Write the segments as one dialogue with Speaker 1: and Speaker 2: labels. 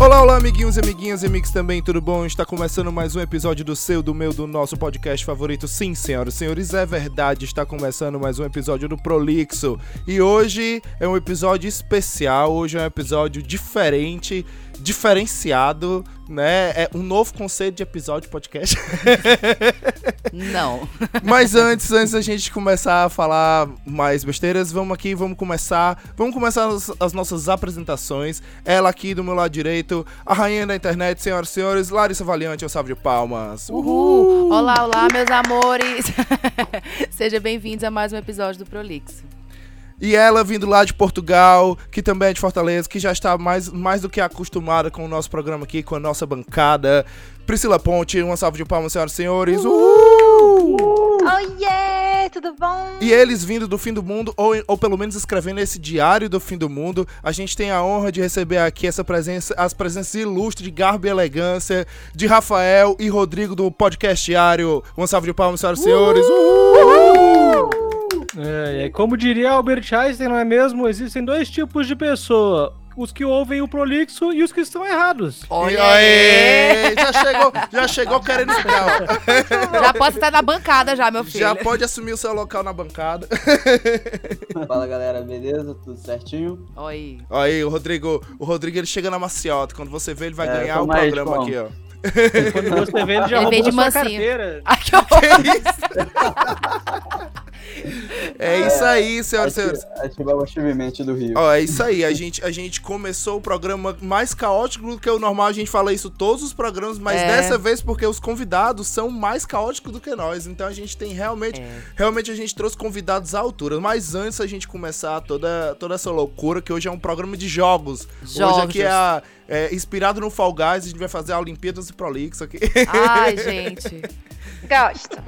Speaker 1: Olá, olá, amiguinhos e amiguinhas e amigos também, tudo bom? Está começando mais um episódio do seu, do meu, do nosso podcast favorito. Sim, senhoras e senhores, é verdade, está começando mais um episódio do Prolixo. E hoje é um episódio especial, hoje é um episódio diferente, diferenciado, né? É um novo conceito de episódio de podcast.
Speaker 2: Não.
Speaker 1: Mas antes, antes da gente começar a falar mais besteiras, vamos aqui, vamos começar. Vamos começar as, as nossas apresentações. Ela aqui do meu lado direito, a rainha da internet, senhoras e senhores, Larissa Valiante, um salve de palmas. Uh.
Speaker 2: Uhul. Olá, olá, meus amores. Sejam bem-vindos a mais um episódio do Prolixo.
Speaker 1: E ela vindo lá de Portugal, que também é de Fortaleza, que já está mais, mais do que acostumada com o nosso programa aqui, com a nossa bancada. Priscila Ponte, uma salve de palmas, senhoras e senhores. Uhul.
Speaker 3: Oiê, tudo bom?
Speaker 1: E eles vindo do fim do mundo, ou, ou pelo menos escrevendo esse diário do fim do mundo, a gente tem a honra de receber aqui essa presença, as presenças ilustres de Garbo e Elegância, de Rafael e Rodrigo do podcast diário. Um salve de palmas, senhoras e senhores. Uhul!
Speaker 4: É, é, como diria Albert Einstein, não é mesmo? Existem dois tipos de pessoa. Os que ouvem o prolixo e os que estão errados.
Speaker 1: E aí, já chegou, já chegou querendo ficar. ó.
Speaker 2: Já posso estar na bancada já, meu filho.
Speaker 1: Já pode assumir o seu local na bancada.
Speaker 5: Fala galera, beleza? Tudo certinho?
Speaker 2: Oi.
Speaker 1: Aí, o Rodrigo, o Rodrigo ele chega na maciota. Quando você vê, ele vai
Speaker 5: É,
Speaker 1: ganhar
Speaker 5: tô
Speaker 1: o
Speaker 5: mais,
Speaker 1: programa
Speaker 5: João.
Speaker 1: aqui, ó.
Speaker 4: Quando você vê, ele
Speaker 2: Ele
Speaker 4: já roubou
Speaker 2: veio de
Speaker 4: sua
Speaker 2: mansinho.
Speaker 4: carteira.
Speaker 2: Ai, que horror.
Speaker 1: É isso aí, senhoras e senhores.
Speaker 5: Ati- Ativava Chivemente do Rio.
Speaker 1: Ó, é isso aí. A gente, a gente começou o programa mais caótico do que o normal. A gente fala isso todos os programas, mas
Speaker 2: É.
Speaker 1: dessa vez porque os convidados são mais caóticos do que nós. Então a gente tem realmente.
Speaker 2: É.
Speaker 1: Realmente a gente trouxe convidados à altura. Mas antes a gente começar toda, toda essa loucura, que hoje é um programa de jogos. Hoje aqui é, a- é inspirado no Fall Guys, a gente vai fazer a Olimpíadas do Prolix aqui.
Speaker 2: Ai, gente.
Speaker 3: Gosto.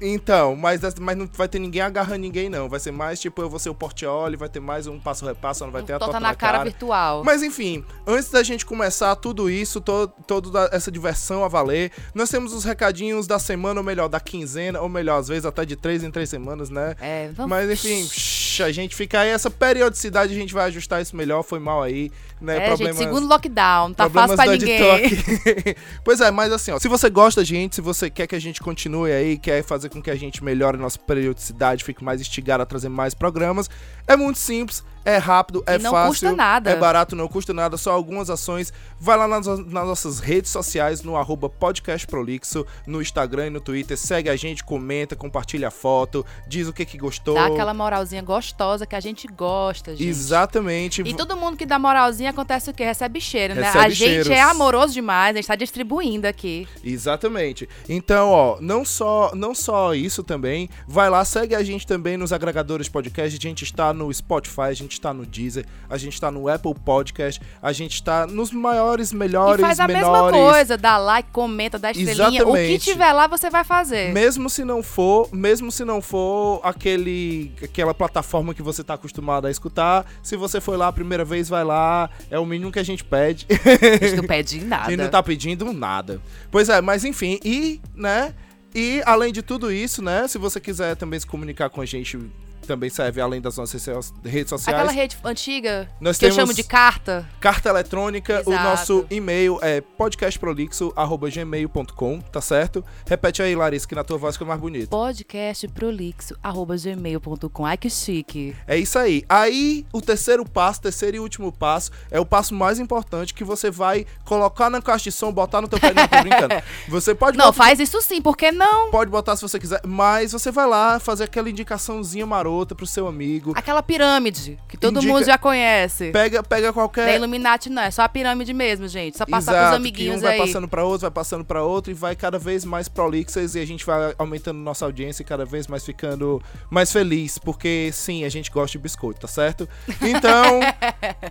Speaker 1: Então, mas, dessa- mas não vai ter ninguém agarrando ninguém, não. Vai ser mais tipo, eu vou ser o Portioli, vai ter mais um passo-repasso, não vai ter a
Speaker 2: Tota
Speaker 1: torta
Speaker 2: na cara virtual.
Speaker 1: Mas enfim, antes da gente começar tudo isso, to, toda da- essa diversão a valer, nós temos os recadinhos da semana, ou melhor, da quinzena, ou melhor, às vezes até de três em três semanas, né?
Speaker 2: É, vamos.
Speaker 1: Mas enfim, shh, a gente fica aí, essa periodicidade a gente vai ajustar isso melhor, foi mal aí, né?
Speaker 2: É, gente, segundo lockdown, não tá
Speaker 1: Problemas
Speaker 2: fácil pra
Speaker 1: do
Speaker 2: ninguém.
Speaker 1: editor aqui. pois é, mas assim, ó, se você gosta da gente, se você quer que a gente continue aí, quer fazer com que a gente melhore a nossa periodicidade, fique mais instigado a trazer mais programas, é muito simples, é rápido, é
Speaker 2: e não
Speaker 1: fácil.
Speaker 2: custa nada.
Speaker 1: É barato, não custa nada, só algumas ações. Vai lá nas, nas nossas redes sociais, no arroba podcast Prolixo, no Instagram e no Twitter. Segue a gente, comenta, compartilha a foto, diz o que que gostou.
Speaker 2: Dá aquela moralzinha gostosa que a gente gosta, gente.
Speaker 1: Exatamente.
Speaker 2: E todo mundo que dá moralzinha acontece o quê? Recebe cheiro, né?
Speaker 1: Recebe
Speaker 2: A
Speaker 1: cheiros.
Speaker 2: gente é amoroso demais, a gente tá distribuindo aqui.
Speaker 1: Exatamente. Então, ó, não só, não só isso também, vai lá, segue a gente também nos agregadores de podcast. A gente está no Spotify, a gente está no Deezer, a gente está no Apple Podcast, a gente está nos maiores, melhores,
Speaker 2: e faz a
Speaker 1: menores.
Speaker 2: mesma coisa, dá like, comenta, dá estrelinha. O que
Speaker 1: Exatamente.
Speaker 2: tiver lá, você vai fazer.
Speaker 1: Mesmo se não for, mesmo se não for aquele, aquela plataforma que você tá acostumado a escutar, se você foi lá a primeira vez, vai lá, é o mínimo que a gente pede.
Speaker 2: A gente não pede
Speaker 1: A gente não
Speaker 2: nada.
Speaker 1: tá pedindo nada. Pois é, mas enfim, e, né? E além de tudo isso, né? Se você quiser também se comunicar com a gente, também serve além das nossas so- redes sociais.
Speaker 2: Aquela rede antiga
Speaker 1: Nós
Speaker 2: que eu
Speaker 1: temos
Speaker 2: chamo de carta.
Speaker 1: carta eletrônica, o
Speaker 2: Exato.
Speaker 1: nosso e-mail é podcastprolixo@gmail.com, tá certo? Repete aí, Larissa, que na tua voz fica mais bonito.
Speaker 2: podcastprolixo.gmail.com. Ai, que chique.
Speaker 1: É isso aí. Aí, o terceiro passo, terceiro e último passo, é o passo mais importante que você vai colocar na caixa de som, botar no teu pé. Não, tô brincando. Você pode
Speaker 2: Não,
Speaker 1: botar-
Speaker 2: faz isso sim, por que não?
Speaker 1: Pode botar se você quiser, mas você vai lá fazer aquela indicaçãozinha marota pro seu amigo.
Speaker 2: Aquela pirâmide que todo
Speaker 1: Indica-
Speaker 2: mundo já conhece.
Speaker 1: Pega, pega
Speaker 2: Da
Speaker 1: qualquer.
Speaker 2: Illuminati não, é só a pirâmide mesmo, gente. Só passar
Speaker 1: Exato,
Speaker 2: pros
Speaker 1: que um
Speaker 2: amiguinhos
Speaker 1: vai
Speaker 2: aí.
Speaker 1: passando pra outro, vai passando pra outro e vai cada vez mais prolixas e a gente vai aumentando nossa audiência e cada vez mais ficando mais feliz, porque sim, a gente gosta de biscoito, tá certo? Então,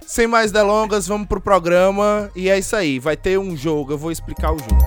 Speaker 1: sem mais delongas, vamos pro programa e é isso aí. Vai ter um jogo, eu vou explicar o jogo.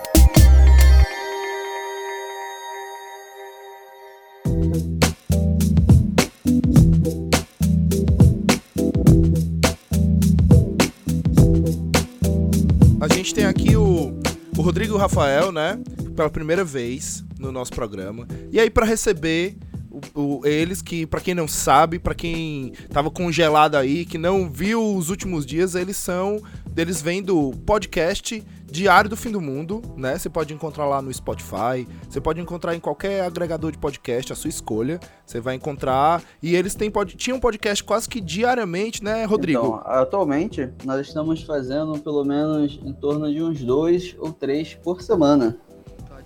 Speaker 1: A gente tem aqui o, o Rodrigo e o Rafael, né? Pela primeira vez no nosso programa. E aí, pra receber o- o- eles, que pra quem não sabe, pra quem tava congelado aí, que não viu os últimos dias, eles são Eles vêm do podcast Diário do Fim do Mundo, né? Você pode encontrar lá no Spotify, você pode encontrar em qualquer agregador de podcast, a sua escolha. Você vai encontrar. E eles têm pod... tinham um podcast quase que diariamente, né, Rodrigo?
Speaker 5: Então, atualmente, nós estamos fazendo pelo menos em torno de uns dois ou três por semana.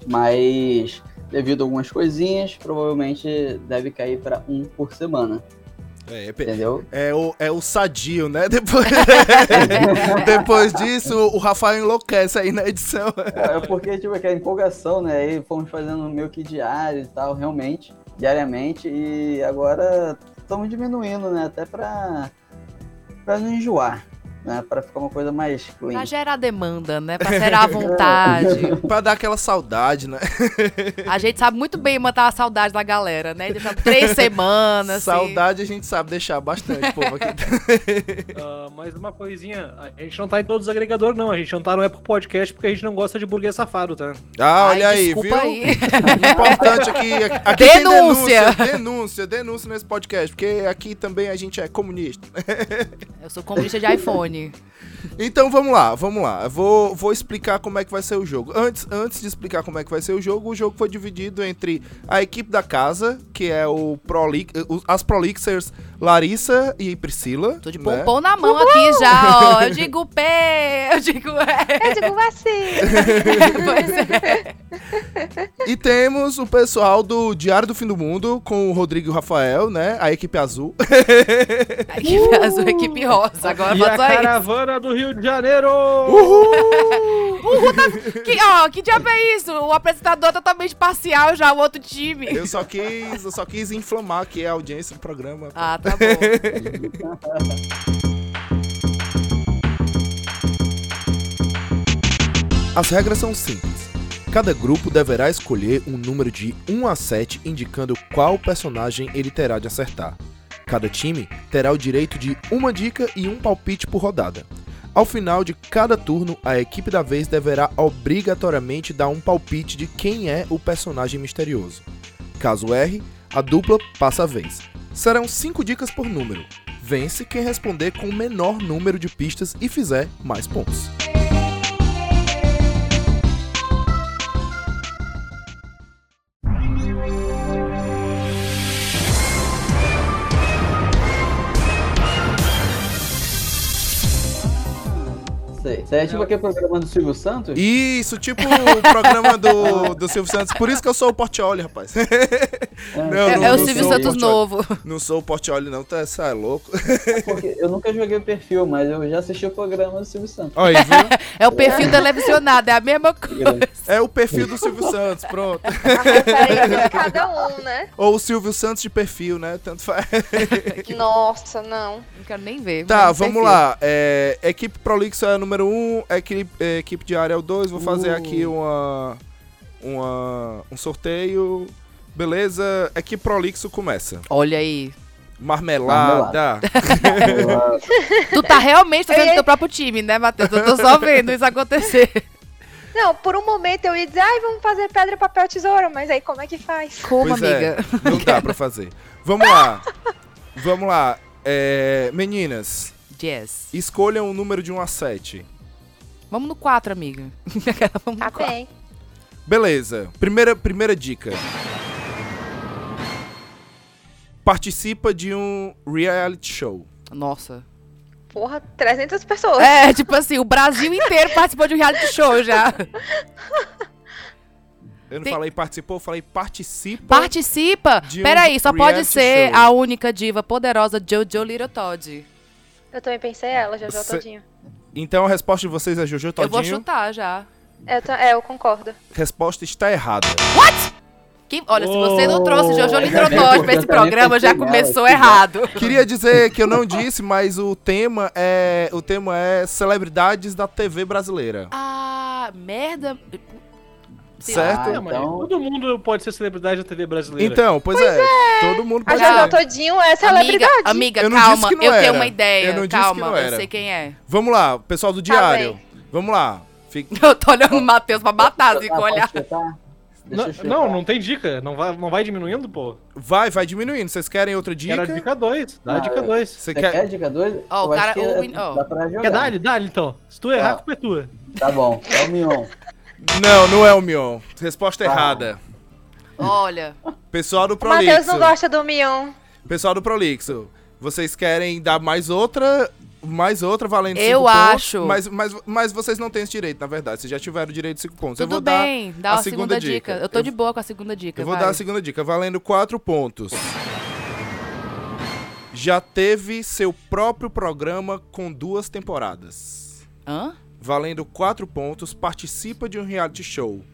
Speaker 5: Mas, devido a algumas coisinhas, provavelmente deve cair para um por semana.
Speaker 1: É, pe-
Speaker 5: Entendeu?
Speaker 1: é o, é o sadio, né? Depois, depois disso, o Rafael enlouquece aí na edição.
Speaker 5: É porque, tipo, aquela empolgação, né? Aí fomos fazendo meio que diário e tal, realmente, diariamente. E agora estamos diminuindo, né? Até pra, pra não enjoar, né? Pra ficar uma coisa mais clean.
Speaker 2: Pra gerar demanda, né? Pra gerar vontade.
Speaker 1: pra dar aquela saudade, né?
Speaker 2: A gente sabe muito bem matar a saudade da galera, né? Deixar três semanas. assim.
Speaker 1: saudade a gente sabe deixar bastante, povo. Aqui.
Speaker 4: Ah, mais uma coisinha, a gente não tá em todos os agregadores, não. A gente não tá no Apple Podcast porque a gente não gosta de burguês safado, tá?
Speaker 1: Ah,
Speaker 2: Ai,
Speaker 1: olha aí,
Speaker 2: desculpa
Speaker 1: viu?
Speaker 2: aí.
Speaker 1: Importante aqui. aqui tem
Speaker 2: Denúncia.
Speaker 1: denúncia! Denúncia, denúncia nesse podcast, porque aqui também a gente é comunista.
Speaker 2: Eu sou comunista de iPhone.
Speaker 1: Então vamos lá, vamos lá. Eu Vou, vou explicar como é que vai ser o jogo. Antes, antes de explicar como é que vai ser o jogo, o jogo foi dividido entre a equipe da casa, que é o Proli os- as Prolixers Larissa e Priscila.
Speaker 2: Tô de
Speaker 1: né?
Speaker 2: pompom na mão aqui já, ó. Eu digo P, eu digo E.
Speaker 3: Eu digo assim.
Speaker 2: Pois é.
Speaker 1: E temos o pessoal do Diário do Fim do Mundo, com o Rodrigo e o Rafael, né? A equipe azul.
Speaker 2: A equipe azul, tá a equipe rosa. Agora
Speaker 4: E a
Speaker 2: falta aí.
Speaker 4: caravana do Rio de Janeiro!
Speaker 2: Uhul, tá... que, ó, que diabo é isso? O apresentador é totalmente parcial já, o outro time.
Speaker 1: Eu só quis, eu só quis inflamar aqui a audiência do programa.
Speaker 2: Ah, tá bom.
Speaker 1: As regras são simples. Cada grupo deverá escolher um número de 1 a 7 indicando qual personagem ele terá de acertar. Cada time terá o direito de uma dica e um palpite por rodada. Ao final de cada turno, a equipe da vez deverá obrigatoriamente dar um palpite de quem é o personagem misterioso. Caso erre, a dupla passa a vez. Serão 5 dicas por número. Vence quem responder com o menor número de pistas e fizer mais pontos.
Speaker 5: Isso aí. Isso aí é tipo aquele programa do Silvio Santos?
Speaker 1: Isso, tipo o programa do, do Silvio Santos. Por isso que eu sou o Portioli, rapaz.
Speaker 5: É,
Speaker 1: Não,
Speaker 2: É,
Speaker 1: não,
Speaker 2: é o
Speaker 1: não
Speaker 2: Silvio
Speaker 1: sou,
Speaker 2: Santos
Speaker 1: Portioli.
Speaker 2: novo.
Speaker 1: Não sou o Portioli, não, tá? Você é louco.
Speaker 5: porque eu nunca joguei o perfil, mas eu já assisti o programa do Silvio Santos.
Speaker 1: Olha aí, viu?
Speaker 2: É o perfil televisionado, é a mesma coisa.
Speaker 1: É o perfil do Silvio Santos, pronto.
Speaker 3: Ah, mas peraí, fica cada um, né?
Speaker 1: Ou o Silvio Santos de perfil, né? Tanto faz.
Speaker 3: Nossa, não.
Speaker 2: Não quero nem ver.
Speaker 1: Tá,
Speaker 2: mas
Speaker 1: vamos
Speaker 2: perfil.
Speaker 1: lá. É, equipe Prolixo é o número 1, um, equipe, é, equipe diária é o 2. Vou fazer
Speaker 5: Uh.
Speaker 1: aqui uma, uma, um sorteio. Beleza, equipe Prolixo começa.
Speaker 2: Olha aí.
Speaker 1: Marmelada.
Speaker 2: Tu tá realmente
Speaker 3: Eu
Speaker 2: fazendo
Speaker 3: ia-
Speaker 2: teu próprio time, né, Matheus? Eu tô só vendo isso acontecer.
Speaker 3: Não, por um momento eu ia dizer, ai, vamos fazer pedra, papel, tesoura, mas aí como é que faz?
Speaker 2: Como,
Speaker 1: Pois
Speaker 2: amiga?
Speaker 1: É, não dá pra fazer. Vamos lá. Vamos lá. É, meninas,
Speaker 2: Yes.
Speaker 1: escolham um número de 1 a 7.
Speaker 2: Vamos no 4, amiga. Vamos
Speaker 3: Tá
Speaker 2: no 4.
Speaker 3: bem.
Speaker 1: Beleza. Primeira, primeira dica. Participa de um reality show.
Speaker 2: Nossa.
Speaker 3: Porra, 300 pessoas.
Speaker 2: É, tipo assim, o Brasil inteiro participou de um reality show já.
Speaker 1: Eu não
Speaker 2: Tem-
Speaker 1: falei participou, eu falei participa.
Speaker 2: Participa?
Speaker 1: De um
Speaker 2: Peraí, só pode
Speaker 1: reality
Speaker 2: ser
Speaker 1: show.
Speaker 2: a única diva poderosa Jojo Little Todd.
Speaker 3: Eu também pensei ela, já já
Speaker 1: Você-
Speaker 3: todinho.
Speaker 1: Então a resposta de vocês é Jojo
Speaker 2: Eu vou
Speaker 1: Todinho.
Speaker 2: chutar já.
Speaker 3: Eu ta- é, eu concordo.
Speaker 1: Resposta está errada.
Speaker 2: Quem- olha, se você não trouxe Jojo
Speaker 4: Oh,
Speaker 2: Little
Speaker 5: ainda bem,
Speaker 2: Todd
Speaker 5: porque
Speaker 2: pra esse
Speaker 5: eu também
Speaker 2: programa, já
Speaker 5: pensei nela,
Speaker 2: começou
Speaker 5: que
Speaker 1: né?
Speaker 5: bom.
Speaker 2: errado.
Speaker 1: Queria dizer que eu não disse, mas o tema é o tema é celebridades da TV brasileira.
Speaker 2: Ah, merda. Sim.
Speaker 1: Certo?
Speaker 5: Ah,
Speaker 4: Não, mas
Speaker 5: então-
Speaker 4: Todo mundo pode ser celebridade da TV brasileira.
Speaker 1: Então, pois, é, todo mundo
Speaker 3: A
Speaker 1: pode
Speaker 3: já
Speaker 2: Jojo
Speaker 1: ser.
Speaker 3: já todinho é
Speaker 2: Amiga,
Speaker 3: celebridade.
Speaker 2: amiga,
Speaker 1: Eu não disse
Speaker 2: calma,
Speaker 1: que não
Speaker 2: eu tenho
Speaker 1: era.
Speaker 2: uma ideia.
Speaker 1: Eu não disse que
Speaker 2: calma,
Speaker 1: não era.
Speaker 2: eu sei quem é.
Speaker 1: Vamos lá, pessoal do diário.
Speaker 3: bem.
Speaker 1: Vamos lá. Fica-
Speaker 2: Eu tô olhando o Matheus pra matar, assim, com o olhar.
Speaker 5: Posso chutar? Deixa eu
Speaker 4: Não-
Speaker 5: checar.
Speaker 4: Não, não tem dica. Não vai, não vai diminuindo, pô.
Speaker 1: Vai, vai diminuindo. Vocês querem outra
Speaker 4: Era
Speaker 1: dica?
Speaker 4: a dica 2. Dá a
Speaker 5: Ah,
Speaker 4: dica
Speaker 5: é.
Speaker 4: 2.
Speaker 1: Você
Speaker 5: Você
Speaker 1: quer...
Speaker 5: quer a dica 2?
Speaker 2: Ó, o cara- é o Win- ó.
Speaker 5: é- Dá pra jogar.
Speaker 4: Quer dar-lhe? Dá-lhe, então. Se tu errar,
Speaker 5: Tá.
Speaker 4: a culpa é tua.
Speaker 5: Tá bom, é o Mion.
Speaker 1: Não, não é o Mion. Resposta
Speaker 5: Ah.
Speaker 1: errada.
Speaker 2: Olha,
Speaker 1: Pessoal do
Speaker 3: O Matheus
Speaker 1: Prolixo.
Speaker 3: não gosta do Mion.
Speaker 1: Pessoal do Prolixo. Vocês querem dar mais outra? Mais outra valendo
Speaker 2: Eu
Speaker 1: cinco
Speaker 2: acho.
Speaker 1: pontos, mas, mas, mas vocês não têm esse direito, na verdade. Vocês já tiveram o direito de cinco pontos. eu
Speaker 2: tudo
Speaker 1: vou
Speaker 2: bem.
Speaker 1: dar
Speaker 2: Dá
Speaker 1: a
Speaker 2: uma segunda, dica. Eu tô
Speaker 1: Eu-
Speaker 2: de boa com a segunda dica.
Speaker 1: Eu vou
Speaker 2: vai.
Speaker 1: dar a segunda dica, valendo quatro pontos. Já teve seu próprio programa com duas temporadas.
Speaker 2: Hã?
Speaker 1: Valendo quatro pontos, participa de um reality show.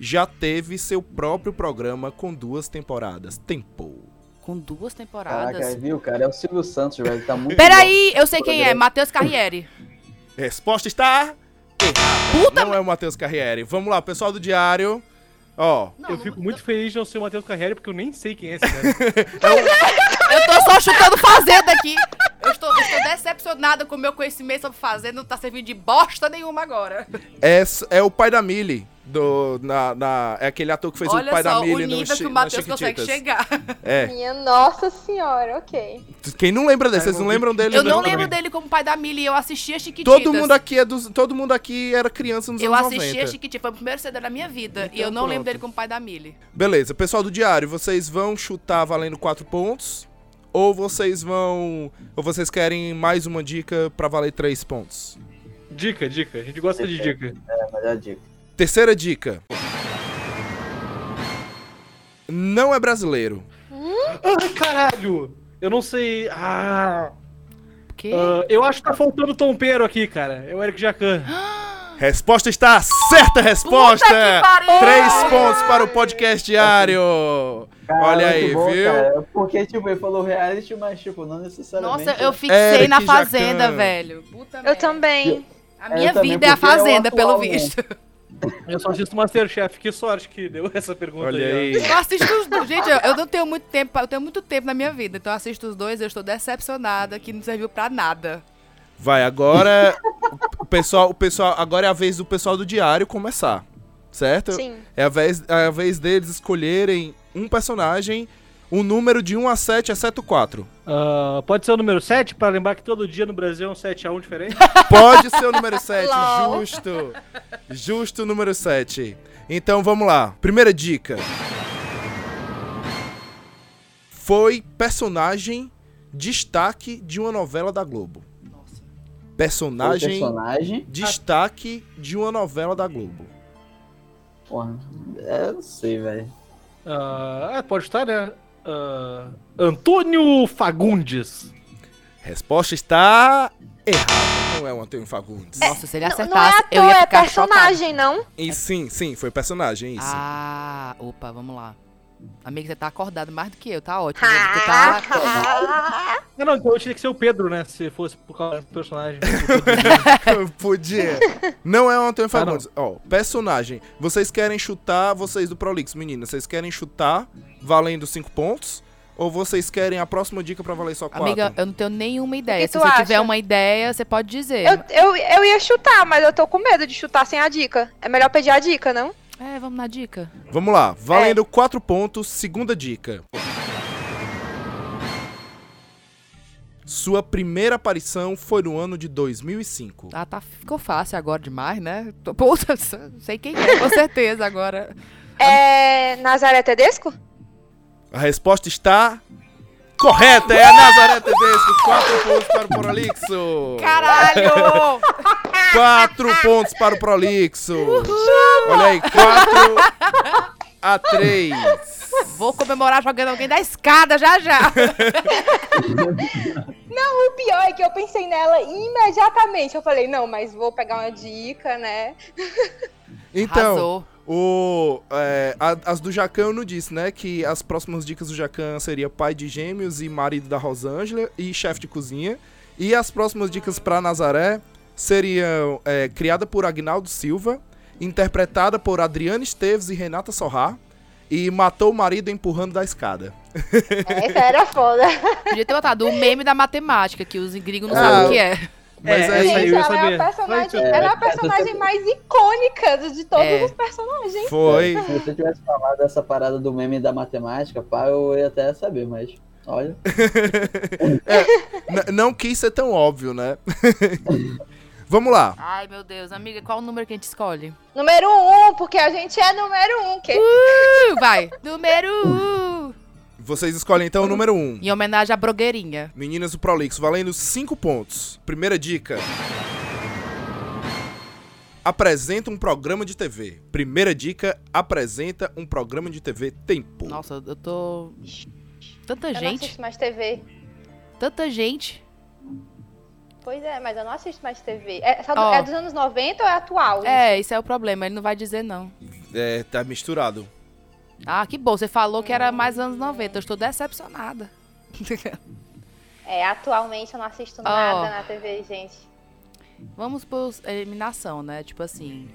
Speaker 1: Já teve seu próprio programa com duas temporadas. Tempo.
Speaker 2: Com duas temporadas.
Speaker 5: Caraca, viu, cara? É o Silvio Santos, velho. Tá muito.
Speaker 2: Peraí, eu sei quem é.
Speaker 5: Programa.
Speaker 2: Matheus Carriere.
Speaker 1: Resposta está. Puta não é o Matheus Carriere. Vamos lá, pessoal do diário. Ó,
Speaker 2: Não,
Speaker 4: eu
Speaker 2: não-
Speaker 4: fico muito feliz de não ser o Matheus Carreira, porque eu nem sei quem é esse cara.
Speaker 2: Eu tô só chutando fazenda aqui. Eu estou, eu estou decepcionada com o meu conhecimento sobre fazenda. Não tá servindo de bosta nenhuma agora.
Speaker 1: é, s- é o pai da Millie. Do, na, na- é aquele ator que fez
Speaker 2: Olha
Speaker 1: o pai
Speaker 2: só
Speaker 1: da
Speaker 2: o
Speaker 1: Millie no,
Speaker 2: nível
Speaker 1: Chi-
Speaker 2: que o
Speaker 1: na
Speaker 2: Matheus consegue
Speaker 1: Chiquititas.
Speaker 2: chegar.
Speaker 1: É.
Speaker 3: Minha nossa senhora, ok.
Speaker 1: Quem não lembra dele?
Speaker 4: É,
Speaker 1: Vocês não
Speaker 4: eu
Speaker 1: lembram dele?
Speaker 2: Eu
Speaker 4: lembro
Speaker 2: não
Speaker 4: também.
Speaker 2: lembro dele como pai da Millie. Eu assistia Chiquititas.
Speaker 1: Todo mundo aqui é dos, todo mundo aqui era criança nos
Speaker 2: Eu
Speaker 1: anos
Speaker 2: assistia
Speaker 1: 90.
Speaker 2: Chiquititas. Foi o primeiro CD da minha vida. e
Speaker 1: Então,
Speaker 2: eu não lembro
Speaker 1: pronto.
Speaker 2: dele como pai da Millie.
Speaker 1: Beleza, pessoal do diário, vocês vão chutar valendo 4 pontos ou vocês vão ou vocês querem mais uma dica pra valer 3 pontos?
Speaker 4: dica, dica. A gente gosta de dica.
Speaker 5: É, melhor dica.
Speaker 1: Terceira dica. Não é brasileiro.
Speaker 4: Ai, caralho! Eu não sei. Ah,
Speaker 2: Que?
Speaker 4: ah, eu acho que tá faltando tompeiro aqui, cara. É o Eric Jacan.
Speaker 1: Resposta está certa resposta.
Speaker 2: que pariu!
Speaker 1: 3 pontos para o podcast diário.
Speaker 5: Cara,
Speaker 1: Olha
Speaker 5: muito
Speaker 1: aí, viu?
Speaker 5: cara. Porque, tipo, ele falou reality, mas, tipo, não necessariamente. é
Speaker 2: Nossa, eu fixei
Speaker 1: Eric
Speaker 2: na
Speaker 1: Jacan.
Speaker 2: fazenda, velho. Puta
Speaker 3: né? Eu
Speaker 2: merda.
Speaker 3: também.
Speaker 2: A
Speaker 5: Eu
Speaker 2: minha
Speaker 5: também,
Speaker 2: vida é a
Speaker 5: porque é o
Speaker 2: fazenda, pelo
Speaker 5: atual, né?
Speaker 2: visto.
Speaker 4: Eu só assisto Masterchef. Que sorte que deu essa pergunta
Speaker 1: Olha
Speaker 4: aí. ó.
Speaker 1: aí.
Speaker 2: Eu assisto os dois. Gente, eu, eu não tenho muito tempo. pra- Eu tenho muito tempo na minha vida. Então eu assisto os dois, eu estou decepcionada, que não serviu pra nada.
Speaker 1: Vai, agora o pessoal, o pessoal, agora é a vez do pessoal do diário começar, certo?
Speaker 3: Sim.
Speaker 1: É a vez, é a vez deles escolherem um personagem, um número de 1 a 7, exceto 4.
Speaker 4: Ah, pode ser o número 7, pra lembrar que todo dia no Brasil é um 7x1 diferente?
Speaker 1: Pode ser o número 7,
Speaker 3: Lol.
Speaker 1: justo. Justo o número 7. Então vamos lá. Primeira dica. Foi personagem destaque de uma novela da Globo.
Speaker 2: Nossa.
Speaker 5: Foi
Speaker 1: Personagem
Speaker 5: um personagem.
Speaker 1: destaque de uma novela da Globo.
Speaker 5: Porra, é, eu não sei, velho.
Speaker 4: Ah, é, pode estar, né? Ah, Antônio Fagundes.
Speaker 1: Resposta está errada. Não é o Antônio Fagundes.
Speaker 2: Nossa, se ele
Speaker 3: N- Não é
Speaker 2: acertasse, eu
Speaker 3: ator,
Speaker 2: ia
Speaker 3: é
Speaker 2: ficar
Speaker 3: personagem, não?
Speaker 1: E sim, sim, foi personagem, isso.
Speaker 2: Ah, opa, vamos lá. Amiga, você tá acordado mais do que eu, tá ótimo.
Speaker 3: Ah.
Speaker 2: Tu tá...
Speaker 4: Não, não, então eu tinha que ser o Pedro, né? Se fosse por causa do personagem.
Speaker 1: Podia. Não é o Antônio
Speaker 4: Ah, não.
Speaker 1: Fagundes. Ó, personagem. Vocês querem chutar, vocês do Prolix, meninas, vocês querem chutar valendo 5 pontos? Ou vocês querem a próxima dica pra valer só 4?
Speaker 2: Amiga, eu não tenho nenhuma ideia.
Speaker 3: que
Speaker 2: Se
Speaker 3: tu
Speaker 2: você
Speaker 3: acha?
Speaker 2: tiver uma ideia, você pode dizer.
Speaker 3: Eu, eu, eu ia chutar, mas eu tô com medo de chutar sem a dica. É melhor pedir a dica, não?
Speaker 2: É, vamos na dica.
Speaker 1: Vamos lá,
Speaker 2: é.
Speaker 1: valendo 4 pontos, segunda dica. Sua primeira aparição foi no ano de 2005.
Speaker 2: Ah, tá, ficou fácil agora demais, né? Tô, puta, sei quem é, com certeza agora.
Speaker 3: É. Nazaré Tedesco?
Speaker 1: A resposta está correta, é a Nazaré Tedesco. 4 pontos para o Prolixo.
Speaker 2: Caralho!
Speaker 1: 4 pontos para o Prolixo. Olha aí, 4 a 3.
Speaker 2: Vou comemorar jogando alguém da escada já já.
Speaker 3: O pior é que eu pensei nela imediatamente. Eu falei, não, mas vou pegar uma dica, né?
Speaker 1: Então,
Speaker 2: Arrasou.
Speaker 1: o, é, a- as do Jacan eu não disse, né? Que as próximas dicas do Jacan seria pai de gêmeos e marido da Rosângela e chefe de cozinha. E as próximas dicas para Nazaré seriam é, criada por Agnaldo Silva, interpretada por Adriana Esteves e Renata Sorrá, e matou o marido empurrando da escada.
Speaker 3: Essa era foda.
Speaker 2: É. Podia ter botado o meme da matemática, que os gringos não
Speaker 1: Ah,
Speaker 2: sabem o que é.
Speaker 4: Mas
Speaker 5: É,
Speaker 4: essa aí
Speaker 3: Gente,
Speaker 4: eu ia
Speaker 3: ela é,
Speaker 4: saber.
Speaker 3: a personagem,
Speaker 4: Vai,
Speaker 3: ela é a
Speaker 5: É,
Speaker 3: personagem
Speaker 5: você-
Speaker 3: mais icônica de de todos
Speaker 2: É.
Speaker 3: os personagens.
Speaker 1: Foi.
Speaker 5: Se você tivesse falado essa parada do meme da matemática, pá, eu ia até saber, mas. Olha.
Speaker 1: N- não quis ser tão óbvio, né? Vamos lá.
Speaker 2: Ai, meu Deus, amiga, qual o número que a gente escolhe?
Speaker 3: Número um, porque a gente é número um. Que...
Speaker 2: Uh, vai! Número um!
Speaker 1: Vocês escolhem então o número 1. Um.
Speaker 2: Em homenagem à Brogueirinha.
Speaker 1: Meninas do Prolixo, valendo 5 pontos. Primeira dica. Apresenta um programa de TV. Primeira dica, apresenta um programa de TV Tempo.
Speaker 2: Nossa, eu tô. Tanta
Speaker 3: Eu não
Speaker 2: gente,
Speaker 3: assisto mais TV.
Speaker 2: tanta gente.
Speaker 3: Pois é, mas eu não assisto mais TV. É, essa-
Speaker 2: Ó.
Speaker 3: é dos anos 90 ou é atual?
Speaker 2: É, esse é o problema, ele não vai dizer não.
Speaker 1: É, tá misturado.
Speaker 2: Ah, que bom, você falou que era mais anos 90, eu estou decepcionada.
Speaker 3: É, atualmente eu não assisto nada
Speaker 2: Ó.
Speaker 3: na TV, gente.
Speaker 2: Vamos por eliminação, né? Tipo assim.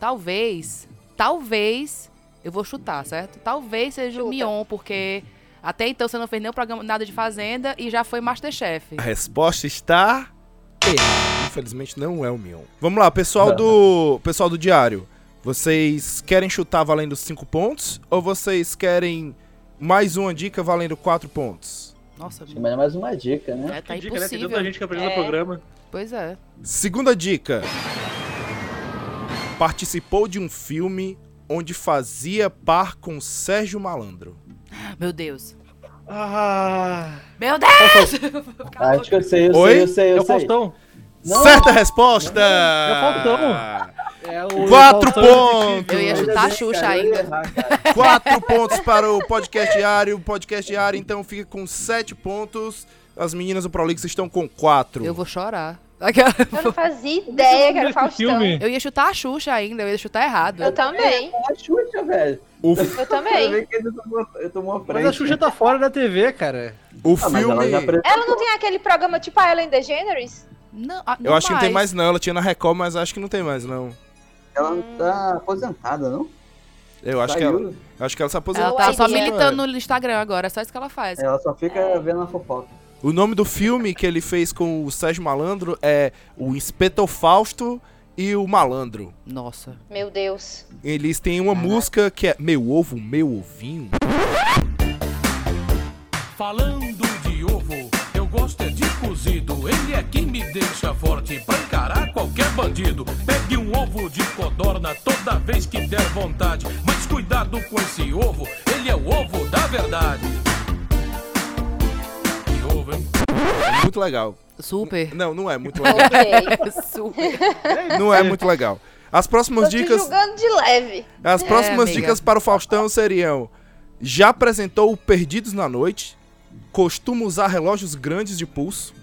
Speaker 2: Talvez. Talvez. Eu vou chutar, certo? Talvez seja o
Speaker 3: Chuta.
Speaker 2: Mion, porque até então você não fez nenhum programa, nada de Fazenda e já foi Masterchef.
Speaker 1: A resposta está. errada. Infelizmente não é o Mion. Vamos lá, pessoal do. Pessoal do diário. Vocês querem chutar valendo 5 pontos? Ou vocês querem mais uma dica valendo 4 pontos?
Speaker 2: Nossa,
Speaker 5: Mas é mais uma dica, né?
Speaker 2: é, tá
Speaker 4: Que dica, né? Tem
Speaker 2: impossível.
Speaker 4: tanta gente que apresenta
Speaker 3: É.
Speaker 4: programa.
Speaker 2: Pois é.
Speaker 1: Segunda dica. Participou de um filme onde fazia par com Sérgio Malandro.
Speaker 2: Meu Deus.
Speaker 4: Ah,
Speaker 2: Meu Deus!
Speaker 5: Ah, Acho que eu sei, eu
Speaker 1: Oi?
Speaker 5: sei, eu sei,
Speaker 4: é
Speaker 5: eu
Speaker 4: o
Speaker 5: sei.
Speaker 4: Faustão.
Speaker 5: Não.
Speaker 1: Certa resposta!
Speaker 4: É É o
Speaker 1: Quatro
Speaker 4: Faustão
Speaker 1: pontos!
Speaker 4: detetive.
Speaker 2: Eu ia
Speaker 5: Ainda
Speaker 2: chutar a
Speaker 5: bem,
Speaker 2: Xuxa
Speaker 5: cara, eu ia
Speaker 2: ainda.
Speaker 5: errar, cara.
Speaker 1: Quatro pontos para o podcast diário. O podcast diário, então, fica com sete pontos. As meninas do Prolix estão com quatro.
Speaker 2: Eu vou chorar. Aquela-
Speaker 3: Eu não fazia ideia que era o
Speaker 4: Esse
Speaker 3: Faustão.
Speaker 4: filme.
Speaker 2: Eu ia chutar a Xuxa ainda, eu ia chutar errado.
Speaker 3: Eu também,
Speaker 5: É a Xuxa, velho.
Speaker 1: O,
Speaker 3: eu
Speaker 2: Tá
Speaker 5: Você
Speaker 3: também.
Speaker 5: vê que ele tomou, ele tomou a frente. né?
Speaker 4: Mas a Xuxa tá fora da TV, cara.
Speaker 1: o
Speaker 5: Ah, mas ela
Speaker 1: tá filme.
Speaker 5: já apresentou.
Speaker 3: Ela não tem aquele programa tipo a Ellen DeGeneres?
Speaker 2: Não, ah,
Speaker 1: Eu acho que não tem mais, não. Ela tinha na Record, mas acho que não tem mais, não.
Speaker 5: Ela não tá aposentada, não?
Speaker 1: Eu acho que ela,
Speaker 5: Saiu.
Speaker 1: acho que ela se aposentou.
Speaker 2: Ela tá só
Speaker 3: Ela-
Speaker 2: militando no Instagram agora, é só isso que ela faz.
Speaker 5: Ela só fica vendo a fofoca.
Speaker 1: O nome do filme que ele fez com o Sérgio Malandro é O Inspetor Fausto e o Malandro.
Speaker 2: Nossa.
Speaker 3: Meu Deus.
Speaker 1: Eles têm uma música que é Meu Ovo, Meu Ovinho.
Speaker 6: Falando de ovo, eu gosto é de cozido. Ele é quem me deixa forte pra encarar qualquer bandido. Pegue um ovo de codorna toda vez que der vontade. Mas cuidado com esse ovo, ele é o ovo da verdade. Que ovo, hein?
Speaker 1: É muito legal.
Speaker 2: Super.
Speaker 1: Não, não é muito legal.
Speaker 3: Ok.
Speaker 1: É,
Speaker 2: Super.
Speaker 1: Não é muito legal. As próximas
Speaker 3: Tô te
Speaker 1: dicas.
Speaker 3: julgando de leve.
Speaker 1: As
Speaker 2: É,
Speaker 1: próximas
Speaker 2: amiga.
Speaker 1: dicas para o Faustão seriam: já apresentou o Perdidos na Noite, costuma usar relógios grandes de pulso,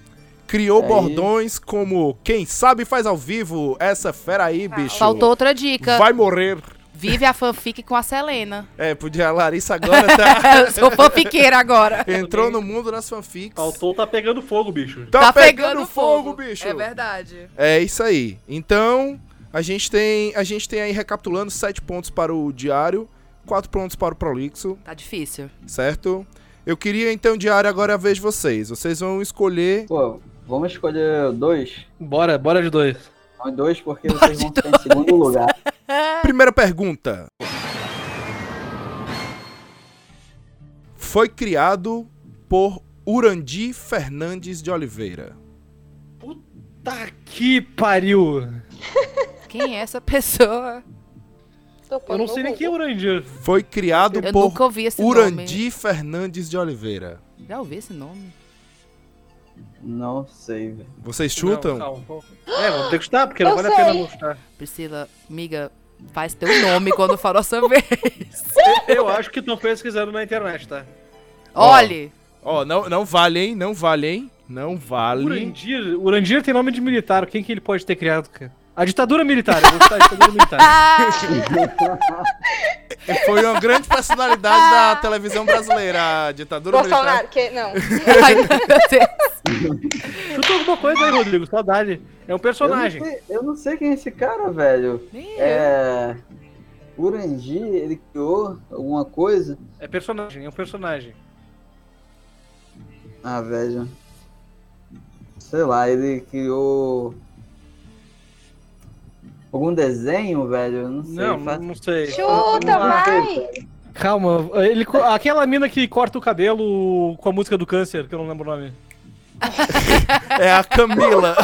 Speaker 1: criou
Speaker 5: Aí.
Speaker 1: bordões como quem sabe faz ao vivo, essa fera aí, bicho.
Speaker 2: Ah, Faltou outra dica.
Speaker 1: Vai morrer.
Speaker 2: Vive a fanfic com a Selena.
Speaker 1: É, podia a Larissa agora tá
Speaker 2: Eu sou fanfiqueira agora.
Speaker 1: entrou no mundo das fanfics.
Speaker 4: Faltou tá pegando fogo, bicho.
Speaker 1: Tá, pegando, fogo, bicho.
Speaker 2: É verdade.
Speaker 1: É isso aí. Então, a gente tem, a gente tem aí recapitulando 7 pontos para o diário, 4 pontos para o prolixo.
Speaker 2: Tá difícil.
Speaker 1: certo? Eu queria então, diário, agora a vez de vocês. Vocês vão escolher.
Speaker 5: Pô, vamos escolher dois.
Speaker 4: Bora, bora de dois.
Speaker 5: Não, dois porque vocês vão ficar em segundo lugar.
Speaker 2: É.
Speaker 1: Primeira pergunta: Foi criado por Urandi Fernandes de Oliveira.
Speaker 4: Tá que pariu.
Speaker 2: Quem é essa pessoa?
Speaker 3: Tô
Speaker 4: Eu
Speaker 3: pondo
Speaker 4: não
Speaker 3: no
Speaker 4: sei nem quem é
Speaker 3: Google.
Speaker 4: o Urandir.
Speaker 1: Foi criado
Speaker 2: Eu
Speaker 1: por
Speaker 2: nunca ouvi esse
Speaker 1: Urandi Fernandes de Oliveira.
Speaker 2: nome. Já ouvi esse nome?
Speaker 5: Não sei, velho.
Speaker 1: Vocês chutam?
Speaker 4: Não, calma. É, vamos ter que chutar, porque não
Speaker 3: Eu
Speaker 4: vale a pena
Speaker 3: sei.
Speaker 4: não chutar.
Speaker 2: Priscila, amiga, faz teu nome quando for nossa vez.
Speaker 4: Eu acho que estão pesquisando na internet, tá?
Speaker 2: Olhe.
Speaker 1: Ó, não, não vale, hein? Não vale, hein? Não vale.
Speaker 4: Urandir, Urandir tem nome de militar. Quem que ele pode ter criado, cara? A ditadura militar. Eu vou chutar a ditadura militar.
Speaker 2: Ah,
Speaker 1: Foi uma grande personalidade da televisão brasileira, a ditadura militar.
Speaker 3: Bolsonaro, que não.
Speaker 2: ai, meu Deus.
Speaker 4: Chuta alguma coisa aí, Rodrigo. Saudade. É um
Speaker 5: Eu não,
Speaker 4: personagem.
Speaker 5: sei, eu não sei quem é esse cara, velho.
Speaker 2: Nem eu.
Speaker 5: É. Urandi, ele criou alguma coisa?
Speaker 4: É personagem, é um personagem.
Speaker 5: Ah, velho. sei lá, ele criou algum desenho, velho, eu não sei.
Speaker 4: Não,
Speaker 5: fa-
Speaker 4: não sei.
Speaker 3: Chuta,
Speaker 5: Vamos lá.
Speaker 3: vai!
Speaker 4: Calma, ele, co- aquela mina que corta o cabelo com a música do câncer, que eu não lembro o nome.
Speaker 1: É a Camila.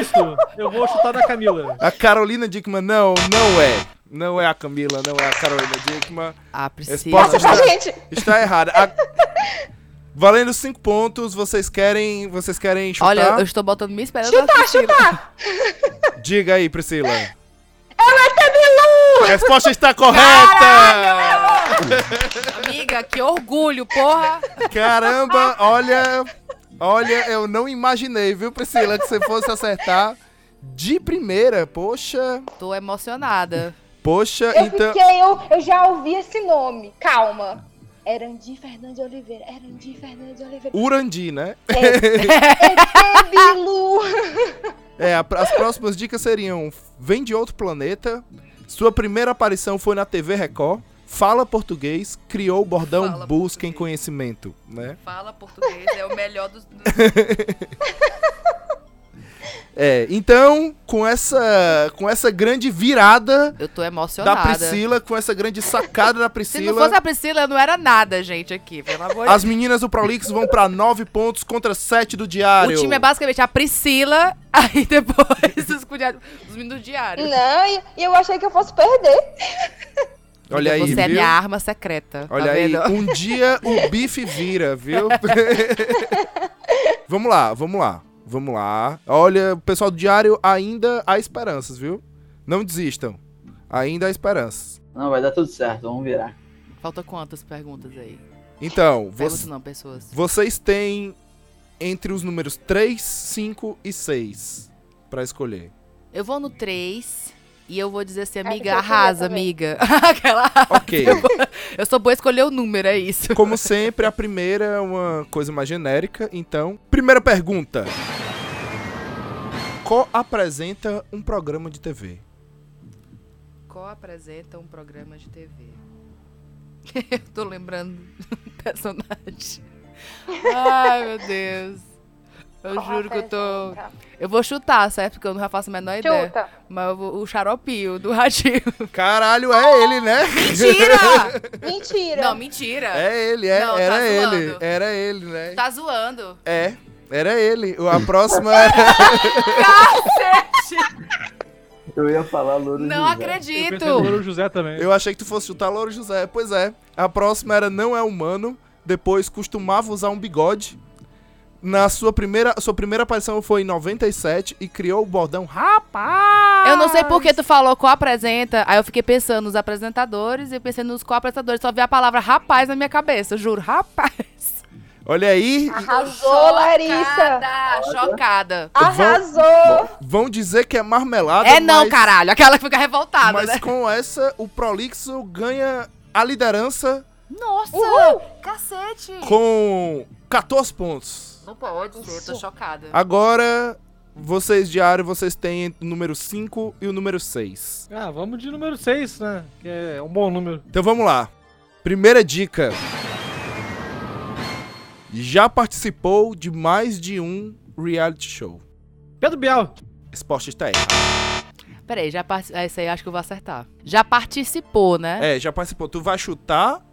Speaker 4: Isso, eu vou chutar na Camila.
Speaker 1: A Carolina Dickman, não, não é. Não é a Camila, não é a Carolina Dickman.
Speaker 2: Ah,
Speaker 1: Esse
Speaker 2: Priscila.
Speaker 1: posso-
Speaker 3: Nossa, gente!
Speaker 1: Está errada. A- Valendo 5 pontos, vocês querem, vocês querem chutar?
Speaker 2: Olha, eu estou botando minha esperança. na
Speaker 3: Chutar,
Speaker 2: Priscila.
Speaker 3: chutar!
Speaker 1: Diga aí, Priscila.
Speaker 2: é
Speaker 3: Tabilu!
Speaker 1: A resposta está correta!
Speaker 2: Amiga, que orgulho, porra.
Speaker 1: Caramba, olha, olha, eu não imaginei, viu, Priscila, que você fosse acertar de primeira. Poxa,
Speaker 2: Tô emocionada.
Speaker 1: poxa,
Speaker 3: Eu
Speaker 1: então
Speaker 3: fiquei, eu, eu já ouvi esse nome. Calma. Erandi Fernandes Oliveira. Erandi Fernandes Oliveira.
Speaker 1: Urandi, né?
Speaker 3: Tabilu!
Speaker 1: É, a- as próximas dicas seriam: vem de outro planeta, sua primeira aparição foi na TV Record, fala português, criou o bordão
Speaker 2: Fala
Speaker 1: busca em
Speaker 2: português.
Speaker 1: conhecimento, né?
Speaker 2: Fala português, é o melhor dos... dos-
Speaker 1: É, então, com essa com essa grande virada
Speaker 2: Eu tô
Speaker 1: da
Speaker 2: emocionada.
Speaker 1: Priscila, com essa grande sacada da
Speaker 2: Se não fosse
Speaker 1: Priscila,
Speaker 2: a Priscila, eu não era nada, gente, aqui. Pelo amor de
Speaker 1: as meninas do Prolix vão pra 9 pontos contra 7 do
Speaker 2: O
Speaker 1: diário.
Speaker 2: time é basicamente a Priscila, aí depois os, cuidados- os meninos diários.
Speaker 3: Não, e e eu achei que eu fosse perder.
Speaker 1: Olha aí,
Speaker 2: Você é
Speaker 1: viu?
Speaker 2: minha arma secreta.
Speaker 1: Olha
Speaker 2: tá
Speaker 1: aí,
Speaker 2: vendo?
Speaker 1: um dia o bife vira, viu? vamos lá, vamos lá, vamos lá. Olha, o pessoal do diário ainda há esperanças, viu? Não desistam. Ainda há esperanças.
Speaker 5: Não, vai dar tudo certo, vamos virar.
Speaker 2: Falta quantas perguntas aí?
Speaker 1: Então,
Speaker 2: Perguntas
Speaker 1: vo-
Speaker 2: não, pessoas.
Speaker 1: vocês têm entre os números 3, 5 e 6 pra escolher.
Speaker 2: Eu vou no 3 e eu vou dizer assim,
Speaker 3: Ai,
Speaker 2: amiga,
Speaker 3: eu queria
Speaker 2: arrasa,
Speaker 3: também.
Speaker 2: amiga. Aquela...
Speaker 1: Ok.
Speaker 2: Eu sou boa em escolher o número, é isso.
Speaker 1: Como sempre, a primeira é uma coisa mais genérica, então. Primeira pergunta: Co apresenta um programa de TV?
Speaker 2: Qual apresenta um programa de TV? eu tô lembrando do personagem. Ai, meu Deus. Eu juro que eu tô. Eu vou chutar, certo? Porque eu não faço a menor ideia.
Speaker 3: Chuta.
Speaker 2: Mas eu vou- o xaropinho do ratinho.
Speaker 1: Caralho, é ele, né?
Speaker 2: Ah, Mentira!
Speaker 3: Mentira.
Speaker 2: não, mentira.
Speaker 1: É ele, é,
Speaker 2: Não, tá
Speaker 1: era
Speaker 2: zoando.
Speaker 1: ele. Era ele, né?
Speaker 2: Tá zoando.
Speaker 1: É, era ele. A próxima era.
Speaker 5: Eu ia falar Louro
Speaker 2: Não
Speaker 5: José.
Speaker 4: Eu
Speaker 2: acredito.
Speaker 4: pensei no Louro José também.
Speaker 1: Eu achei que tu fosse chutar Louro José. Pois é. A próxima era Não é Humano. Depois costumava usar um bigode. Na sua primeira, sua primeira aparição foi em 97 e criou o bordão Rapaz!
Speaker 2: Eu não sei por que tu falou qual apresenta. Aí eu fiquei pensando nos apresentadores e eu pensei nos co-apresentadores. Só vi a palavra rapaz na minha cabeça, eu juro. Rapaz.
Speaker 1: Olha aí,
Speaker 3: Arrasou, Larissa.
Speaker 2: Chocada, Chocada.
Speaker 3: Arrasou.
Speaker 1: vão dizer que é marmelada.
Speaker 2: É não,
Speaker 1: mas-
Speaker 2: caralho. Aquela que fica revoltada,
Speaker 1: Mas
Speaker 2: né?
Speaker 1: com essa, o Prolixo ganha a liderança
Speaker 2: Nossa! Cacete!
Speaker 1: com 14 pontos.
Speaker 2: Não pode ser, tô chocada.
Speaker 1: Agora, vocês diário, vocês têm o número 5 e o número 6.
Speaker 4: Ah, vamos de número 6, né? Que é um bom número.
Speaker 1: Então vamos lá. Primeira dica. Já participou de mais de um reality show.
Speaker 4: Pedro Bial.
Speaker 1: Esporte está errado.
Speaker 2: Peraí, já part... ah, esse aí eu acho que eu vou acertar. Já participou, né?
Speaker 1: É, já participou. Tu vai chutar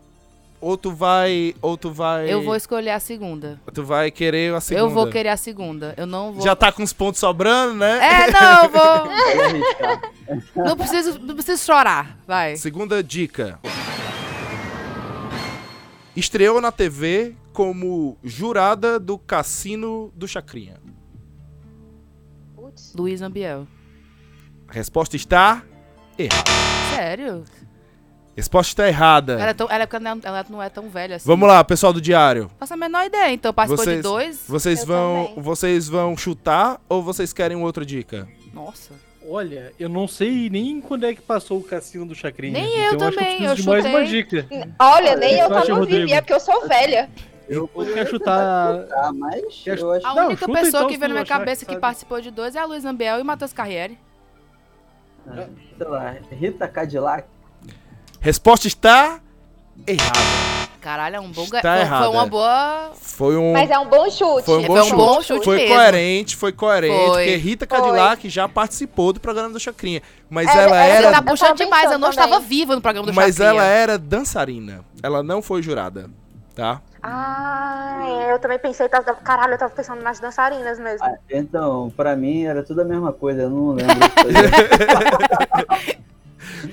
Speaker 1: ou tu vai ou tu vai
Speaker 2: Eu vou escolher a segunda.
Speaker 1: tu vai querer a segunda.
Speaker 2: Eu vou querer a segunda. Eu não vou.
Speaker 1: Já tá com os pontos sobrando, né?
Speaker 2: É, não, eu vou.
Speaker 5: Eu ia arriscar.
Speaker 2: Não preciso, não preciso chorar. Vai.
Speaker 1: Segunda dica. Estreou na TV como jurada do Cassino do Chacrinha.
Speaker 3: Putz.
Speaker 2: Luiz Ambiel.
Speaker 1: A resposta está.
Speaker 2: Sério?
Speaker 1: a Resposta está errada.
Speaker 2: Ela, é tão, ela, é porque ela não- ela não é tão velha assim.
Speaker 1: Vamos lá, pessoal do diário.
Speaker 2: Faço a menor ideia, então. Participou
Speaker 1: Vocês-
Speaker 2: de dois?
Speaker 1: Vocês
Speaker 3: Eu
Speaker 1: vão,
Speaker 3: também.
Speaker 1: vocês vão chutar ou vocês querem outra dica?
Speaker 2: Nossa.
Speaker 4: Olha, eu não sei nem quando é que passou o cassino do Chacrinha.
Speaker 2: Nem
Speaker 4: então
Speaker 2: eu
Speaker 4: acho que
Speaker 2: também,
Speaker 4: preciso
Speaker 2: eu
Speaker 4: de mais uma
Speaker 2: chutei.
Speaker 4: dica.
Speaker 3: Hum, Olha, nem eu
Speaker 4: Eu acho,
Speaker 3: tava vivo,
Speaker 4: Rodrigo.
Speaker 3: é porque eu sou velha.
Speaker 5: Eu
Speaker 4: Eu
Speaker 5: poderia
Speaker 4: quero chutar.
Speaker 5: tentar, mas
Speaker 4: Quer-
Speaker 5: eu acho
Speaker 2: A
Speaker 4: Não,
Speaker 2: única
Speaker 4: chuta
Speaker 2: pessoa
Speaker 4: então,
Speaker 2: que
Speaker 4: se
Speaker 2: veio na
Speaker 4: tu
Speaker 2: minha
Speaker 4: achar que
Speaker 2: cabeça que,
Speaker 4: sabe.
Speaker 2: participou de dois é a Luiz Ambiel e o Matheus Carriere.
Speaker 5: sei lá, É. Rita Cadillac.
Speaker 1: Resposta está errada.
Speaker 2: Caralho, é um bom... ga-
Speaker 1: Está
Speaker 2: foi-
Speaker 1: errado,
Speaker 2: foi uma
Speaker 1: é.
Speaker 2: boa...
Speaker 1: Foi um.
Speaker 3: Mas é um bom chute.
Speaker 1: Foi um
Speaker 2: É,
Speaker 1: bom
Speaker 2: foi um
Speaker 1: chute.
Speaker 2: bom chute
Speaker 1: foi
Speaker 2: mesmo.
Speaker 1: coerente, foi coerente,
Speaker 2: Foi.
Speaker 1: porque Rita
Speaker 3: Foi.
Speaker 1: Cadillac já participou do programa do Chacrinha. Mas
Speaker 3: Ela-
Speaker 1: ela
Speaker 3: ela
Speaker 1: era.
Speaker 2: Você tá
Speaker 3: Eu
Speaker 2: puxando
Speaker 3: tava
Speaker 2: demais, eu não
Speaker 3: pensando
Speaker 2: estava
Speaker 3: também.
Speaker 2: viva no programa do
Speaker 1: Mas
Speaker 2: Chacrinha.
Speaker 1: ela é- era dançarina. Ela não foi jurada, tá?
Speaker 7: Ah, é, eu também pensei, tava, tava- caralho, eu tava pensando nas dançarinas mesmo.
Speaker 5: Ah,
Speaker 3: é.
Speaker 5: então, pra mim era tudo a mesma coisa, eu não lembro.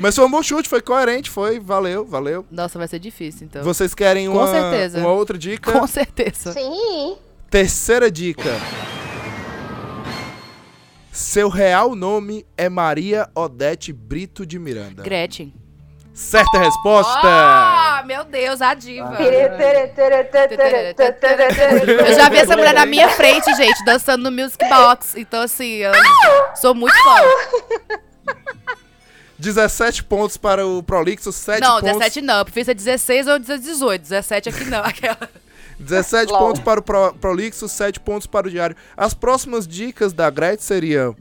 Speaker 1: Mas foi um bom chute, foi coerente, foi. Valeu, valeu.
Speaker 2: Nossa, vai ser difícil, então.
Speaker 1: Vocês querem
Speaker 2: Com
Speaker 1: uma,
Speaker 2: certeza.
Speaker 1: uma outra dica?
Speaker 2: Com certeza.
Speaker 3: Sim.
Speaker 1: Terceira dica. Seu real nome é Maria Odete Brito de Miranda.
Speaker 2: Gretchen.
Speaker 1: Certa resposta!
Speaker 2: Ah, meu Deus, a diva.
Speaker 5: Ah.
Speaker 2: Eu já vi essa mulher na minha frente, gente, dançando no Music Box. Então, assim, eu sou muito fã.
Speaker 1: 17 pontos para o Prolixo, 7
Speaker 2: Não,
Speaker 1: pontos.
Speaker 2: 17 não. Eu prefiro ser 16 ou 18. 17 aqui não. Aquela.
Speaker 1: 17
Speaker 5: Lol.
Speaker 1: pontos para o Pro- Prolixo, 7 pontos para o Diário. As próximas dicas da Gretchen seriam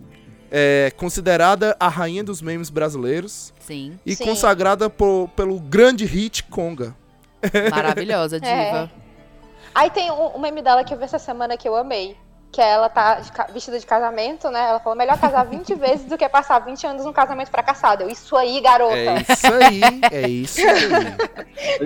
Speaker 1: é, considerada a rainha dos memes brasileiros
Speaker 2: Sim,
Speaker 1: e
Speaker 3: Sim.
Speaker 1: consagrada por- pelo grande hit Conga.
Speaker 2: maravilhosa, diva.
Speaker 3: Aí tem um, um meme dela que eu vi essa semana que eu amei. Que ela tá de ca- vestida de casamento, né? Ela falou, melhor casar 20 vezes do que passar 20 anos num casamento fracassado. Eu, isso aí, garota.
Speaker 1: É isso aí, é isso aí.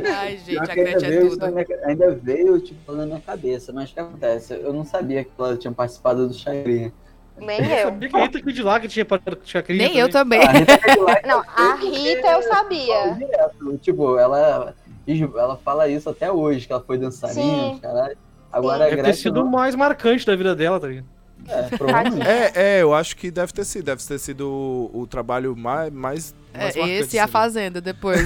Speaker 2: Ai, Ah, gente,
Speaker 5: Pior
Speaker 2: a
Speaker 5: que né? ainda
Speaker 2: Gretchen é
Speaker 5: veio isso na
Speaker 2: tudo.
Speaker 5: minha- ainda veio, tipo, na minha cabeça. Mas o que acontece? Eu não sabia que ela tinha participado do Chagrinha.
Speaker 3: Nem
Speaker 4: Eu
Speaker 3: eu.
Speaker 4: sabia que a Rita Cadillac tinha parado com o Chacrinha
Speaker 2: É, Nem eu também.
Speaker 5: A Rita Cadillac
Speaker 3: Não, a Rita eu sabia.
Speaker 5: direto. Tipo, ela, ela fala isso até hoje, que ela foi dançarina,
Speaker 3: Sim.
Speaker 5: caralho. Agora a
Speaker 4: Deve ter
Speaker 5: Gretchen
Speaker 4: sido o mais marcante da vida dela, tá ligado?
Speaker 5: não, é, provavelmente.
Speaker 1: É, é, eu acho que deve ter sido. Deve ter sido o, o trabalho mais. mais,
Speaker 2: É,
Speaker 1: mais marcante,
Speaker 2: esse e a
Speaker 1: assim.
Speaker 2: Fazenda depois.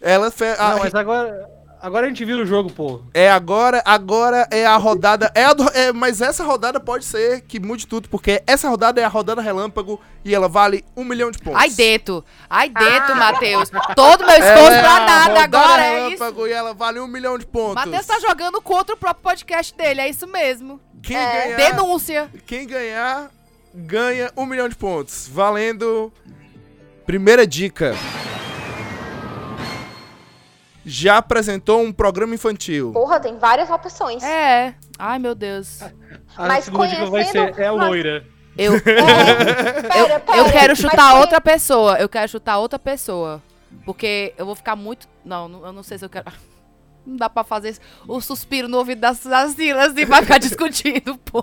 Speaker 1: Ela fe... a-
Speaker 4: não, mas agora, agora a gente vira o jogo, pô.
Speaker 1: É agora, agora é a rodada. É a do- é, mas essa rodada pode ser que mude tudo, porque essa rodada é a rodada relâmpago e ela vale um milhão de pontos.
Speaker 2: Ai, dentro. Ai, dentro, Matheus. Todo meu esforço
Speaker 1: Ela é
Speaker 2: pra
Speaker 1: a
Speaker 2: nada
Speaker 1: rodada
Speaker 2: agora. É isso.
Speaker 1: relâmpago e ela vale um milhão de pontos.
Speaker 2: Matheus tá jogando contra o próprio podcast dele, é isso mesmo. É.
Speaker 1: Quem, ganhar,
Speaker 2: Denúncia.
Speaker 1: quem ganhar, ganha um milhão de pontos. Valendo. Primeira dica. Já apresentou um programa infantil.
Speaker 3: Porra, tem várias opções.
Speaker 2: É. Ai, meu Deus.
Speaker 4: A
Speaker 3: Mas
Speaker 4: segunda dica vai
Speaker 3: conhecendo-
Speaker 4: ser é loira.
Speaker 2: Eu,
Speaker 3: Pera, pera,
Speaker 2: eu quero
Speaker 3: Tá, mas
Speaker 2: chutar
Speaker 3: tem-
Speaker 2: outra pessoa. Eu quero chutar outra pessoa. Porque eu vou ficar muito. Não, não- eu não sei se eu quero. Não dá pra fazer isso. o suspiro no ouvido das asilas e vai ficar discutindo, pô.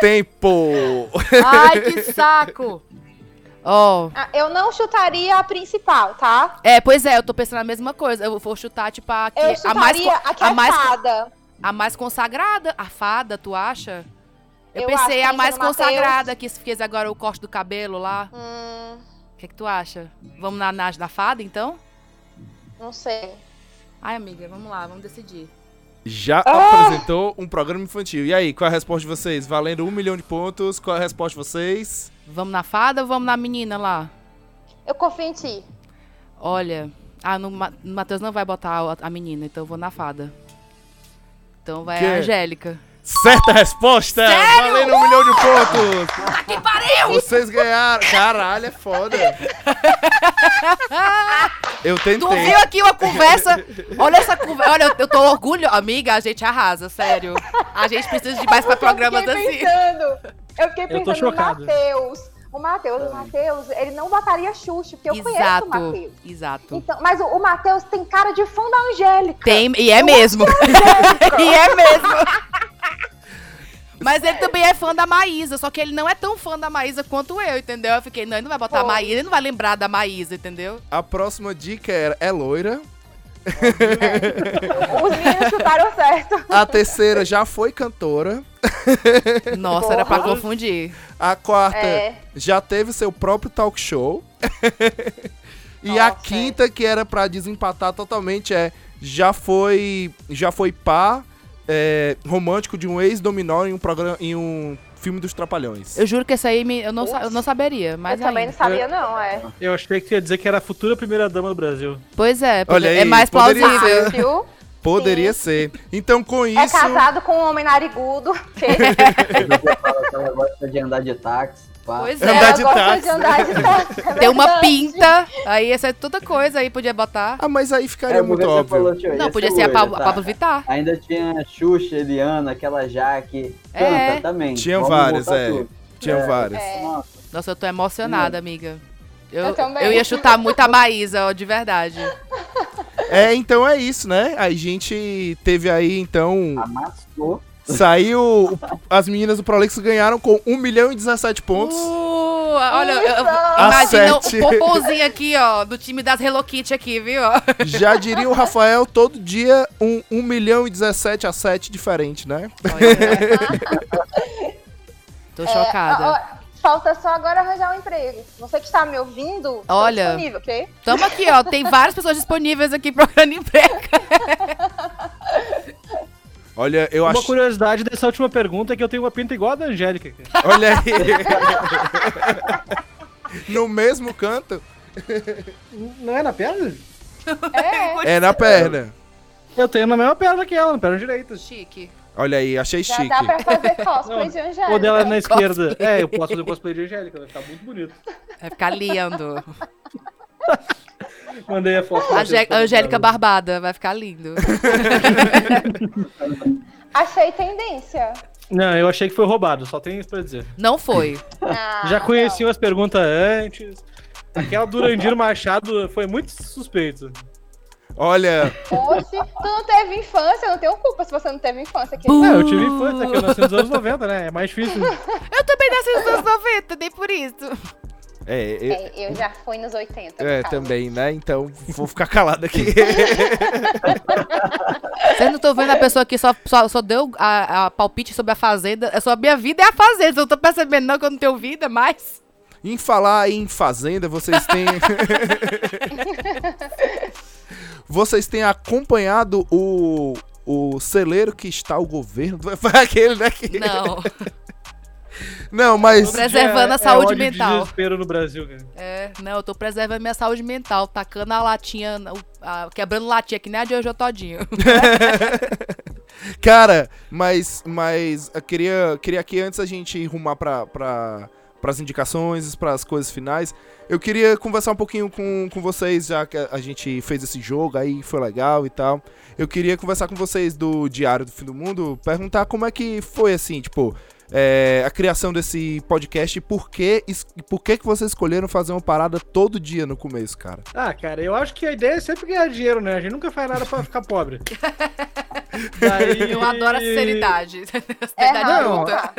Speaker 1: Tempo.
Speaker 2: Ai, que saco. Ó.
Speaker 3: Ah, Eu não chutaria a principal, tá?
Speaker 2: É, pois é, eu tô pensando a mesma coisa. Eu vou chutar, tipo, a, que-
Speaker 3: Eu
Speaker 2: a mais.
Speaker 3: chutaria
Speaker 2: co-
Speaker 3: a que é
Speaker 2: a mais
Speaker 3: fada.
Speaker 2: A mais consagrada? A fada, tu acha?
Speaker 3: Eu
Speaker 2: Eu,
Speaker 3: acho
Speaker 2: pensei
Speaker 3: que
Speaker 2: a
Speaker 3: isso
Speaker 2: mais
Speaker 3: no Mateus.
Speaker 2: consagrada, que fez agora o corte do cabelo lá.
Speaker 3: Hum,
Speaker 2: O que, que tu acha? Vamos na Nage da fada, então?
Speaker 3: não sei.
Speaker 2: Ai, amiga, vamos lá, vamos decidir.
Speaker 1: Já
Speaker 2: Ah!
Speaker 1: apresentou um programa infantil. E aí, qual é a resposta de vocês? Valendo um milhão de pontos, qual é a resposta de vocês?
Speaker 2: Vamos na fada ou vamos na menina lá?
Speaker 3: Eu confio em ti.
Speaker 2: Olha. Ah, no, Ma- o Matheus não vai botar a, a menina, então eu vou na fada. Então vai
Speaker 1: Quê?
Speaker 2: a Angélica.
Speaker 1: Certa resposta! Valendo um milhão de pontos! que pariu! Vocês ganharam! Caralho, é foda! Eu
Speaker 2: Tu
Speaker 1: tentei.
Speaker 2: viu aqui uma conversa? Olha essa conversa. Olha, eu- eu tô orgulhosa. Amiga, a gente arrasa, sério. A gente precisa de mais pra programas
Speaker 3: eu fiquei
Speaker 2: assim.
Speaker 3: pensando, eu fiquei
Speaker 4: tô
Speaker 3: pensando no
Speaker 4: chocado.
Speaker 3: Matheus. O Matheus, o Matheus, ele não botaria chute, porque eu conheço o Matheus.
Speaker 2: Exato, exato.
Speaker 3: Então, mas o, o Matheus tem cara de fã da Angélica.
Speaker 2: Tem, e é mesmo. e é mesmo. Mas ele também é fã da Maísa, só que ele não é tão fã da Maísa quanto eu, entendeu? Eu fiquei, não, ele não vai botar a
Speaker 3: Foi.
Speaker 2: Maísa, ele não vai lembrar da Maísa, entendeu?
Speaker 1: A próxima dica era, é loira.
Speaker 3: Os meninos chutaram certo.
Speaker 1: A terceira já foi cantora.
Speaker 2: Nossa, era pra confundir.
Speaker 1: A quarta
Speaker 3: É.
Speaker 1: já teve seu próprio talk show. e a
Speaker 3: Nossa, é.
Speaker 1: quinta, que era pra desempatar totalmente, é já foi já foi par é, romântico de um ex-dominó em um programa em um filme dos Trapalhões.
Speaker 2: Eu juro que essa aí me- eu, não, sa- eu não saberia, mas
Speaker 3: eu também
Speaker 2: ainda.
Speaker 3: não sabia, não, é.
Speaker 4: Eu achei que tu ia dizer que era a futura primeira dama do Brasil.
Speaker 2: Pois é, pois
Speaker 1: Olha
Speaker 2: é, é
Speaker 1: aí,
Speaker 2: mais
Speaker 1: poderia
Speaker 2: plausível.
Speaker 3: Viu?
Speaker 1: Poderia ser. Então, com isso.
Speaker 3: É casado com um homem narigudo. que
Speaker 5: Ela fala que ela gosta de andar de táxi. pá.
Speaker 2: Pois
Speaker 1: Andar
Speaker 2: é,
Speaker 3: ela
Speaker 1: de
Speaker 3: gosta
Speaker 1: táxi.
Speaker 3: de andar de táxi. é
Speaker 2: tem uma
Speaker 3: verdade.
Speaker 2: pinta, aí essa é toda coisa, aí podia botar.
Speaker 1: Ah, mas aí
Speaker 5: É,
Speaker 1: ficaria muito
Speaker 5: porque você
Speaker 1: óbvio.
Speaker 5: falou, tipo, tio,
Speaker 2: Não,
Speaker 5: ia
Speaker 2: podia ser a
Speaker 5: loira,
Speaker 2: Pablo,
Speaker 5: tá?
Speaker 2: Pablo Vittar.
Speaker 5: Ainda tinha Xuxa, Eliana, aquela Jaque.
Speaker 2: É.
Speaker 5: Canta também.
Speaker 1: Tinha
Speaker 5: Vamos
Speaker 1: várias,
Speaker 5: botar
Speaker 1: é.
Speaker 5: tudo.
Speaker 1: Tinha
Speaker 5: É.
Speaker 1: várias.
Speaker 3: É.
Speaker 5: Nossa,
Speaker 2: Nossa, eu tô emocionada, amiga. Eu,
Speaker 3: Hum. Eu também.
Speaker 2: eu ia chutar muito a Maísa, ó, de verdade.
Speaker 1: É, então é isso, né? A gente teve aí, então.
Speaker 5: amassou.
Speaker 1: Saiu. o- As meninas do Prolex ganharam com 1 milhão e 17 pontos.
Speaker 2: Uh, olha, eu- eu-
Speaker 1: A
Speaker 2: imagina o
Speaker 1: sete.
Speaker 2: popozinho aqui, ó, do time das Hello Kitty aqui, viu?
Speaker 1: Já diria o Rafael, todo dia um 1 milhão e 17 a 7 diferente, né?
Speaker 2: Olha. Tô chocada.
Speaker 3: Ó, ó, Falta só agora arranjar um emprego. Você que está me ouvindo, tô
Speaker 2: Olha.
Speaker 3: disponível, ok?
Speaker 2: Tamo aqui, ó. Tem várias pessoas disponíveis aqui procurando emprego.
Speaker 1: Olha, eu
Speaker 4: Uma
Speaker 1: acho.
Speaker 4: curiosidade dessa última pergunta é que eu tenho uma pinta igual a da Angélica. cara.
Speaker 1: Olha aí. no mesmo canto.
Speaker 4: Não é na perna?
Speaker 3: É,
Speaker 1: É na perna.
Speaker 4: Eu tenho na mesma perna que ela, na perna direita.
Speaker 2: Chique.
Speaker 1: Não. Olha aí, achei
Speaker 3: já
Speaker 1: chique.
Speaker 3: dá pra fazer cosplay
Speaker 4: Não,
Speaker 3: de Angélica.
Speaker 4: Ou dela é na
Speaker 2: Cosplay.
Speaker 4: esquerda. É, eu posso fazer um cosplay de Angélica, vai ficar muito bonito.
Speaker 2: Vai ficar lindo.
Speaker 4: Mandei a foto.
Speaker 2: A Gé- Angélica Barbada, vai ficar lindo.
Speaker 3: Achei tendência.
Speaker 4: Não, eu achei que foi roubado, só tem isso pra dizer.
Speaker 2: Não foi.
Speaker 3: Ah,
Speaker 4: Já conheciam as perguntas antes. Aquela Durandiro Machado foi muito suspeito.
Speaker 1: Olha,
Speaker 3: Ah, não. Oxe, tu não teve infância, eu não tenho culpa se você não teve infância. Que...
Speaker 2: Bum.
Speaker 4: É, eu tive infância, que eu nasci nos anos 90, né? É mais difícil.
Speaker 2: Eu também nasci nos anos 90, nem por isso.
Speaker 1: é, eu-
Speaker 3: É, eu já fui nos 80.
Speaker 1: é,
Speaker 3: calma.
Speaker 1: também, né? Então vou ficar calado aqui.
Speaker 2: Vocês não estão vendo a pessoa que só, só, só deu a, a palpite sobre a fazenda. É só a minha vida é a fazenda. Vocês não estão percebendo, não, que eu não tenho vida mais.
Speaker 1: em falar em fazenda, vocês têm. vocês têm acompanhado o. O celeiro que está o governo. Foi aquele, né? que-
Speaker 2: Não.
Speaker 1: Não, mas.
Speaker 2: Preservando
Speaker 4: É-
Speaker 2: a saúde
Speaker 4: é ódio de
Speaker 2: mental.
Speaker 4: desespero no Brasil, cara.
Speaker 2: É, não, eu tô preservando minha saúde mental, tacando a latinha, o- a- quebrando latinha, que nem a de hoje todinho.
Speaker 1: Cara, mas, mas eu queria, queria aqui, antes da gente rumar pra, pra, pras indicações, pras coisas finais, eu queria conversar um pouquinho com, com vocês, já que a, a gente fez esse jogo aí, foi legal e tal. Eu queria conversar com vocês do Diário do Fim do Mundo, perguntar como é que foi, assim, tipo, é, a criação desse podcast e por que, es- e por que que vocês escolheram fazer uma parada todo dia no começo, cara?
Speaker 4: Ah, cara, eu acho que a ideia é sempre ganhar dinheiro, né? A gente nunca faz nada pra ficar pobre. Daí-
Speaker 2: Eu adoro a sinceridade.
Speaker 3: É,
Speaker 2: Sinceridade
Speaker 4: Não,
Speaker 2: bruta.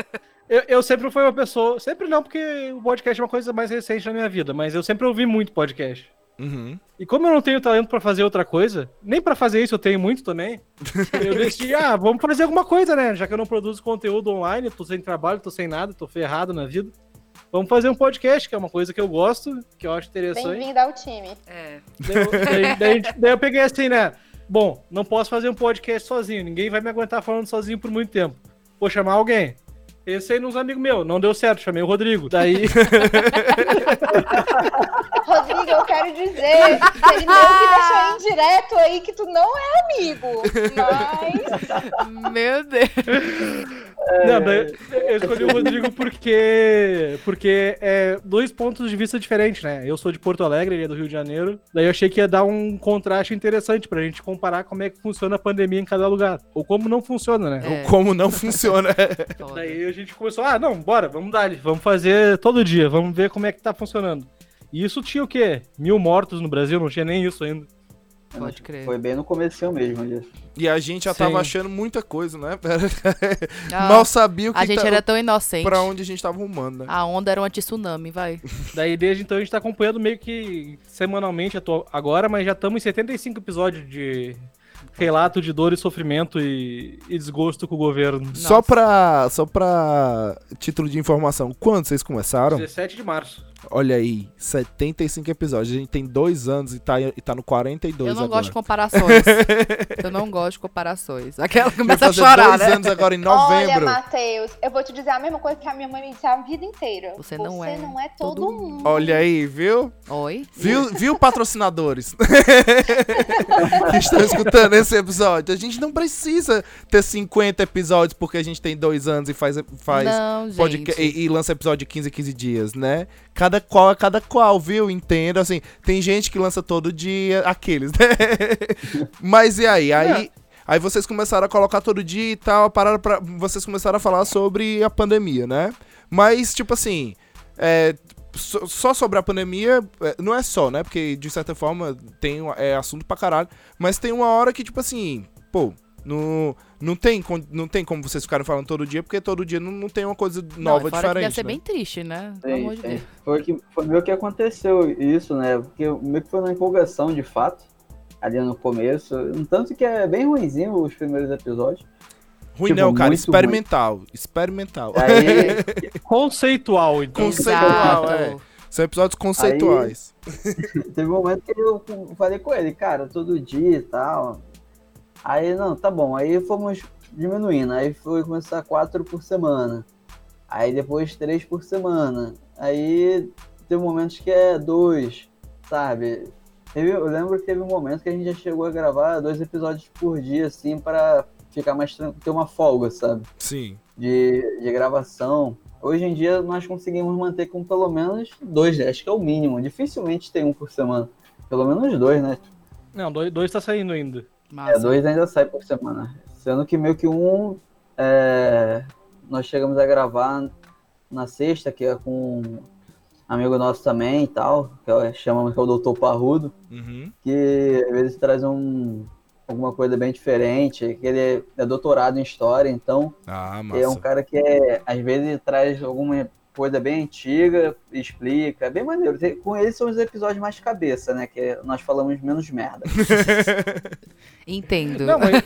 Speaker 4: Eu, eu sempre fui uma pessoa. Sempre não, porque o podcast é uma coisa mais recente na minha vida, mas eu sempre ouvi muito podcast.
Speaker 1: Uhum.
Speaker 4: E como eu não tenho talento pra fazer outra coisa, nem pra fazer isso eu tenho muito também, eu decidi, ah, vamos fazer alguma coisa, né? Já que eu não produzo conteúdo online, tô sem trabalho, tô sem nada, tô ferrado na vida. Vamos fazer um podcast, que é uma coisa que eu gosto, que eu acho interessante.
Speaker 3: Bem-vindo ao time.
Speaker 2: É.
Speaker 4: Daí eu, daí- daí a gente- daí eu peguei assim, né? Bom, não posso fazer um podcast sozinho, ninguém vai me aguentar falando sozinho por muito tempo. Vou chamar alguém. Pensei nos amigos meus, não é deu certo, chamei o Rodrigo. Daí.
Speaker 3: Rodrigo, eu quero dizer, ele não que deixou indireto aí que tu não é amigo, mas
Speaker 2: Meu Deus.
Speaker 4: Não, daí eu escolhi o Rodrigo porque. Porque é dois pontos de vista diferentes, né? Eu sou de Porto Alegre, ele é do Rio de Janeiro. Daí eu achei que ia dar um contraste interessante pra gente comparar como é que funciona a pandemia em cada lugar. Ou como não funciona, né?
Speaker 2: É,
Speaker 1: Como não funciona.
Speaker 2: foda.
Speaker 4: Daí a gente começou, ah, não, bora, vamos dar, vamos fazer todo dia, vamos ver como é que tá funcionando. E isso tinha o quê? Mil mortos no Brasil? Não tinha nem isso ainda.
Speaker 2: Pode crer.
Speaker 5: Foi bem no começo mesmo. gente.
Speaker 1: E a gente já tava
Speaker 4: Sim.
Speaker 1: achando muita coisa, né?
Speaker 2: Ah,
Speaker 1: Mal sabia o que
Speaker 2: a gente
Speaker 1: ta-
Speaker 2: era tão inocente.
Speaker 1: pra onde a gente tava rumando, né?
Speaker 2: A onda era um anti-tsunami, vai.
Speaker 4: Daí desde então a gente tá acompanhando meio que semanalmente atu- agora, mas já estamos em 75 episódios de relato de dor e sofrimento e, e desgosto com o governo.
Speaker 1: Só pra, só pra título de informação, quando vocês começaram?
Speaker 4: 17 de março.
Speaker 1: Olha aí, 75 episódios. A gente tem dois anos e tá, e tá no 42
Speaker 2: Eu não
Speaker 1: agora.
Speaker 2: gosto de comparações. eu não gosto de comparações. Aquela
Speaker 1: Vai
Speaker 2: começa a
Speaker 1: fazer
Speaker 2: chorar,
Speaker 1: dois
Speaker 2: né?
Speaker 1: anos agora em
Speaker 3: Olha,
Speaker 1: novembro. Olha,
Speaker 3: Matheus, eu vou te dizer a mesma coisa que a minha mãe me disse a vida inteira.
Speaker 2: Você não é
Speaker 3: todo,
Speaker 2: todo
Speaker 3: mundo.
Speaker 1: aí, viu?
Speaker 2: Oi?
Speaker 1: Viu, viu patrocinadores que estão escutando esse episódio? A gente não precisa ter 50 episódios porque a gente tem dois anos e faz, faz
Speaker 2: não, Então, gente.
Speaker 1: Podca- e, e lança episódio de 15 em 15 dias, né? Cada qual é cada qual, viu? Entendo, assim, tem gente que lança todo dia, aqueles, né? Mas e aí? Aí, aí vocês começaram a colocar todo dia e tal, pararam pra, vocês começaram a falar sobre a pandemia, né? Mas, tipo assim, é, so- só sobre a pandemia, é, não é só, né? Porque, de certa forma, tem, uma- é assunto pra caralho, mas tem uma hora que, tipo assim, pô, não, não, tem, con- não tem como vocês ficarem falando todo dia, porque todo dia não, não tem uma coisa
Speaker 2: Não,
Speaker 1: nova,
Speaker 2: fora que
Speaker 1: diferente.
Speaker 2: Deve ser
Speaker 1: né?
Speaker 2: bem triste, né? Pelo
Speaker 5: Tem,
Speaker 2: amor de
Speaker 5: tem.
Speaker 2: Deus.
Speaker 5: Foi, que, foi meio que aconteceu isso, né? Porque meio que foi uma empolgação de fato, ali no começo. Um Tanto que é bem ruimzinho os primeiros episódios.
Speaker 1: Ruim É.
Speaker 5: Tipo,
Speaker 1: não, cara,
Speaker 5: muito
Speaker 1: experimental. Experimental.
Speaker 5: Aí,
Speaker 4: Conceitual, então.
Speaker 1: Conceitual,
Speaker 2: Exato.
Speaker 1: São episódios conceituais.
Speaker 5: Teve um momento que eu falei com ele, cara, todo dia e tal. Aí, não, tá bom. Aí fomos diminuindo. Aí foi começar quatro por semana. Aí depois três por semana. Aí teve momentos que é dois, sabe? Teve- eu lembro que teve um momento que a gente já chegou a gravar dois episódios por dia, assim, pra ficar mais tranquilo, ter uma folga, sabe?
Speaker 1: Sim.
Speaker 5: de, de gravação. Hoje em dia nós conseguimos manter com pelo menos dois, né? acho que é o mínimo. Dificilmente tem um por semana. Pelo menos dois, né?
Speaker 4: Não, dois, dois tá saindo ainda.
Speaker 5: É,
Speaker 2: Massa.
Speaker 5: dois ainda sai por semana. Sendo que meio que um é, nós chegamos a gravar na sexta, que é com um amigo nosso também e tal, que é- chamamos que é o Doutor Parrudo
Speaker 1: Uhum.
Speaker 5: que às vezes traz um, alguma coisa bem diferente, que ele é doutorado em história, então
Speaker 1: Ah,
Speaker 5: é um
Speaker 1: massa.
Speaker 5: cara que é, às vezes traz alguma coisa bem antiga, explica, é bem maneiro. Tem- Com ele são os episódios mais cabeça, né? Que nós falamos menos merda.
Speaker 2: Entendo.
Speaker 4: Não, mas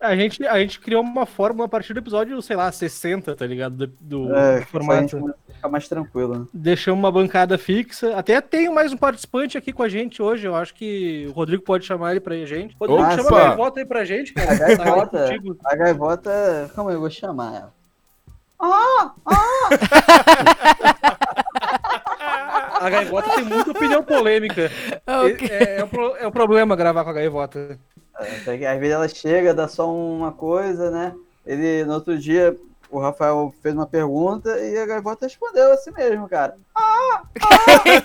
Speaker 4: a gente, a gente criou uma fórmula a partir do episódio, sei lá, 60, tá ligado? Do, do
Speaker 5: pra gente
Speaker 4: formato.
Speaker 5: ficar mais tranquilo. né?
Speaker 4: Deixamos uma bancada fixa. Até tem mais um participante aqui com a gente hoje. Eu acho que o Rodrigo pode chamar ele pra gente. Rodrigo,
Speaker 5: Opa!
Speaker 4: chama a gaivota aí pra gente, cara.
Speaker 5: A gaivota?
Speaker 4: Tá aí contigo.
Speaker 5: A gaivota, calma aí, eu vou chamar ela.
Speaker 4: A gaivota tem muita opinião polêmica.
Speaker 2: Ok.
Speaker 4: É, é, um pro- é um problema gravar com a gaivota.
Speaker 5: Até É, que Às vezes ela chega, dá só uma coisa, né? Ele, no outro dia, o Rafael fez uma pergunta e a gaivota respondeu assim mesmo, cara. Ah,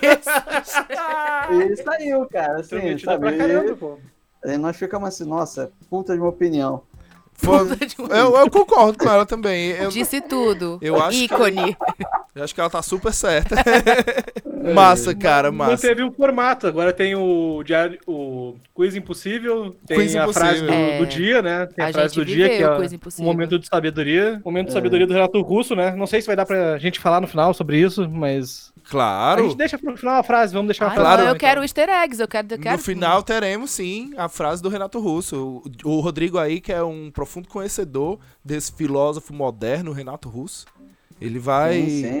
Speaker 5: E saiu, cara, assim,
Speaker 4: Transmitida
Speaker 5: sabe?
Speaker 4: pra caramba, pô.
Speaker 5: E nós ficamos assim, nossa, puta de uma opinião.
Speaker 1: Foi- eu, eu concordo com ela também. Eu,
Speaker 2: Disse tudo.
Speaker 1: Eu acho que-
Speaker 2: Ícone.
Speaker 1: eu acho que ela tá super certa. massa, cara, massa.
Speaker 4: Manteve o formato. Agora tem o diário, o quiz impossível, tem
Speaker 1: Quiz
Speaker 4: a
Speaker 1: impossível.
Speaker 4: frase do,
Speaker 2: É.
Speaker 4: do dia, né? Tem a,
Speaker 2: A
Speaker 4: frase
Speaker 2: gente
Speaker 4: do dia que é
Speaker 2: viveu coisa
Speaker 4: o
Speaker 2: impossível.
Speaker 1: um
Speaker 4: momento de
Speaker 1: É.
Speaker 4: sabedoria, o momento de sabedoria do Renato Russo, né? Não sei se vai dar pra gente falar no final sobre isso, mas a gente
Speaker 1: Claro.
Speaker 4: deixa pro final a frase, vamos deixar a
Speaker 2: Ah,
Speaker 4: frase.
Speaker 1: Claro.
Speaker 2: não, eu
Speaker 4: então.
Speaker 2: quero easter eggs, eu quero. Eu quero
Speaker 1: No final teremos sim a frase do Renato Russo. O, o Rodrigo aí, que é um profundo conhecedor desse filósofo moderno, Renato Russo. Ele vai.
Speaker 5: Sim, sim,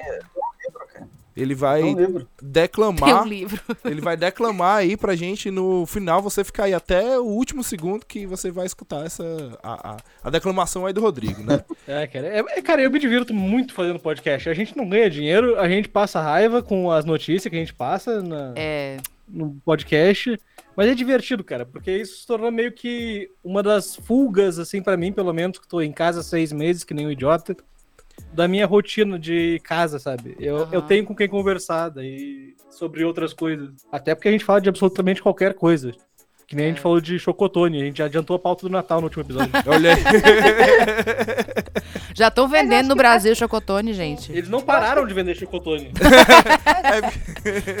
Speaker 1: Ele
Speaker 5: é
Speaker 1: vai
Speaker 5: um livro.
Speaker 2: Tem
Speaker 1: declamar.
Speaker 2: um livro.
Speaker 1: Ele vai declamar aí pra gente no final, você fica aí até o último segundo que você vai escutar essa a, a, a declamação aí do Rodrigo, né?
Speaker 4: É, cara, é, é, cara, eu me divirto muito fazendo podcast. A gente não ganha dinheiro, a gente passa raiva com as notícias que a gente passa na-
Speaker 2: É.
Speaker 4: no podcast, mas é divertido, cara, porque isso se tornou meio que uma das fulgas, assim, pra mim, pelo menos, que tô em casa há seis meses, que nem um idiota, da minha rotina de casa, sabe? Eu,
Speaker 2: Aham.
Speaker 4: eu tenho com quem conversar daí sobre outras coisas. Até porque a gente fala de absolutamente qualquer coisa. Que nem a gente falou de chocotone, a gente adiantou a pauta do Natal no último episódio.
Speaker 1: Olha aí.
Speaker 2: Já estão vendendo no
Speaker 3: que tá-
Speaker 2: Brasil chocotone, gente.
Speaker 4: Eles não pararam de vender chocotone.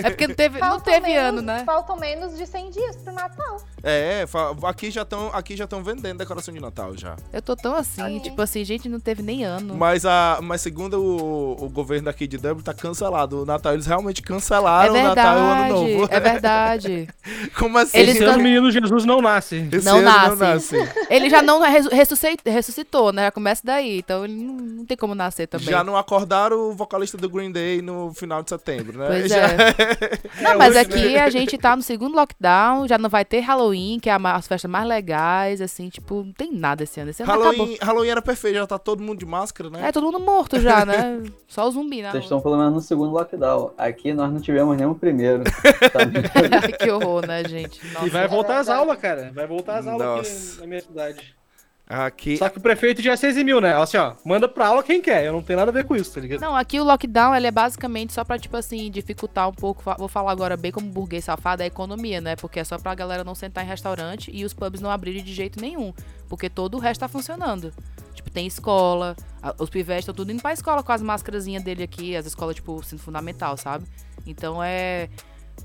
Speaker 2: É porque não teve, não
Speaker 3: Faltam
Speaker 2: teve
Speaker 3: menos-
Speaker 2: ano, né?
Speaker 3: Faltam menos de 100 dias pro Natal.
Speaker 1: É, fa- aqui já estão aqui já estão vendendo decoração de Natal já.
Speaker 2: Eu tô tão assim,
Speaker 3: Ai.
Speaker 2: tipo assim, gente, não teve nem ano.
Speaker 1: Mas a mas segundo o, o governo daqui de Dublin tá cancelado o Natal, eles realmente
Speaker 2: É
Speaker 1: cancelaram o Natal e o Ano
Speaker 2: verdade,
Speaker 1: Novo.
Speaker 2: é verdade.
Speaker 1: Como assim?
Speaker 2: Eles
Speaker 4: Esse ano o menino Jesus não nasce.
Speaker 1: Esse
Speaker 2: não
Speaker 1: ano
Speaker 2: nascem. Ele já não ressuscitou, ressuscitou, né? Já começa daí. Então então ele não, não tem como nascer também.
Speaker 1: Já não acordaram o vocalista do Green Day no final de setembro, né?
Speaker 2: Pois
Speaker 1: Já-
Speaker 2: é. Não, mas aqui a gente tá no segundo lockdown, já não vai ter Halloween, que é a ma- as festas mais legais, assim, tipo, não tem nada esse ano. Esse ano
Speaker 1: Halloween, Halloween era perfeito, já tá todo mundo de máscara,
Speaker 2: acabou.
Speaker 1: né?
Speaker 2: Então É, todo mundo morto já, né? Só o zumbi na
Speaker 5: Vocês
Speaker 2: rua.
Speaker 5: estão pelo menos no segundo lockdown. Aqui nós não tivemos nenhum primeiro. Tá
Speaker 2: que horror, né, gente? Nossa.
Speaker 4: E vai voltar às
Speaker 7: verdade.
Speaker 4: aulas, cara. Vai voltar às aulas aqui
Speaker 1: Nossa.
Speaker 4: na minha cidade.
Speaker 1: Aqui. é,
Speaker 4: Só que o prefeito já se eximiu, né? Assim, ó, manda pra aula quem quer. Eu não tenho nada a ver com isso, tá ligado?
Speaker 2: Não, aqui o lockdown ele é basicamente só pra, tipo assim, dificultar um pouco. fa- Vou falar agora bem como burguês safado, a economia, né? Porque é só pra galera não sentar em restaurante e os pubs não abrirem de jeito nenhum. Porque todo o resto tá funcionando. Tipo, tem escola, a- os pivetes estão tudo indo pra escola com as máscarazinhas dele aqui, as escolas, tipo, ensino fundamental, sabe? Então é.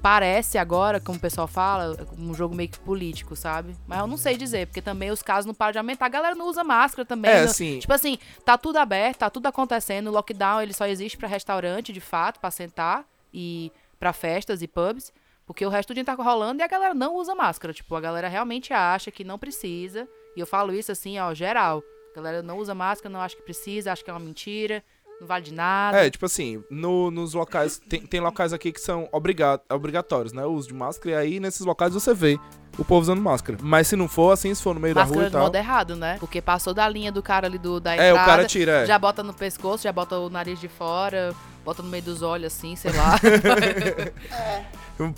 Speaker 2: Parece agora, como o pessoal fala, um jogo meio que político, sabe? Mas eu não sei dizer, porque também os casos não param de aumentar. A galera não usa máscara também.
Speaker 1: É,
Speaker 2: não-
Speaker 1: assim,
Speaker 2: Tipo assim, tá tudo aberto, tá tudo acontecendo. O lockdown ele só existe pra restaurante, de fato, pra sentar e pra festas e pubs, porque o resto do dia tá rolando e a galera não usa máscara. Tipo, a galera realmente acha que não precisa. E eu falo isso assim, ó, geral. A galera não usa máscara, não acha que precisa, acha que é uma mentira, não vale de nada.
Speaker 1: É, tipo assim, no- nos locais. Tem, tem locais aqui que são obriga- obrigatórios, né? O uso de máscara. E aí, nesses locais, você vê o povo usando máscara. Mas se não for assim, se for no meio
Speaker 2: máscara
Speaker 1: da
Speaker 2: de
Speaker 1: rua e
Speaker 2: modo
Speaker 1: tal.
Speaker 2: errado, né? Porque passou da linha do cara ali do, da
Speaker 1: É,
Speaker 2: entrada.
Speaker 1: o cara tira. é.
Speaker 2: Já bota no pescoço, já bota o nariz de fora, bota no meio dos olhos assim, sei lá.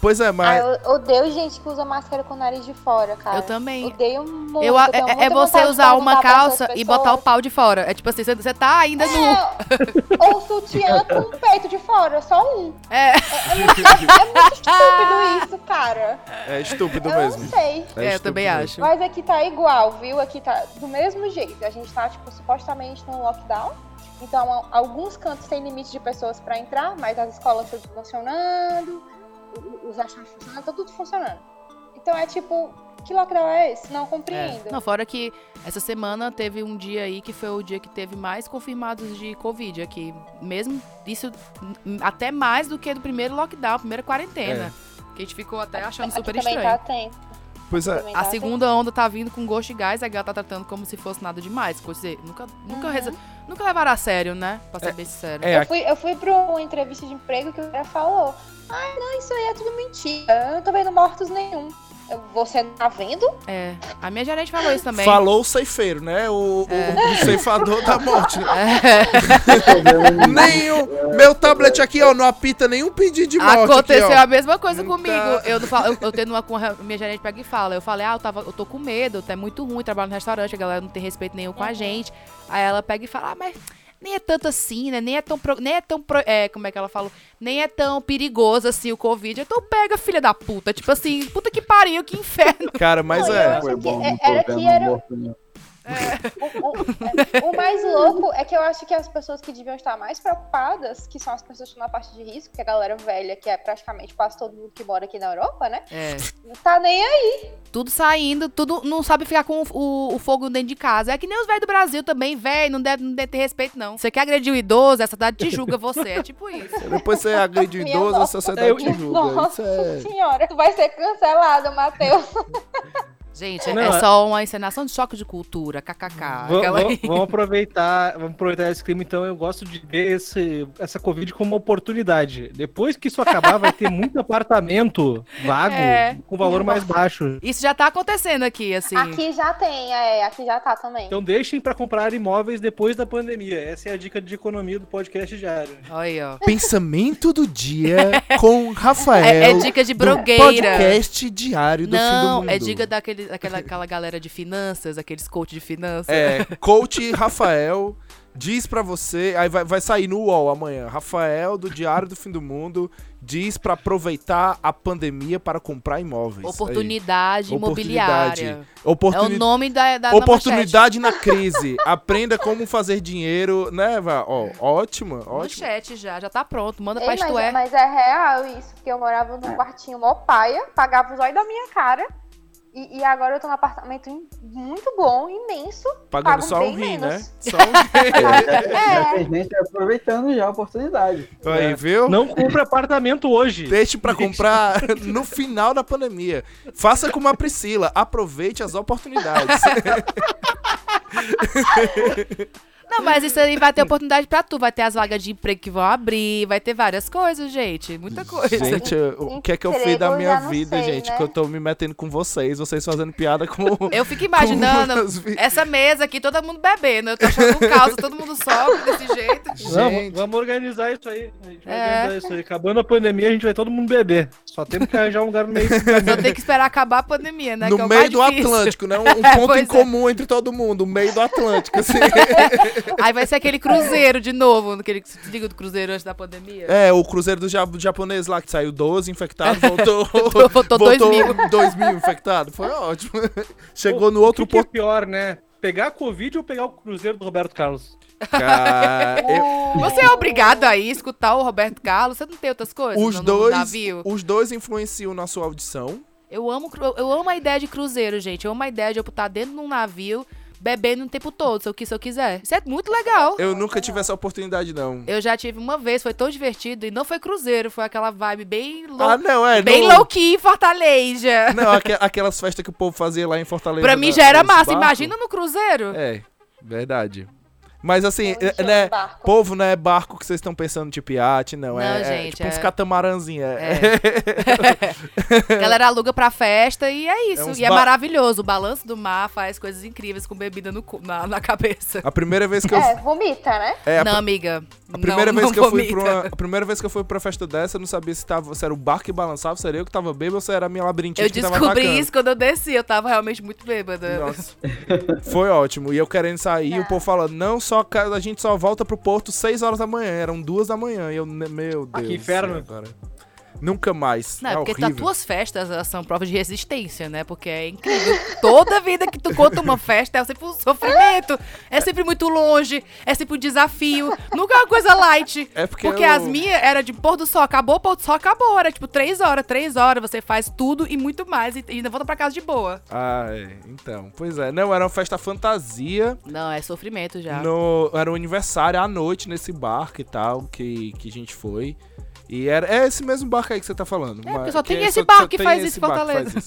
Speaker 1: Pois é, mas.
Speaker 7: Ah, eu odeio gente que usa máscara com o nariz de fora, cara.
Speaker 2: eu também.
Speaker 7: Odeio muito.
Speaker 2: Eu,
Speaker 7: tenho
Speaker 2: é, é
Speaker 7: muita
Speaker 2: você
Speaker 7: vontade de
Speaker 2: usar uma
Speaker 7: perguntar pra essas
Speaker 2: calça e botar o
Speaker 7: pessoas.
Speaker 2: pau de fora. É tipo assim, você- você tá ainda nu.
Speaker 7: É, ou sutiã com o peito de fora, só um.
Speaker 2: É.
Speaker 7: É muito estúpido isso, cara.
Speaker 1: É estúpido
Speaker 7: eu
Speaker 1: mesmo.
Speaker 7: não sei.
Speaker 1: É,
Speaker 2: É, eu
Speaker 1: estúpido
Speaker 2: também
Speaker 1: mesmo.
Speaker 2: acho.
Speaker 7: Mas aqui tá igual, viu? Aqui tá do mesmo jeito. A gente tá, tipo, supostamente no lockdown. Então, a- alguns cantos têm limite de pessoas pra entrar, mas as escolas tudo funcionando, o- os achados funcionando, tá tudo funcionando. Então é tipo, que lockdown é esse? Não compreendo.
Speaker 2: É. Não, fora que essa semana teve um dia aí que foi o dia que teve mais confirmados de Covid aqui. Mesmo isso, n- até mais do que do primeiro lockdown, primeira quarentena.
Speaker 1: É.
Speaker 2: Que a gente ficou até achando
Speaker 7: Aqui
Speaker 2: é um super
Speaker 7: também
Speaker 2: estranho.
Speaker 7: tá tenso.
Speaker 1: Pois é.
Speaker 7: também tá
Speaker 2: A segunda onda tá vindo com gosto de gás, a galera tá tratando como se fosse nada demais. Quer dizer, nunca, nunca,
Speaker 7: Uhum.
Speaker 2: reza- nunca levaram a sério, né? Pra ser bem sincero.
Speaker 1: É,
Speaker 7: Eu fui, eu fui pra uma entrevista de emprego que o cara falou: Ai, não, isso aí é tudo mentira. Eu não tô vendo mortos nenhum. Eu- Você não tá vendo?
Speaker 2: É. A minha gerente falou isso também.
Speaker 1: Falou o ceifeiro, né? O, o- o ceifador da morte.
Speaker 2: É.
Speaker 1: Nenhum. Meu tablet aqui, ó, não apita nenhum pedido de morte.
Speaker 2: Aconteceu
Speaker 1: aqui, ó.
Speaker 2: a mesma coisa
Speaker 1: Não
Speaker 2: comigo.
Speaker 1: tá.
Speaker 2: Eu, não falo, eu, eu tendo uma com a minha gerente pega e fala. Eu falei, ah, eu, tava, eu tô com medo, tá muito ruim, trabalho no restaurante, a galera não tem respeito nenhum com a gente. Aí ela pega e fala, ah, mas nem é tanto assim, né? Nem é tão. pro- nem é tão. pro- é, como é que ela falou? Nem é tão perigoso assim o Covid. Então pega, filha da puta. Tipo assim, puta que pariu, que inferno.
Speaker 1: Cara, mas
Speaker 7: Não,
Speaker 1: é.
Speaker 7: eu-
Speaker 5: Foi bom,
Speaker 7: É,
Speaker 5: não tô
Speaker 7: era que
Speaker 5: vendo
Speaker 7: era-
Speaker 5: morto nenhum.
Speaker 7: O, o- é, o mais louco é que eu acho que as pessoas que deviam estar mais preocupadas, que são as pessoas que estão na parte de risco, que é a galera velha, que é praticamente quase todo mundo que mora aqui na Europa, né?
Speaker 2: É.
Speaker 7: Não tá nem aí.
Speaker 2: Tudo saindo, tudo não sabe ficar com o- o, o fogo dentro de casa. É que nem os velhos do Brasil também, velho, não deve, não deve ter respeito, não. Você quer agredir o idoso, essa cidade te julga você. É tipo isso.
Speaker 1: Depois você agride o
Speaker 7: Minha
Speaker 1: idoso, a
Speaker 7: nossa.
Speaker 1: sociedade te julga. Isso
Speaker 7: Nossa
Speaker 1: é.
Speaker 7: senhora, tu vai ser cancelado, Matheus.
Speaker 2: Gente, é-
Speaker 4: Não,
Speaker 2: é
Speaker 4: é-
Speaker 2: só uma encenação de choque de cultura, kkk.
Speaker 4: Vam-
Speaker 2: aquela-
Speaker 4: vam- Vamos aproveitar, vamos aproveitar esse clima, então eu gosto de ver esse, essa Covid como uma oportunidade. Depois que isso acabar, vai ter muito apartamento vago
Speaker 2: É.
Speaker 4: com valor mais baixo.
Speaker 2: Isso já tá acontecendo aqui, assim.
Speaker 7: Aqui já tem, é, aqui já tá também.
Speaker 4: Então deixem pra comprar imóveis depois da pandemia. Essa é a dica de economia do podcast diário.
Speaker 2: Olha aí, ó.
Speaker 1: é Pensamento do dia com Rafael.
Speaker 2: É, é dica de
Speaker 1: do
Speaker 2: brogueira.
Speaker 1: podcast diário do fim do
Speaker 2: Não,
Speaker 1: mundo.
Speaker 2: é dica daquele, daquela aquela galera de finanças, aqueles coach de finanças.
Speaker 1: É, coach Rafael diz pra você, aí vai, vai sair no UOL amanhã. Rafael do Diário do Fim do Mundo diz pra aproveitar a pandemia para comprar imóveis. Aí.
Speaker 2: Oportunidade
Speaker 1: Oportunidade.
Speaker 2: imobiliária.
Speaker 1: Oportuni-
Speaker 2: É o nome da, da da
Speaker 1: Oportunidade na crise. Aprenda como fazer dinheiro, né, Vá? Ó, ótima,
Speaker 2: manchete. No
Speaker 1: ótima.
Speaker 2: chat já, já tá pronto. Manda
Speaker 7: Ei,
Speaker 2: pra
Speaker 7: mas,
Speaker 2: Isto É.
Speaker 7: mas é real isso, porque eu morava num quartinho mó paia, pagava os olhos da minha cara. E, e agora eu tô num apartamento im- muito bom, imenso.
Speaker 1: Pagando
Speaker 7: Pago
Speaker 1: só um
Speaker 7: bem
Speaker 1: rim, né?
Speaker 7: menos.
Speaker 1: Só um rim.
Speaker 5: Já,
Speaker 7: É.
Speaker 5: já tem gente aproveitando já a oportunidade. É.
Speaker 1: Aí, viu?
Speaker 4: Não compre apartamento hoje.
Speaker 1: Deixe pra comprar no final da pandemia. Faça como a Priscila, aproveite as oportunidades.
Speaker 2: Não, mas isso aí vai ter oportunidade pra tu. Vai ter as vagas de emprego que vão abrir, vai ter várias coisas, gente. Muita coisa.
Speaker 1: Gente, eu- o que é que eu fiz
Speaker 3: Emprego
Speaker 1: da
Speaker 3: eu
Speaker 1: minha
Speaker 3: já não
Speaker 1: vida,
Speaker 3: sei,
Speaker 1: gente?
Speaker 3: né?
Speaker 1: Que eu tô me metendo com vocês, vocês fazendo piada com.
Speaker 2: Eu fico
Speaker 1: Com
Speaker 2: imaginando
Speaker 1: as vi-
Speaker 2: essa mesa aqui, todo mundo bebendo. Eu tô achando um caos, todo mundo sobe desse jeito.
Speaker 4: Não,
Speaker 1: Gente.
Speaker 4: vamos organizar isso aí. A gente vai
Speaker 2: É.
Speaker 4: organizar isso aí. Acabando a pandemia, a gente vai todo mundo beber. Só temos que arranjar um lugar no meio.
Speaker 2: Só tem que esperar acabar a pandemia, né? que é
Speaker 1: no
Speaker 2: o
Speaker 1: meio
Speaker 2: mais
Speaker 1: do
Speaker 2: difícil.
Speaker 1: Atlântico, né? Um, um ponto
Speaker 2: Pois é.
Speaker 1: em comum entre todo mundo, o meio do Atlântico, assim.
Speaker 2: Aí vai ser aquele cruzeiro de novo, aquele que se liga do cruzeiro antes da pandemia.
Speaker 1: É, o Cruzeiro do ja- do japonês lá que saiu 12 infectados, voltou.
Speaker 2: É. Voltou dois mil.
Speaker 1: 2 mil infectados. Foi ótimo. Chegou no outro
Speaker 4: O que, que é
Speaker 1: ponto.
Speaker 4: pior, né? Pegar a Covid ou pegar o Cruzeiro do Roberto Carlos?
Speaker 1: Cara, eu-
Speaker 2: Você é obrigado a ir escutar o Roberto Carlos? Você não tem outras coisas
Speaker 1: os,
Speaker 2: no, no
Speaker 1: dois,
Speaker 2: navio?
Speaker 1: os dois influenciam na sua audição.
Speaker 2: Eu amo, cru- eu amo a ideia de cruzeiro, gente. Eu amo a ideia de eu estar dentro de um navio, bebendo o tempo todo, se eu, qui- se eu quiser. Isso é muito legal.
Speaker 1: Eu nunca tive essa oportunidade, não.
Speaker 2: Eu já tive uma vez, foi tão divertido. E não foi cruzeiro, foi aquela vibe bem low,
Speaker 1: Ah, não, é.
Speaker 2: bem
Speaker 1: não,
Speaker 2: low-key em Fortaleza.
Speaker 1: não, aque- aquelas festas que o povo fazia lá em Fortaleza.
Speaker 2: pra mim
Speaker 1: na-
Speaker 2: já era
Speaker 1: nos
Speaker 2: massa.
Speaker 1: barcos.
Speaker 2: Imagina no cruzeiro.
Speaker 1: É, verdade. Mas assim,
Speaker 3: Eu
Speaker 1: é,
Speaker 3: enchei
Speaker 1: né?
Speaker 3: o barco.
Speaker 1: Povo não é barco que vocês estão pensando de piate, não. é,
Speaker 2: Não,
Speaker 1: é
Speaker 2: gente,
Speaker 1: tipo uns
Speaker 2: é-
Speaker 1: catamarãzinhos. É.
Speaker 2: É. Galera aluga pra festa e é isso.
Speaker 1: uns
Speaker 2: e é
Speaker 1: ba-
Speaker 2: maravilhoso. O balanço do mar faz coisas incríveis com bebida no cu- na, na cabeça.
Speaker 1: A primeira vez que eu.
Speaker 3: É, vomita, né?
Speaker 1: É, a
Speaker 2: não, amiga.
Speaker 1: A primeira,
Speaker 2: não,
Speaker 1: vez
Speaker 2: não
Speaker 1: que eu fui
Speaker 2: vomita.
Speaker 1: pra uma, a primeira vez que eu fui pra festa dessa, eu não sabia se, tava, se era o bar que balançava, se era eu que tava bêbado ou se era a minha labirintite
Speaker 2: Eu
Speaker 1: que tava
Speaker 2: descobri
Speaker 1: atacando.
Speaker 2: isso quando eu desci. Eu tava realmente muito bêbada.
Speaker 1: Nossa. Foi ótimo. E eu querendo sair,
Speaker 2: É.
Speaker 1: o povo falando, não, só ca- a gente só volta pro porto 6 horas da manhã. Eram duas da manhã. E eu, ne- meu Deus.
Speaker 4: Ah, que
Speaker 1: do céu,
Speaker 4: inferno.
Speaker 1: cara. Nunca mais.
Speaker 2: Não,
Speaker 1: é
Speaker 2: é porque
Speaker 1: horrível.
Speaker 2: as tuas festas elas são provas de resistência, né? Porque é incrível. Toda vida que tu conta uma festa é sempre um sofrimento. É sempre muito longe. É sempre um desafio. Nunca é uma coisa light.
Speaker 1: É porque eu-
Speaker 2: as minhas era de pôr do sol, acabou, pôr do sol, acabou. Era tipo três horas, três horas. Você faz tudo e muito mais. E e ainda volta pra casa de boa.
Speaker 1: Ah, é. Então. Pois é. Não, era uma festa fantasia.
Speaker 2: Não, é sofrimento já.
Speaker 1: No, era um aniversário à noite nesse barco e tal, que, que a gente foi. E era, é esse mesmo barco aí que você tá falando.
Speaker 2: É,
Speaker 1: mas-
Speaker 2: porque só tem esse
Speaker 1: barco
Speaker 2: barco que faz isso em Fortaleza.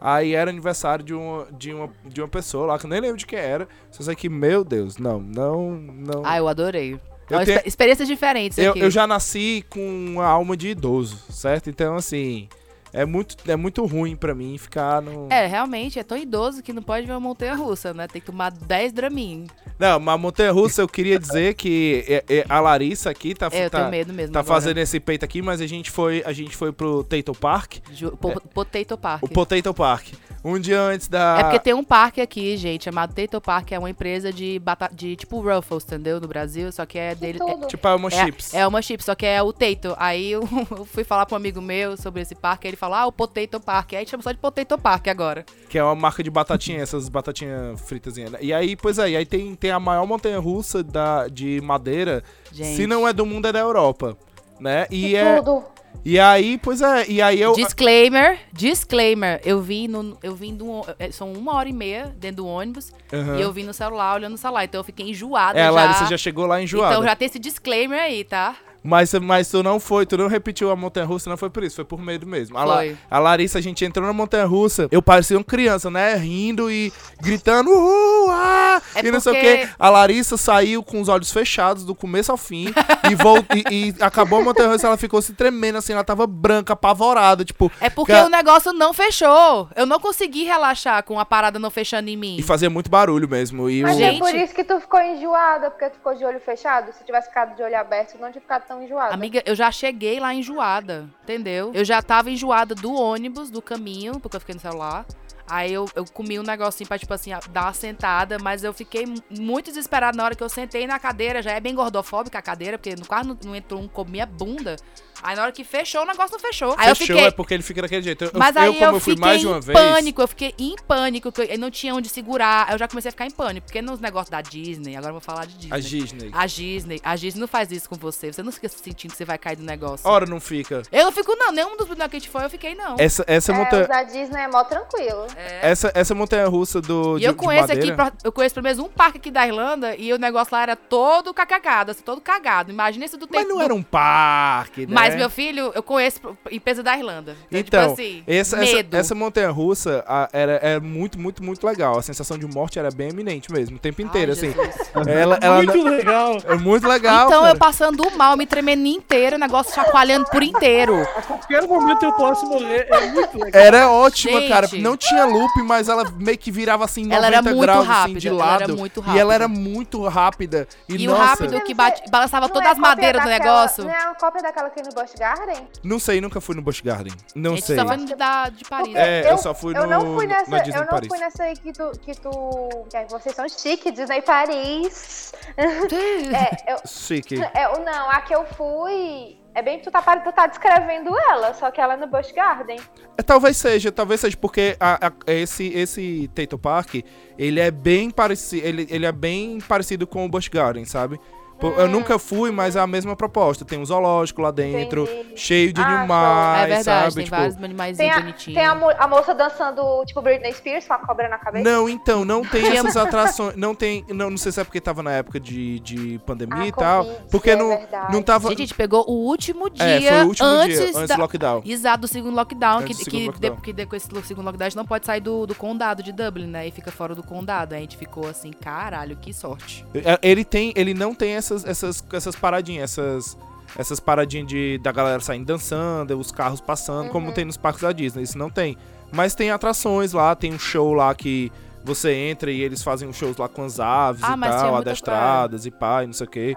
Speaker 1: Aí era aniversário de uma, de, uma, de uma pessoa lá, que eu nem lembro de quem era. Só sei que, meu Deus, não, não, não.
Speaker 2: Ah, eu adorei.
Speaker 1: Eu
Speaker 2: Ó,
Speaker 1: tenho-
Speaker 2: exper- Experiências diferentes
Speaker 1: Eu,
Speaker 2: aqui.
Speaker 1: eu já nasci com uma alma de idoso, certo? Então, assim, é muito, é muito ruim pra mim ficar no...
Speaker 2: É, realmente, é tão idoso que não pode ver uma montanha russa, né? Tem que tomar 10 dramin.
Speaker 1: Não, mas Montanha Russa, eu queria dizer que é- é, a Larissa aqui tá,
Speaker 2: É, eu
Speaker 1: tá,
Speaker 2: tenho medo mesmo.
Speaker 1: tá
Speaker 2: agora.
Speaker 1: fazendo esse peito aqui, mas a gente foi, a gente foi pro Tato Park,
Speaker 2: Ju- po- Potato Park.
Speaker 1: é. o Potato Park. Um dia antes da.
Speaker 2: É porque tem um parque aqui, gente, chamado Tato Park, é uma empresa de, bata- de tipo Ruffles, entendeu? No Brasil, só que é dele.
Speaker 7: Então,
Speaker 2: é-
Speaker 3: Tudo.
Speaker 1: Tipo, é uma
Speaker 2: É,
Speaker 1: chips.
Speaker 2: é uma chip, só que é o Tato. Aí eu, eu fui falar pra um amigo meu sobre esse parque, aí ele falou, ah, o Potato Park. Aí chama só de Potato Park agora.
Speaker 1: Que é uma marca de batatinha, essas batatinhas fritazinhas. né? E aí, pois é, e aí tem, tem a maior montanha russa da, de madeira.
Speaker 2: Gente.
Speaker 1: Se não é do mundo, é da Europa. Né? E,
Speaker 3: E
Speaker 1: é,
Speaker 3: tudo.
Speaker 1: e aí, pois é, e aí eu.
Speaker 2: Disclaimer, disclaimer. Eu vim no, eu vim do, é, são uma hora e meia dentro do ônibus
Speaker 1: Aham.
Speaker 2: e eu vim no celular olhando o celular, então eu fiquei enjoada
Speaker 1: É,
Speaker 2: já.
Speaker 1: a Larissa já chegou lá enjoada.
Speaker 2: Então já tem esse disclaimer aí, tá?
Speaker 1: Mas, mas tu não foi, tu não repetiu a montanha russa, não foi por isso, foi por medo mesmo. A, La-
Speaker 2: Foi.
Speaker 1: a Larissa, a gente entrou na montanha russa, eu parecia uma criança, né? Rindo e gritando, uhul, ah!
Speaker 2: É
Speaker 1: e não sei o
Speaker 2: porque-
Speaker 1: quê. A Larissa saiu com os olhos fechados do começo ao fim e, vol- e, e acabou a montanha russa, ela ficou se tremendo assim, ela tava branca, apavorada, tipo.
Speaker 2: É porque
Speaker 1: ca-
Speaker 2: o negócio não fechou. Eu não consegui relaxar com a parada não fechando em mim.
Speaker 1: E fazia muito barulho mesmo. E o-
Speaker 3: Mas
Speaker 2: Gente.
Speaker 3: é por isso que tu ficou enjoada, porque tu ficou de olho fechado. Se tivesse ficado de olho aberto, tu não tinha ficado tão enjoada.
Speaker 2: Amiga, eu já cheguei lá enjoada, entendeu? Eu já tava enjoada do ônibus, do caminho, porque eu fiquei no celular. Aí eu, eu comi um negocinho pra, tipo assim, a- dar uma sentada, mas eu fiquei mu- muito desesperada na hora que eu sentei na cadeira. Já é bem gordofóbica a cadeira, porque no quarto não, não entrou um comia bunda. Aí na hora que fechou, o negócio não fechou. Aí
Speaker 1: fechou,
Speaker 2: eu fiquei.
Speaker 1: é porque ele fica daquele jeito. Eu,
Speaker 2: Mas
Speaker 1: eu,
Speaker 2: aí
Speaker 1: como
Speaker 2: eu,
Speaker 1: eu, fui
Speaker 2: fiquei
Speaker 1: mais de uma
Speaker 2: em
Speaker 1: vez.
Speaker 2: pânico, eu fiquei em pânico, que eu- eu não tinha onde segurar. Aí eu já comecei a ficar em pânico, porque nos negócios da Disney, agora eu vou falar de Disney.
Speaker 1: A Disney.
Speaker 2: A Disney, a Disney não faz isso com você. Você não fica se sentindo que você vai cair do negócio.
Speaker 1: Ora, não fica.
Speaker 2: Eu não fico, não. Nenhum dos bonecos que a gente foi, eu fiquei, não.
Speaker 1: Essa, essa,
Speaker 3: É,
Speaker 1: montanha,
Speaker 3: o da Disney é mó tranquilo.
Speaker 1: essa, essa montanha russa do.
Speaker 2: É. e
Speaker 1: de-
Speaker 2: eu
Speaker 1: de
Speaker 2: conheço aqui,
Speaker 1: madeira-
Speaker 2: pro- eu conheço pelo menos um parque aqui da Irlanda e o negócio lá era todo cacagado, assim, todo cagado. Imagina esse do
Speaker 1: Mas
Speaker 2: tempo
Speaker 1: não
Speaker 2: do-
Speaker 1: era um parque, né?
Speaker 2: Mas meu filho, eu conheço pro- empresa da Irlanda. Então,
Speaker 1: Então,
Speaker 2: tipo assim,
Speaker 1: Essa, essa,
Speaker 2: medo.
Speaker 1: essa montanha russa a- era, é muito, muito, muito legal. A sensação de morte era bem eminente mesmo, o tempo inteiro,
Speaker 2: Ai,
Speaker 1: assim.
Speaker 2: Jesus.
Speaker 1: Ela, ela
Speaker 4: Muito legal.
Speaker 1: é muito legal.
Speaker 2: então eu
Speaker 1: cara.
Speaker 2: passando mal, me tremendo inteira, o negócio chacoalhando por inteiro.
Speaker 4: A qualquer momento eu posso morrer. É muito legal.
Speaker 1: Era ótima,
Speaker 2: Gente.
Speaker 1: cara. Não tinha loop, mas ela meio que virava assim 90
Speaker 2: Ela era muito
Speaker 1: graus assim,
Speaker 2: rápida,
Speaker 1: de
Speaker 2: ela
Speaker 1: lado.
Speaker 2: era muito
Speaker 1: E ela
Speaker 2: rápida.
Speaker 1: era muito rápida. E,
Speaker 2: E, o
Speaker 1: nossa,
Speaker 2: rápido que bate, balançava
Speaker 7: Não
Speaker 2: todas
Speaker 7: é
Speaker 2: as
Speaker 7: cópia
Speaker 2: madeiras do
Speaker 7: daquela-
Speaker 2: negócio.
Speaker 7: Não é uma cópia daquela que tem no Busch Garden?
Speaker 1: não sei, nunca fui no Busch Garden. Não
Speaker 2: a gente
Speaker 1: sei.
Speaker 2: só foi no da, de Paris.
Speaker 7: Porque
Speaker 1: É, eu, só fui
Speaker 7: eu
Speaker 1: no,
Speaker 7: não fui nessa,
Speaker 1: na Disney
Speaker 7: eu não
Speaker 1: Paris.
Speaker 7: fui nessa aí que tu, que tu, que aí vocês são chique, Disney Paris. É, eu,
Speaker 1: Chique.
Speaker 7: é, eu- não, a que eu fui, é bem que tu tá, pare- tu tá descrevendo ela, só que ela é no Busch Garden.
Speaker 1: É, Talvez seja, talvez seja, porque a- a- esse, esse Taito Park, ele é bem parecido. Ele, ele é bem parecido com o Busch Garden, sabe? Pô,
Speaker 2: Ah.
Speaker 1: Eu nunca fui, mas é a mesma proposta. Tem um zoológico lá dentro,
Speaker 7: Entendi.
Speaker 1: cheio de
Speaker 7: Ah,
Speaker 1: animais,
Speaker 2: é verdade,
Speaker 1: sabe?
Speaker 2: tem
Speaker 1: Tipo,
Speaker 2: vários animais
Speaker 7: Tem, a,
Speaker 2: bonitinhos.
Speaker 7: tem a, mo- a moça dançando, tipo, Britney Spears com a cobra na cabeça.
Speaker 1: Não, então, não tem
Speaker 2: Tinha-
Speaker 1: essas atrações. Não tem. Não, não sei se é porque tava na época de, de pandemia
Speaker 7: Ah,
Speaker 1: e tal.
Speaker 7: Covid,
Speaker 1: Porque
Speaker 7: é
Speaker 1: não,
Speaker 7: verdade.
Speaker 1: não tava.
Speaker 2: Gente, a gente pegou o último dia,
Speaker 1: é, foi o último
Speaker 2: antes,
Speaker 1: dia, antes
Speaker 2: da...
Speaker 1: do lockdown.
Speaker 2: Exato, do segundo lockdown,
Speaker 1: Antes
Speaker 2: que,
Speaker 1: do
Speaker 2: que,
Speaker 1: segundo
Speaker 2: de-
Speaker 1: lockdown.
Speaker 2: que de- com esse lo- segundo lockdown a gente não pode sair do, do condado de Dublin, né? E fica fora do condado. Aí a gente ficou assim, caralho, que sorte.
Speaker 1: É, Ele tem, ele não tem essas, essas, essas paradinhas, essas, essas paradinhas de, da galera saindo dançando, os carros passando, como tem nos parques da Disney. Isso não tem. Mas tem atrações lá, tem um show lá que você entra e eles fazem os shows lá com as aves
Speaker 2: Ah,
Speaker 1: e
Speaker 2: mas tinha
Speaker 1: tal,
Speaker 2: muita-
Speaker 1: adestradas e pai, não sei o quê.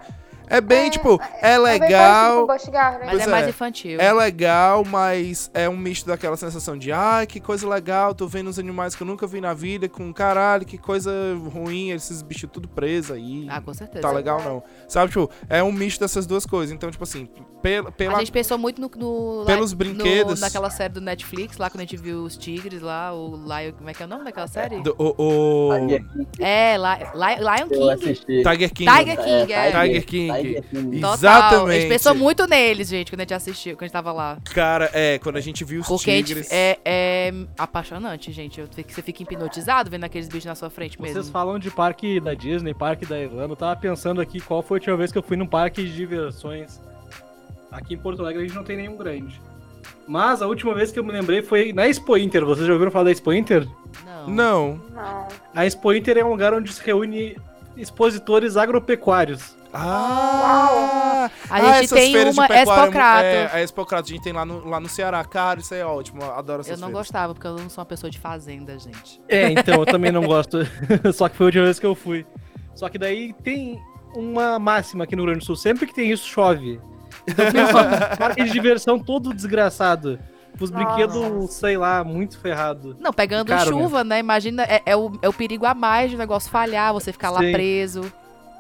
Speaker 1: É bem,
Speaker 7: É,
Speaker 1: tipo, é
Speaker 7: É bem
Speaker 1: legal.
Speaker 7: parecido com o Busch Garden.
Speaker 2: Mas
Speaker 1: Pois
Speaker 2: é,
Speaker 1: é.
Speaker 2: mais infantil.
Speaker 1: É legal, mas é um misto daquela sensação de ai, que coisa legal, tô vendo uns animais que eu nunca vi na vida, com caralho, que coisa ruim, esses bichos tudo presos aí.
Speaker 2: Ah, com certeza.
Speaker 1: tá legal não. Sabe, tipo, é um misto dessas duas coisas. Então, tipo assim, pela, pela
Speaker 2: A gente pensou muito no. no-
Speaker 1: Pelos
Speaker 2: no-
Speaker 1: brinquedos.
Speaker 2: naquela série do Netflix, lá quando a gente viu os tigres lá, o Lion. Como é que é o nome daquela série?
Speaker 1: do- o, o
Speaker 5: Tiger King,
Speaker 2: É, Li- Li- Lion
Speaker 5: eu
Speaker 2: King.
Speaker 5: assisti.
Speaker 1: Tiger King.
Speaker 2: Tiger King,
Speaker 5: É,
Speaker 2: é.
Speaker 1: Tiger King.
Speaker 5: Tiger King.
Speaker 2: Total. A
Speaker 1: Exatamente.
Speaker 2: gente pensou muito neles, gente, quando a gente assistiu, quando a gente tava lá.
Speaker 1: Cara, é, quando a gente viu os
Speaker 2: Porque a gente-
Speaker 1: tigres.
Speaker 2: é, é apaixonante, gente. Eu fico- Você fica hipnotizado vendo aqueles bichos na sua frente mesmo.
Speaker 4: Vocês falam de parque da Disney, parque da Irlanda. Eu tava pensando aqui qual foi a última vez que eu fui num parque de diversões. Aqui em Porto Alegre a gente não tem nenhum grande. Mas a última vez que eu me lembrei foi na Expo Inter. Vocês já ouviram falar da Expo Inter?
Speaker 2: Não.
Speaker 1: Não.
Speaker 7: Não.
Speaker 4: A Expo Inter é um lugar onde se reúne expositores agropecuários.
Speaker 1: Ah!
Speaker 2: A gente
Speaker 1: essas
Speaker 2: tem
Speaker 1: feiras de
Speaker 2: uma
Speaker 1: pecuária,
Speaker 2: Expocrato.
Speaker 1: É, a Expocrato a gente tem lá no, lá no Ceará. Cara, isso é ótimo. eu Adoro essas
Speaker 2: Eu não
Speaker 1: feiras.
Speaker 2: gostava, porque eu não sou uma pessoa de fazenda, gente.
Speaker 4: É, então, eu também não gosto. Só que foi a última vez que eu fui. Só que daí tem uma máxima aqui no Rio Grande do Sul. Sempre que tem isso, chove. Então tem um parque de diversão todo desgraçado. Os brinquedos, sei lá, muito ferrado.
Speaker 2: Não, pegando
Speaker 4: Caro
Speaker 2: chuva, né? Imagina, é, é o, é o perigo a mais de o negócio falhar, você ficar lá
Speaker 4: Sim.
Speaker 2: preso.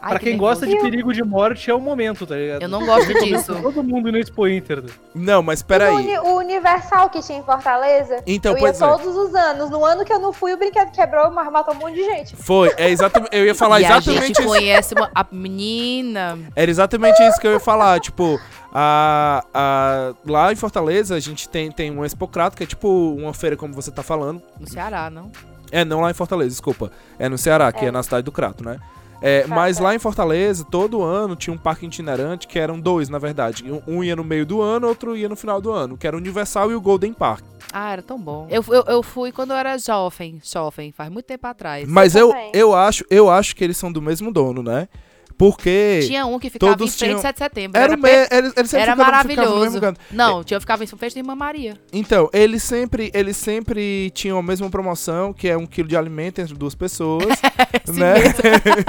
Speaker 2: Ai,
Speaker 4: pra
Speaker 2: que
Speaker 4: quem
Speaker 2: nervoso.
Speaker 4: gosta de perigo de morte, é o momento, tá ligado?
Speaker 2: Eu não gosto disso.
Speaker 4: Todo mundo ir no Expo Inter.
Speaker 1: Não, mas
Speaker 7: O,
Speaker 1: peraí.
Speaker 7: uni- o Universal que tinha em Fortaleza,
Speaker 1: Então,
Speaker 7: eu ia
Speaker 1: pois é.
Speaker 7: todos os anos. No ano que eu não fui, o brinquedo quebrou, mas matou um monte de gente.
Speaker 1: Foi, é exatamente. Eu ia falar
Speaker 2: e a
Speaker 1: exatamente
Speaker 2: gente
Speaker 1: isso.
Speaker 2: conhece uma a menina.
Speaker 1: Era exatamente isso que eu ia falar. Tipo, a, a, lá em Fortaleza a gente tem, tem um Expocrato, que é tipo uma feira, como você tá falando.
Speaker 2: No Ceará, não?
Speaker 1: É, não lá em Fortaleza, desculpa. É no Ceará, que é, na cidade do Crato, né? É, mas lá em Fortaleza, todo ano tinha um parque itinerante que eram dois, na verdade. Um- Um ia no meio do ano, outro ia no final do ano, que era o Universal e o Golden Park.
Speaker 2: Ah, era tão bom. Eu, eu, eu fui quando eu era jovem, jovem, faz muito tempo atrás.
Speaker 1: Mas eu,
Speaker 7: também.
Speaker 1: eu acho, eu acho que eles são do mesmo dono, né? Porque
Speaker 2: Tinha um que ficava em
Speaker 1: todos
Speaker 2: frente
Speaker 1: tinham-
Speaker 2: de 7 de setembro.
Speaker 1: era, o me-
Speaker 2: pe-
Speaker 1: eles, eles sempre
Speaker 2: era
Speaker 1: ficaram- ficavam no
Speaker 2: maravilhoso.
Speaker 1: mesmo canto.
Speaker 2: Não, tinha, eu ficava em frente da Irmã Maria.
Speaker 1: Então, eles sempre, eles sempre tinham a mesma promoção, que é um quilo de alimento entre duas pessoas,
Speaker 2: É assim
Speaker 1: né?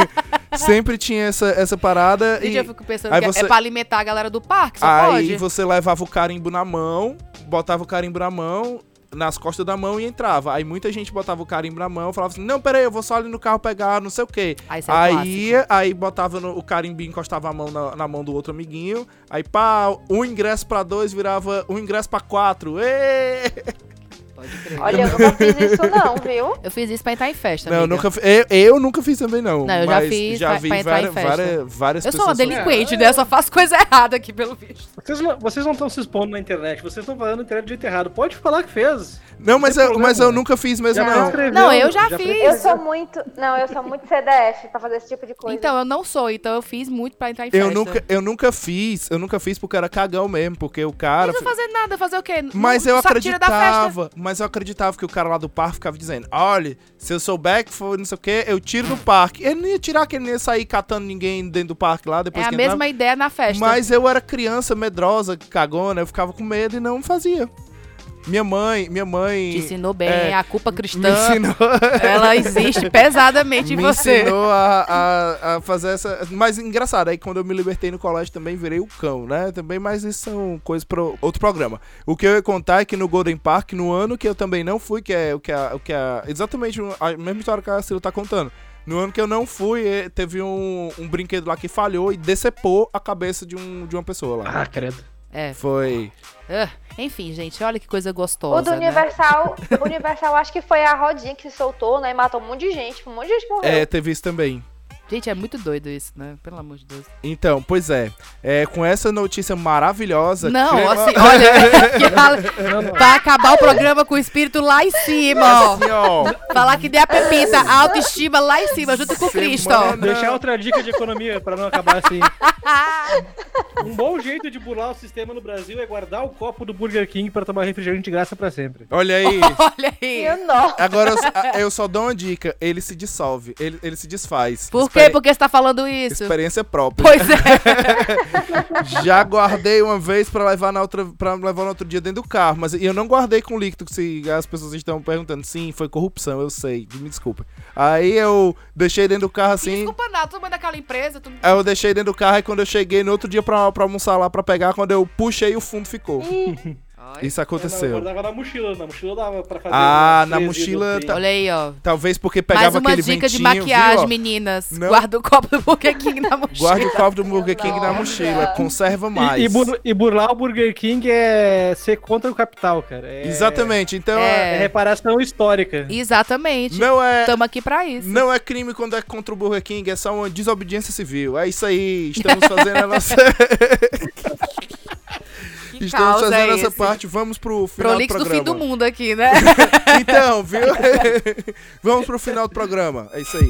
Speaker 1: sempre tinha essa, essa parada
Speaker 2: Gente, eu
Speaker 1: e
Speaker 2: fico pensando
Speaker 1: aí
Speaker 2: que é-
Speaker 1: você-
Speaker 2: é pra alimentar a galera do parque, só
Speaker 1: aí
Speaker 2: pode.
Speaker 1: você levava o carimbo na mão, botava o carimbo na mão, nas costas da mão e entrava. Aí muita gente botava o carimbo na mão, falava assim, não, peraí, eu vou só ali no carro pegar, não sei o quê.
Speaker 2: Aí você é
Speaker 1: Aí, aí botava no- o carimbo, e encostava a mão na, na mão do outro amiguinho. Aí, pá, um ingresso pra dois virava um ingresso pra quatro. Ê!
Speaker 2: clássico. Pode crer.
Speaker 7: Olha, eu nunca fiz isso não, viu?
Speaker 2: Eu fiz isso pra entrar em festa.
Speaker 1: Não, eu
Speaker 2: amiga.
Speaker 1: nunca, fi- eu, eu nunca fiz também, não.
Speaker 2: Não, eu já
Speaker 1: mas
Speaker 2: fiz
Speaker 1: já
Speaker 2: pra-
Speaker 1: vi
Speaker 2: pra entrar em
Speaker 1: várias,
Speaker 2: festa.
Speaker 1: várias, várias
Speaker 2: Eu sou uma
Speaker 1: pessoas falando.
Speaker 2: delinquente, né? Eu só faço coisa errada aqui, pelo visto.
Speaker 4: Vocês não, vocês não estão se expondo na internet, vocês estão fazendo internet de jeito errado. Pode falar que fez.
Speaker 1: Não, mas
Speaker 4: tem
Speaker 1: eu,
Speaker 4: problema,
Speaker 1: mas eu
Speaker 4: né?
Speaker 1: nunca fiz mesmo,
Speaker 4: Já
Speaker 1: não.
Speaker 4: prescreveu,
Speaker 2: Não, eu já fiz.
Speaker 7: Eu sou muito. Não, eu sou muito CDF pra fazer esse tipo de coisa.
Speaker 2: Então, eu não sou, então eu fiz muito pra entrar em festa.
Speaker 1: Eu nunca, eu nunca fiz, eu nunca fiz pro cara cagão mesmo, porque o cara.
Speaker 2: Não precisa fazer nada, fazer o quê?
Speaker 1: Mas
Speaker 2: Não-
Speaker 1: eu
Speaker 2: só tira da festa.
Speaker 1: acreditava, mas eu acreditava que o cara lá do parque ficava dizendo: olha, se eu souber que foi não sei o quê, eu tiro do parque. Ele não ia tirar, que ele não ia sair catando ninguém dentro do parque lá depois
Speaker 2: É a
Speaker 1: que
Speaker 2: mesma ideia na festa.
Speaker 1: Mas eu era criança medrosa, cagona, eu ficava com medo e não fazia. Minha mãe, minha mãe
Speaker 2: Te ensinou bem,
Speaker 1: é,
Speaker 2: a culpa cristã,
Speaker 1: me ensinou,
Speaker 2: ela existe pesadamente em
Speaker 1: me
Speaker 2: você.
Speaker 1: ensinou a, a- a fazer essa. Mas engraçado, aí quando eu me libertei no colégio também virei o cão, né? Também, mas isso são coisas para outro programa. O que eu ia contar é que no Golden Park, no ano que eu também não fui, que é o que a. O que a exatamente a mesma história que a Ciro tá contando. No ano que eu não fui, eh, teve um, um brinquedo lá que falhou e decepou a cabeça de, um, de uma pessoa lá.
Speaker 4: Ah, credo.
Speaker 2: É.
Speaker 1: Foi.
Speaker 2: Ah, enfim, gente, olha que coisa
Speaker 7: O
Speaker 2: gostosa.
Speaker 7: do
Speaker 2: né?
Speaker 7: Universal, o Universal acho que foi a rodinha que se soltou, né? E matou um monte de gente, um monte de gente morreu.
Speaker 1: É, teve isso também.
Speaker 2: Gente, é muito doido isso, né? Pelo amor de Deus.
Speaker 1: Então, pois é. É, com essa notícia maravilhosa.
Speaker 2: Não,
Speaker 1: que-
Speaker 2: assim, olha. que ela- Vai acabar o programa com o espírito lá em cima, ó.
Speaker 1: Assim, ó.
Speaker 2: Falar que deu a pepita, a autoestima lá em cima, junto com o Cristo, ó.
Speaker 1: Semana-
Speaker 4: Deixar outra dica de economia pra não acabar assim. um bom jeito de burlar o sistema no Brasil é guardar o copo do Burger King pra tomar refrigerante de graça pra sempre.
Speaker 1: Olha aí.
Speaker 2: Olha aí.
Speaker 7: Meu nó.
Speaker 1: Agora eu, só- eu só dou uma dica. Ele se dissolve. Ele, ele se desfaz.
Speaker 2: Por quê?
Speaker 1: Experi-
Speaker 2: Por que você tá falando isso?
Speaker 1: Experiência própria.
Speaker 2: Pois é.
Speaker 1: Já guardei uma vez pra levar na outra, para levar no outro dia dentro do carro, mas eu não guardei com líquido, que se as pessoas estão perguntando, sim, foi corrupção, eu sei, me desculpa. Aí eu deixei dentro do carro assim,
Speaker 2: Desculpa nada, tu manda aquela empresa, tu...
Speaker 1: Aí eu deixei dentro do carro e quando eu cheguei no outro dia pra, pra almoçar lá pra pegar, quando eu puxei o fundo ficou. Isso
Speaker 4: Eu
Speaker 1: aconteceu.
Speaker 4: guardava na mochila, na mochila dava pra fazer.
Speaker 1: Ah,
Speaker 4: um
Speaker 1: na
Speaker 4: resíduo,
Speaker 1: mochila
Speaker 4: assim.
Speaker 1: tá-
Speaker 2: Olha aí, ó.
Speaker 1: Talvez porque
Speaker 2: Mais
Speaker 1: pegava
Speaker 2: uma
Speaker 1: aquele
Speaker 2: dica
Speaker 1: ventinho,
Speaker 2: de maquiagem,
Speaker 1: viu, ó?
Speaker 2: meninas.
Speaker 1: Não.
Speaker 2: Guarda o copo do Burger King na mochila.
Speaker 1: Guarda o copo do Burger King na
Speaker 7: Nossa.
Speaker 2: né?
Speaker 1: mochila, conserva mais.
Speaker 4: E, e bur- e burlar o Burger King é ser contra o capital, cara. É-
Speaker 1: Exatamente, então é-
Speaker 4: É reparação histórica.
Speaker 2: Exatamente.
Speaker 1: não é
Speaker 2: Estamos aqui pra isso.
Speaker 1: não é crime quando é contra o Burger King, é só uma desobediência civil. É isso aí, estamos fazendo a nossa
Speaker 2: Que
Speaker 1: estamos
Speaker 2: caos
Speaker 1: fazendo
Speaker 2: é
Speaker 1: essa
Speaker 2: esse?
Speaker 1: parte, vamos pro final do
Speaker 2: Prolix do
Speaker 1: programa.
Speaker 2: fim do mundo aqui, né?
Speaker 1: Então, viu? Vamos pro final do programa. É isso aí.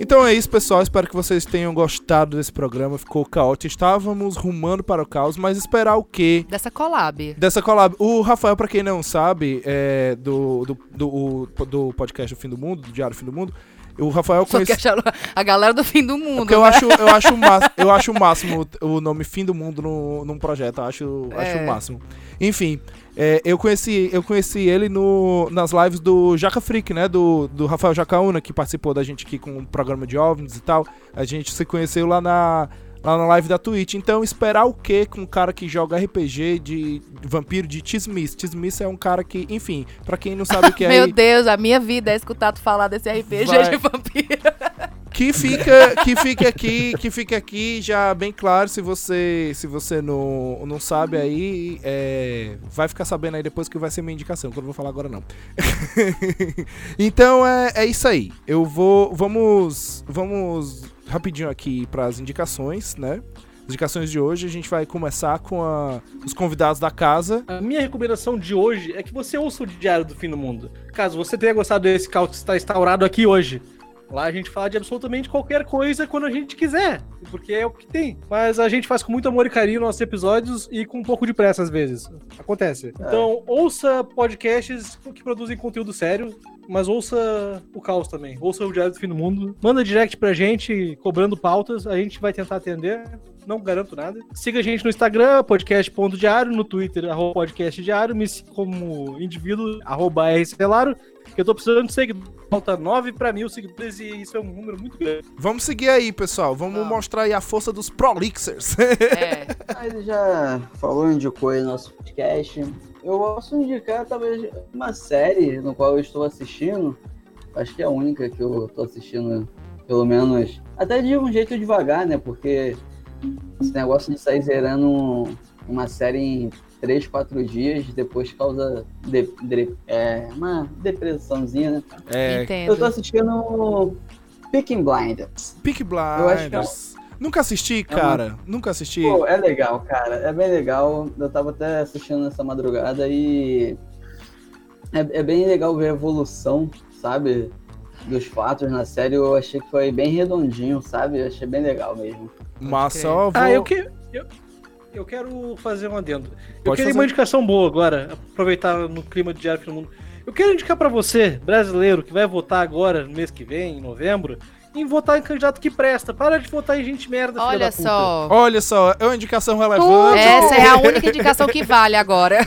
Speaker 1: Então é isso, pessoal. Espero que vocês tenham gostado desse programa. Ficou caótico. Estávamos rumando para o caos, mas esperar o quê?
Speaker 2: Dessa collab.
Speaker 1: Dessa collab. O Rafael, pra quem não sabe, é do, do, do, o- do podcast do Fim do Mundo, do Diário do Fim do Mundo, o Rafael
Speaker 2: Só que
Speaker 1: conhece.
Speaker 2: acharam a galera do fim do
Speaker 1: É
Speaker 2: mundo.
Speaker 1: Porque eu
Speaker 2: né?
Speaker 1: acho, eu acho, o ma- eu acho o máximo o- o nome Fim do Mundo no, num projeto. Eu acho, acho
Speaker 2: É.
Speaker 1: o máximo. Enfim, é, eu, conheci, eu conheci ele no, nas lives do Jaca Freak, né? Do, do Rafael Jacaúna, que participou da gente aqui com um programa de OVNIs e tal. A gente se conheceu lá na, lá na live da Twitch. Então, esperar o quê com um cara que joga RPG de vampiro de Tismis? Tismis é um cara que, enfim, pra quem não sabe o que é.
Speaker 2: Meu Deus, a minha vida é escutar tu falar desse RPG
Speaker 1: Vai.
Speaker 2: de vampiro.
Speaker 1: que fica que fica aqui que fica aqui já bem claro se você se você não, não sabe aí é, vai ficar sabendo aí depois que vai ser minha indicação que eu não vou falar agora não então é, é isso aí eu vou vamos vamos rapidinho aqui para as indicações né As indicações de hoje a gente vai começar com a- os convidados da casa
Speaker 4: A minha recomendação de hoje é que você ouça o Diário do Fim do Mundo. Caso você tenha gostado desse caos que está instaurado aqui hoje. Lá a gente fala de absolutamente qualquer coisa quando a gente quiser, porque é o que tem. Mas a gente faz com muito amor e carinho nossos episódios e com um pouco de pressa às vezes. Acontece. Então, ouça podcasts que produzem conteúdo sério, mas ouça o caos também. Ouça o Diário do Fim do Mundo. Manda direct pra gente, cobrando pautas. A gente vai tentar atender. Não garanto nada. Siga a gente no Instagram, podcast.diário, no Twitter, arroba podcastdiário. Me siga como indivíduo, arroba rcelaro. que Eu tô precisando de seguidores. Falta 9 pra mil seguidores e isso é um número muito grande.
Speaker 1: vamos seguir aí pessoal vamos
Speaker 2: Vamos.
Speaker 1: mostrar aí a força dos prolixers
Speaker 2: É.
Speaker 5: Ah, Ele já falou, indicou aí no nosso podcast. Eu posso indicar talvez uma série no qual eu estou assistindo. Acho que é a única que eu estou assistindo, pelo menos. Até de um jeito devagar, né? Porque Esse negócio de sair zerando um, uma série em 3, 4 dias, depois causa de, de- é, uma depressãozinha, né?
Speaker 1: É,
Speaker 2: Entendo.
Speaker 5: Eu tô assistindo Picking Blinders.
Speaker 1: Peak
Speaker 5: Eu acho que é um- É
Speaker 1: Blinders. Nunca assisti, cara. Nunca assisti.
Speaker 5: Pô, é legal, cara. É bem legal. Eu tava até assistindo essa madrugada e. É, é bem legal ver a evolução, sabe? Dos fatos na série. Eu achei que foi bem redondinho, sabe? Eu achei bem legal mesmo.
Speaker 1: Mas
Speaker 2: crer.
Speaker 1: só vou...
Speaker 4: Ah, eu, que, eu, eu quero fazer um adendo. eu
Speaker 1: Pode
Speaker 4: queria
Speaker 1: fazer.
Speaker 4: uma indicação boa agora, aproveitar no clima de Diário do Fim do Mundo. Eu quero indicar pra você, brasileiro, que vai votar agora, no mês que vem, em novembro, em votar em candidato que presta. Para de votar em gente merda, filha
Speaker 2: Olha
Speaker 4: da puta.
Speaker 2: só.
Speaker 1: Olha só, é uma indicação relevante.
Speaker 2: Essa é a única indicação que vale agora.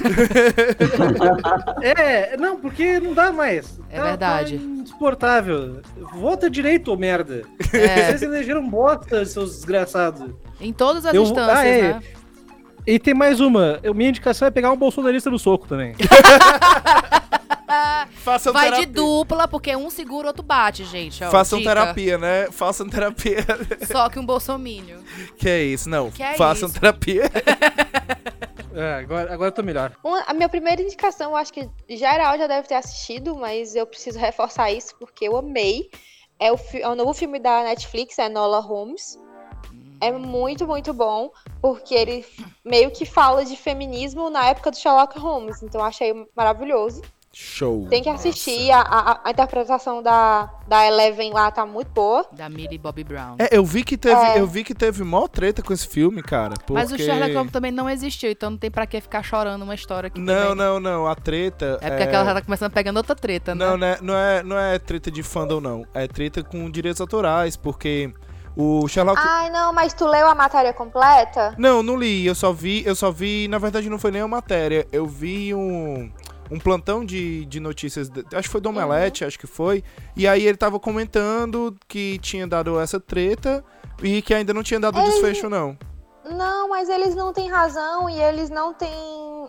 Speaker 4: É, não, porque não dá mais. Tá,
Speaker 2: É verdade.
Speaker 4: insuportável. Vota direito, ô merda.
Speaker 2: É,
Speaker 4: Vocês elegeram bosta, seus desgraçados.
Speaker 2: em todas as
Speaker 4: Eu-
Speaker 2: instâncias,
Speaker 4: Ah, é.
Speaker 2: né?
Speaker 4: E tem mais uma. Eu- minha indicação é pegar um bolsonarista no soco também.
Speaker 1: Façam
Speaker 2: Vai
Speaker 1: Então, terapia.
Speaker 2: de dupla, porque um segura, outro bate, gente. Ó,
Speaker 1: Façam
Speaker 2: dica.
Speaker 1: terapia, né? Façam terapia.
Speaker 2: Só que um bolsomínio.
Speaker 1: Que é isso, não.
Speaker 2: Que é
Speaker 1: Façam
Speaker 2: isso.
Speaker 1: terapia.
Speaker 4: É, agora, agora eu tô melhor.
Speaker 7: Uma- a minha primeira indicação, eu acho que geral já deve ter assistido, mas eu preciso reforçar isso porque eu amei. É o, fi- é o novo filme da Netflix, é Nola Holmes. É muito, muito bom, porque ele meio que fala de feminismo na época do Sherlock Holmes, então eu achei maravilhoso.
Speaker 1: Show.
Speaker 7: Tem que assistir, a, a- a interpretação da, da Eleven lá tá muito boa.
Speaker 2: Da Millie Bobby Brown.
Speaker 1: É, eu vi que teve,
Speaker 7: É.
Speaker 1: eu vi que teve mó treta com esse filme, cara. Porque...
Speaker 2: Mas o Sherlock Holmes também não existiu, então não tem pra que ficar chorando uma história que
Speaker 1: Não,
Speaker 2: também-
Speaker 1: não, não. A treta.
Speaker 2: É porque aquela já tá começando pegando outra treta, né?
Speaker 1: Não, né, não, é, não é treta de fandom, não. É treta com direitos autorais, porque o
Speaker 5: Ah,
Speaker 1: Sherlock.
Speaker 7: Ai, não, mas tu leu a matéria completa?
Speaker 1: Não, não li. Eu só vi. Eu só vi. Na verdade, não foi nem a matéria. Eu vi um. Um plantão de, de notícias, de- acho que foi do
Speaker 2: Uhum.
Speaker 1: Omelete, acho que foi. E aí ele tava comentando que tinha dado essa treta e que ainda não tinha dado desfecho, não.
Speaker 7: Não, mas eles não têm razão e eles não têm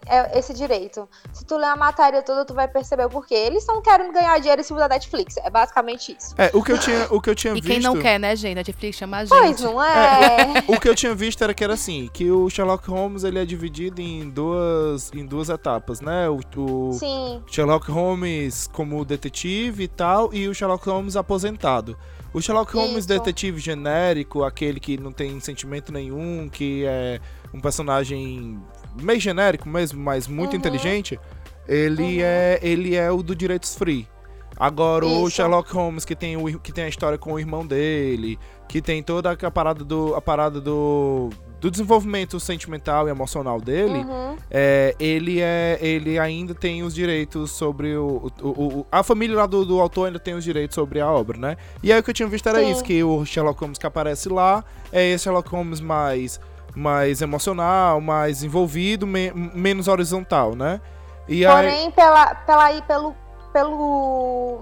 Speaker 7: é, esse direito. Se tu ler a matéria toda, tu vai perceber o porquê. Eles estão querendo ganhar dinheiro em cima da Netflix. É basicamente isso.
Speaker 1: É, o que eu tinha, o que eu tinha
Speaker 2: E
Speaker 1: visto.
Speaker 2: quem não quer, né, gente? Netflix chama a gente.
Speaker 7: Pois não é?
Speaker 1: O que eu tinha visto era que era assim, que o Sherlock Holmes ele é dividido em duas, em duas etapas, né? O, o
Speaker 7: Sim.
Speaker 1: Sherlock Holmes como detetive e tal, e o Sherlock Holmes aposentado. O Sherlock Holmes
Speaker 7: Isso.
Speaker 1: detetive genérico, aquele que não tem sentimento nenhum, que é um personagem meio genérico mesmo, mas muito
Speaker 7: Uhum.
Speaker 1: inteligente, ele, é, ele é o do direitos free. Agora, o
Speaker 7: Isso.
Speaker 1: Sherlock Holmes, que tem, o ir- que tem a história com o irmão dele, que tem toda a parada do, a parada do, do desenvolvimento sentimental e emocional dele,
Speaker 7: Uhum.
Speaker 1: é, ele, é, ele ainda tem os direitos sobre o. o- o- o- a família lá do, do autor ainda tem os direitos sobre a obra, né? E aí o que eu tinha visto era
Speaker 7: Sim.
Speaker 1: isso: que o Sherlock Holmes que aparece lá é esse Sherlock Holmes mais, mais emocional, mais envolvido, me- menos horizontal, né? E aí.
Speaker 7: Porém, pela, pela, aí, pelo, pelo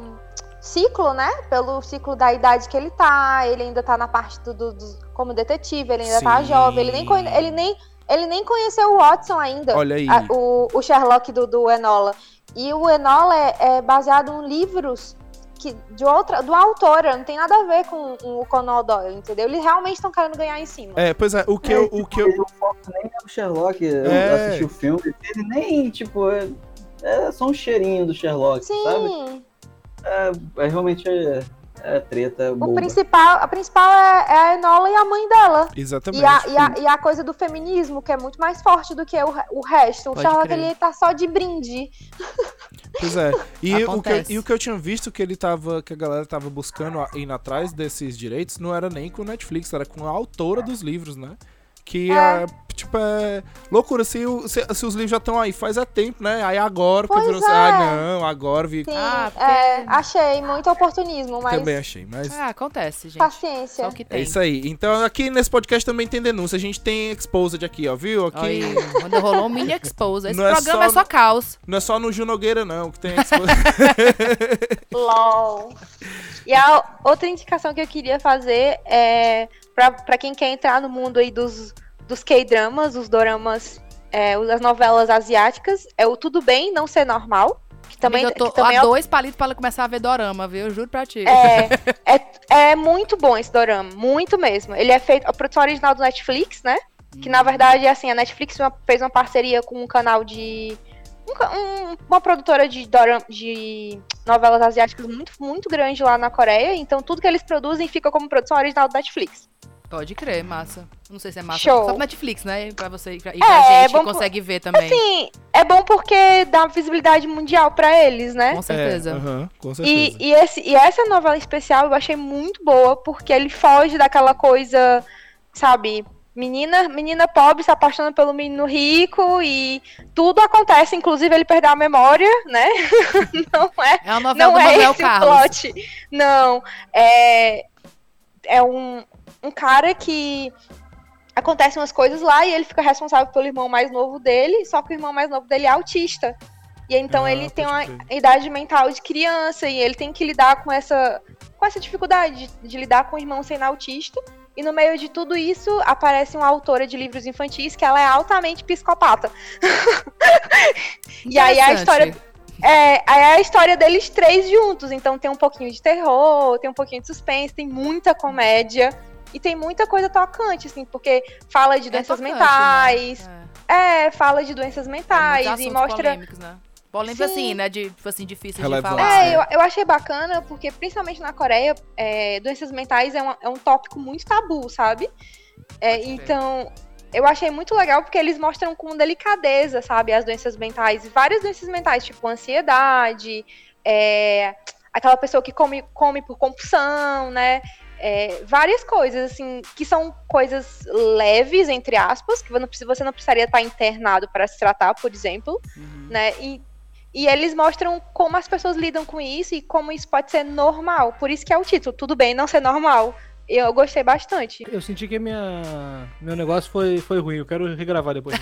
Speaker 7: ciclo, né? Pelo ciclo da idade que ele tá, ele ainda tá na parte do, do- do- como detetive, ele ainda tá
Speaker 1: Sim.
Speaker 7: jovem, ele nem, conhe- ele, nem, ele nem conheceu o Watson ainda.
Speaker 1: Olha aí.
Speaker 7: a- o, o Sherlock do, do Enola. E o Enola é, é baseado em livros que, de outra, do autora, não tem nada a ver com, com o Conan Doyle, entendeu? Eles realmente estão querendo ganhar em cima.
Speaker 1: É, pois é, o que eu. O que eu
Speaker 5: O foco nem é o Sherlock. Eu
Speaker 1: É.
Speaker 5: assisti o filme. Ele nem, tipo. É, é só um cheirinho do Sherlock, sabe?
Speaker 7: Sim,
Speaker 5: É, é realmente é, é treta
Speaker 7: o
Speaker 5: boba.
Speaker 7: principal, a principal é, é a Enola e a mãe dela.
Speaker 1: exatamente.
Speaker 7: E a, e, a, e a coisa do feminismo, que é muito mais forte do que o, re- o resto. O
Speaker 2: Pode
Speaker 7: Sherlock,
Speaker 2: crer.
Speaker 7: ele tá só de brinde.
Speaker 1: Pois é. E o, que, eu-
Speaker 2: Acontece.
Speaker 1: e o que eu tinha visto que ele tava. que a galera tava buscando a- indo atrás desses direitos não era nem com o Netflix, era com a autora dos livros, né? Que é,
Speaker 7: É.
Speaker 1: tipo, é loucura. Se, o- se- se os livros já estão aí faz há tempo, né? Aí agora, porque
Speaker 7: Pois
Speaker 1: virou assim,
Speaker 7: é.
Speaker 1: ah, não, agora vi.
Speaker 7: Sim,
Speaker 2: Ah, porque-
Speaker 7: é, achei muito oportunismo, mas
Speaker 1: Também achei, mas.
Speaker 7: é.
Speaker 2: Ah, acontece, gente. Só
Speaker 7: paciência.
Speaker 2: o que tem.
Speaker 1: É isso aí. Então, aqui nesse podcast também tem denúncia. A gente tem exposed aqui, ó, viu? Aqui
Speaker 2: Olha aí, quando rolou um mini expose. Esse
Speaker 1: Não é
Speaker 2: programa
Speaker 1: só
Speaker 2: é só
Speaker 1: no-
Speaker 2: caos.
Speaker 1: não é só no Ju Nogueira, não, que tem exposed.
Speaker 7: LOL. E a outra indicação que eu queria fazer é pra, pra quem quer entrar no mundo aí dos, dos K-dramas, os doramas, é, as novelas asiáticas, é o Tudo Bem Não Ser Normal, Que também,
Speaker 2: Amiga, eu tô
Speaker 7: que também
Speaker 2: a
Speaker 7: é,
Speaker 2: dois palitos pra começar a ver dorama, viu? Eu juro pra ti.
Speaker 7: é, é, é muito bom esse dorama, muito mesmo. Ele é feito, a produção original do Netflix, né? Que na verdade, assim, a Netflix uma- fez uma parceria com um canal de. um ca- um- uma produtora de, dorama, de novelas asiáticas muito, muito grande lá na Coreia. Então tudo que eles produzem fica como produção original do Netflix.
Speaker 2: Pode crer, massa. Não sei se é massa.
Speaker 7: Show.
Speaker 2: Só pro Netflix, né? Pra você e pra, e pra
Speaker 7: É,
Speaker 2: gente que
Speaker 7: vamos-
Speaker 2: consegue ver também.
Speaker 7: Sim, é bom porque dá visibilidade mundial pra eles, né?
Speaker 2: Com certeza.
Speaker 1: É, Aham, com certeza.
Speaker 7: E, e esse- e essa novela especial eu achei muito boa, porque ele foge daquela coisa, sabe, menina, menina pobre se apaixonando pelo menino rico e tudo acontece, inclusive ele perdeu a memória, né? Não é,
Speaker 2: É uma novela
Speaker 7: não
Speaker 2: do
Speaker 7: é
Speaker 2: Manuel
Speaker 7: esse
Speaker 2: Carlos.
Speaker 7: o plot. Não, é, é um, um cara que acontecem umas coisas lá e ele fica responsável pelo irmão mais novo dele, só que o irmão mais novo dele é autista. E então
Speaker 1: Ah,
Speaker 7: ele tem uma
Speaker 1: pode
Speaker 7: idade mental de criança e ele tem que lidar com essa com essa dificuldade de, de lidar com o irmão sendo autista. E no meio de tudo isso aparece uma autora de livros infantis que ela é altamente psicopata. e aí a
Speaker 2: Interessante.
Speaker 7: história é, aí é a história deles três juntos. Então tem um pouquinho de terror, tem um pouquinho de suspense, tem muita comédia. E tem muita coisa tocante, assim, porque fala de
Speaker 2: É
Speaker 7: doenças
Speaker 2: tocante, né?
Speaker 7: mentais.
Speaker 2: É.
Speaker 7: É, fala de doenças mentais
Speaker 2: Muitos
Speaker 7: e
Speaker 2: assuntos
Speaker 7: mostra.
Speaker 2: polêmicos, né? Polêmica,
Speaker 7: Sim.
Speaker 2: assim, né? De, tipo assim, difícil
Speaker 1: Relevante.
Speaker 2: de falar.
Speaker 7: É, eu, eu achei bacana, porque principalmente na Coreia, é, doenças mentais é um, é um tópico muito tabu, sabe? É,
Speaker 2: Pode crer.
Speaker 7: então, eu achei muito legal porque eles mostram com delicadeza, sabe, as doenças mentais. E várias doenças mentais, tipo ansiedade, é, aquela pessoa que come, come por compulsão, né? É, várias coisas, assim, que são coisas leves, entre aspas, que não precisa- você não precisaria estar internado para se tratar, por exemplo
Speaker 2: Uhum.
Speaker 7: né? E, e eles mostram como as pessoas lidam com isso e como isso pode ser normal. Por isso que é o título, tudo bem não ser normal. Eu gostei bastante.
Speaker 4: Eu senti que minha, meu negócio foi, foi ruim. Eu quero regravar depois.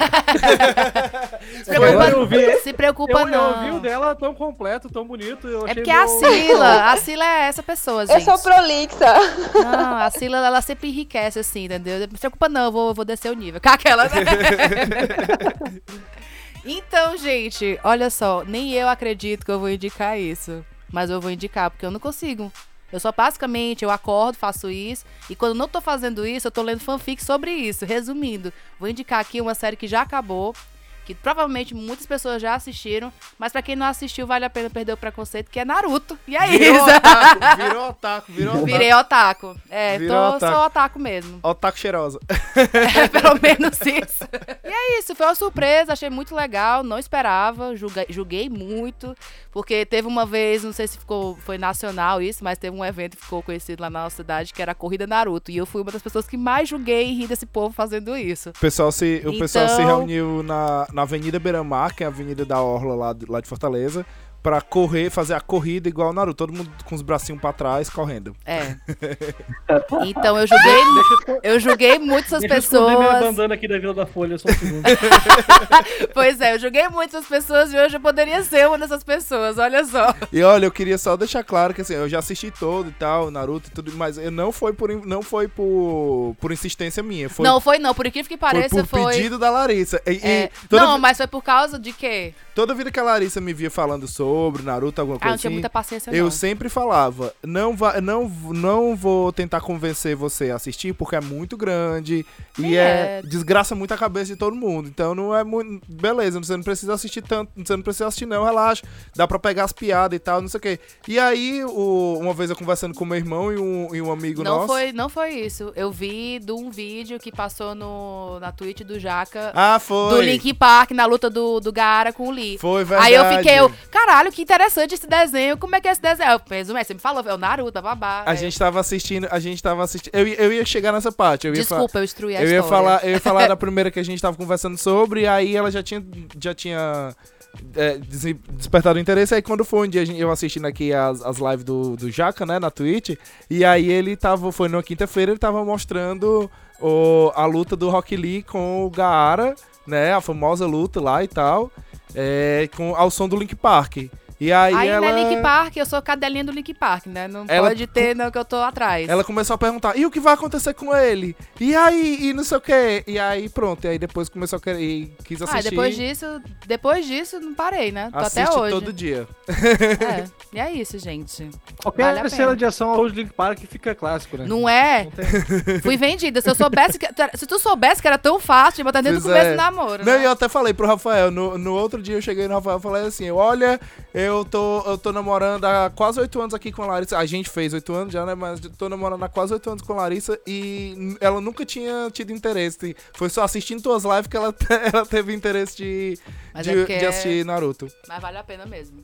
Speaker 2: Se preocupa,
Speaker 4: Eu vi-
Speaker 2: se preocupa
Speaker 4: eu, eu
Speaker 2: não.
Speaker 4: vi o dela tão completo, tão bonito. Eu
Speaker 2: É
Speaker 4: achei
Speaker 2: porque é a
Speaker 4: meu-
Speaker 2: Sila. A Sila é essa pessoa, gente.
Speaker 7: Eu sou prolixa.
Speaker 2: Não, a Sila, ela sempre enriquece, assim, entendeu? Não se preocupa, não, eu vou, eu vou descer o nível. Com Aquela, né? Então, gente, olha só. Nem eu acredito que eu vou indicar isso. Mas eu vou indicar, porque eu não consigo. Eu só, basicamente, eu acordo, faço isso. E quando eu não tô fazendo isso, eu tô lendo fanfic sobre isso. Resumindo, vou indicar aqui uma série que já acabou. Que provavelmente muitas pessoas já assistiram. Mas pra quem não assistiu, vale a pena perder o preconceito, que é Naruto. E é
Speaker 1: Virou
Speaker 2: isso.
Speaker 1: otaku, virou otaku, virou otaku.
Speaker 2: Virei otaku. É,
Speaker 1: Virou
Speaker 2: tô,
Speaker 1: otaku.
Speaker 2: sou otaku mesmo.
Speaker 1: Otaku tá cheirosa.
Speaker 2: É, pelo menos isso. E é isso, foi uma surpresa, achei muito legal, não esperava, julga- julguei muito, porque teve uma vez, não sei se ficou, foi nacional isso, mas teve um evento que ficou conhecido lá na nossa cidade, que era a Corrida Naruto, e eu fui uma das pessoas que mais julguei e ri desse povo fazendo isso.
Speaker 1: O pessoal se, o pessoal se
Speaker 2: Então-
Speaker 1: reuniu na, na Avenida Beira-Mar, que é a avenida da Orla lá de, lá de Fortaleza, pra correr, fazer a corrida igual o Naruto. Todo mundo com os bracinhos pra trás, correndo.
Speaker 2: É. Então eu julguei, eu julguei muito essas
Speaker 4: Deixa eu esconder minha
Speaker 2: pessoas.
Speaker 4: bandana aqui da Vila da Folha, só um segundo.
Speaker 2: Pois é, eu julguei muito essas pessoas e hoje eu poderia ser uma dessas pessoas, olha só.
Speaker 1: E olha, eu queria só deixar claro que assim, eu já assisti todo e tal, Naruto e tudo, mas eu não foi por, in- não foi por, por insistência minha. Foi,
Speaker 2: não, foi não, por incrível que
Speaker 1: foi
Speaker 2: pareça,
Speaker 1: por
Speaker 2: foi.
Speaker 1: pedido da Larissa. E, e
Speaker 2: É,
Speaker 1: toda,
Speaker 2: não, mas foi por causa de quê?
Speaker 1: toda vida que a Larissa me via falando sobre Naruto, alguma
Speaker 2: Ah,
Speaker 1: coisa
Speaker 2: não tinha
Speaker 1: assim,
Speaker 2: muita paciência,
Speaker 1: Eu
Speaker 2: não.
Speaker 1: sempre falava, não, va não, v- não vou tentar convencer você a assistir porque é muito grande e é,
Speaker 2: É.
Speaker 1: desgraça muito a cabeça de todo mundo. Então não é muito. Beleza, você não precisa assistir tanto, você não precisa assistir, não, relaxa. Dá pra pegar as piadas e tal, não sei o quê. E aí, o- uma vez eu conversando com meu irmão e um, e um amigo
Speaker 2: Não
Speaker 1: nosso.
Speaker 2: foi, não foi isso. Eu vi de um vídeo que passou no, na Twitch do Jaca,
Speaker 1: Ah, foi.
Speaker 2: do Link Park, na luta do, do Gaara com o Lee.
Speaker 1: Foi, verdade.
Speaker 2: Aí eu fiquei, eu, caralho, que interessante esse desenho. Como é que é esse desenho? Eu, resumo, você me falou, é o Naruto, babá.
Speaker 1: A gente tava assistindo, a gente tava assistindo. Eu, ia- eu ia chegar nessa parte. Eu ia falar.
Speaker 2: Desculpa, eu instruí a
Speaker 1: eu ia
Speaker 2: história.
Speaker 1: falar, eu ia falar da primeira que a gente tava conversando sobre, aí ela já tinha, já tinha é, desi- despertado o interesse. Aí quando foi um dia a gente- eu assistindo aqui as, as lives do, do Jaca, né, na Twitch, e aí ele tava, foi numa quinta-feira, ele tava mostrando o- a luta do Rock Lee com o Gaara, né, a famosa luta lá e tal, é, com, ao som do Link Park. E aí
Speaker 2: Aí
Speaker 1: ela.
Speaker 2: na Link Park, eu sou cadelinha do Link Park, né? Não
Speaker 1: Ela-
Speaker 2: pode ter, não, que eu tô atrás.
Speaker 1: Ela começou a perguntar, e o que vai acontecer com ele? E aí, e não sei o quê. E aí, pronto. E aí depois começou a querer, e quis assistir.
Speaker 2: Ah, depois disso, depois disso, não parei, né? Tô
Speaker 1: assiste
Speaker 2: até hoje.
Speaker 1: todo dia.
Speaker 2: É. E é isso, gente.
Speaker 4: Qualquer
Speaker 2: Vale a
Speaker 4: cena
Speaker 2: pena.
Speaker 4: de ação ao Link Park fica clássico, né?
Speaker 2: Não é?
Speaker 4: Não tem-
Speaker 2: Fui vendida. Se eu soubesse que. Se tu soubesse que era tão fácil de botar dentro do
Speaker 1: Pois
Speaker 2: começo
Speaker 1: é.
Speaker 2: do namoro.
Speaker 1: Não,
Speaker 2: né?
Speaker 1: e eu até falei pro Rafael, no, no outro dia eu cheguei no Rafael e falei assim, olha, eu tô, eu tô namorando há quase oito anos aqui com a Larissa. A gente fez oito anos já, né? Mas eu tô namorando há quase oito anos com a Larissa e n- ela nunca tinha tido interesse. Foi só assistindo tuas lives que ela, te- ela teve interesse de,
Speaker 2: Mas
Speaker 1: de,
Speaker 2: é porque
Speaker 1: de
Speaker 2: é-
Speaker 1: assistir Naruto.
Speaker 2: Mas vale a pena mesmo.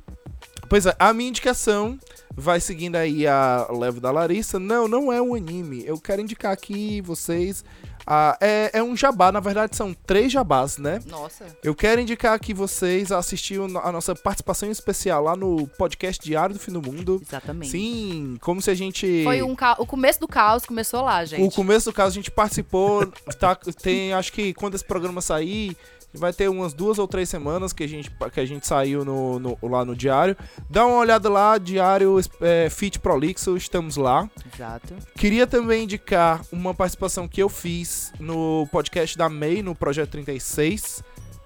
Speaker 1: Pois é, a minha indicação vai seguindo aí a leva da Larissa. Não, não é um anime. Eu quero indicar aqui vocês. ah, é, é um jabá, na verdade são três jabás, né?
Speaker 2: Nossa.
Speaker 1: Eu quero indicar aqui vocês a assistir o no- a nossa participação especial lá no podcast Diário do Fim do Mundo.
Speaker 2: Exatamente.
Speaker 1: Sim, como se a gente.
Speaker 2: Foi um ca... o começo do caos começou lá, gente.
Speaker 1: O começo do caso a gente participou, tá, tem, acho que quando esse programa sair, vai ter umas duas ou três semanas que a gente, que a gente saiu no, no- lá no diário. Dá uma olhada lá, diário é, Fit Prolixo, estamos lá.
Speaker 2: Exato.
Speaker 1: Queria também indicar uma participação que eu fiz no podcast da MEI, no Projeto 36.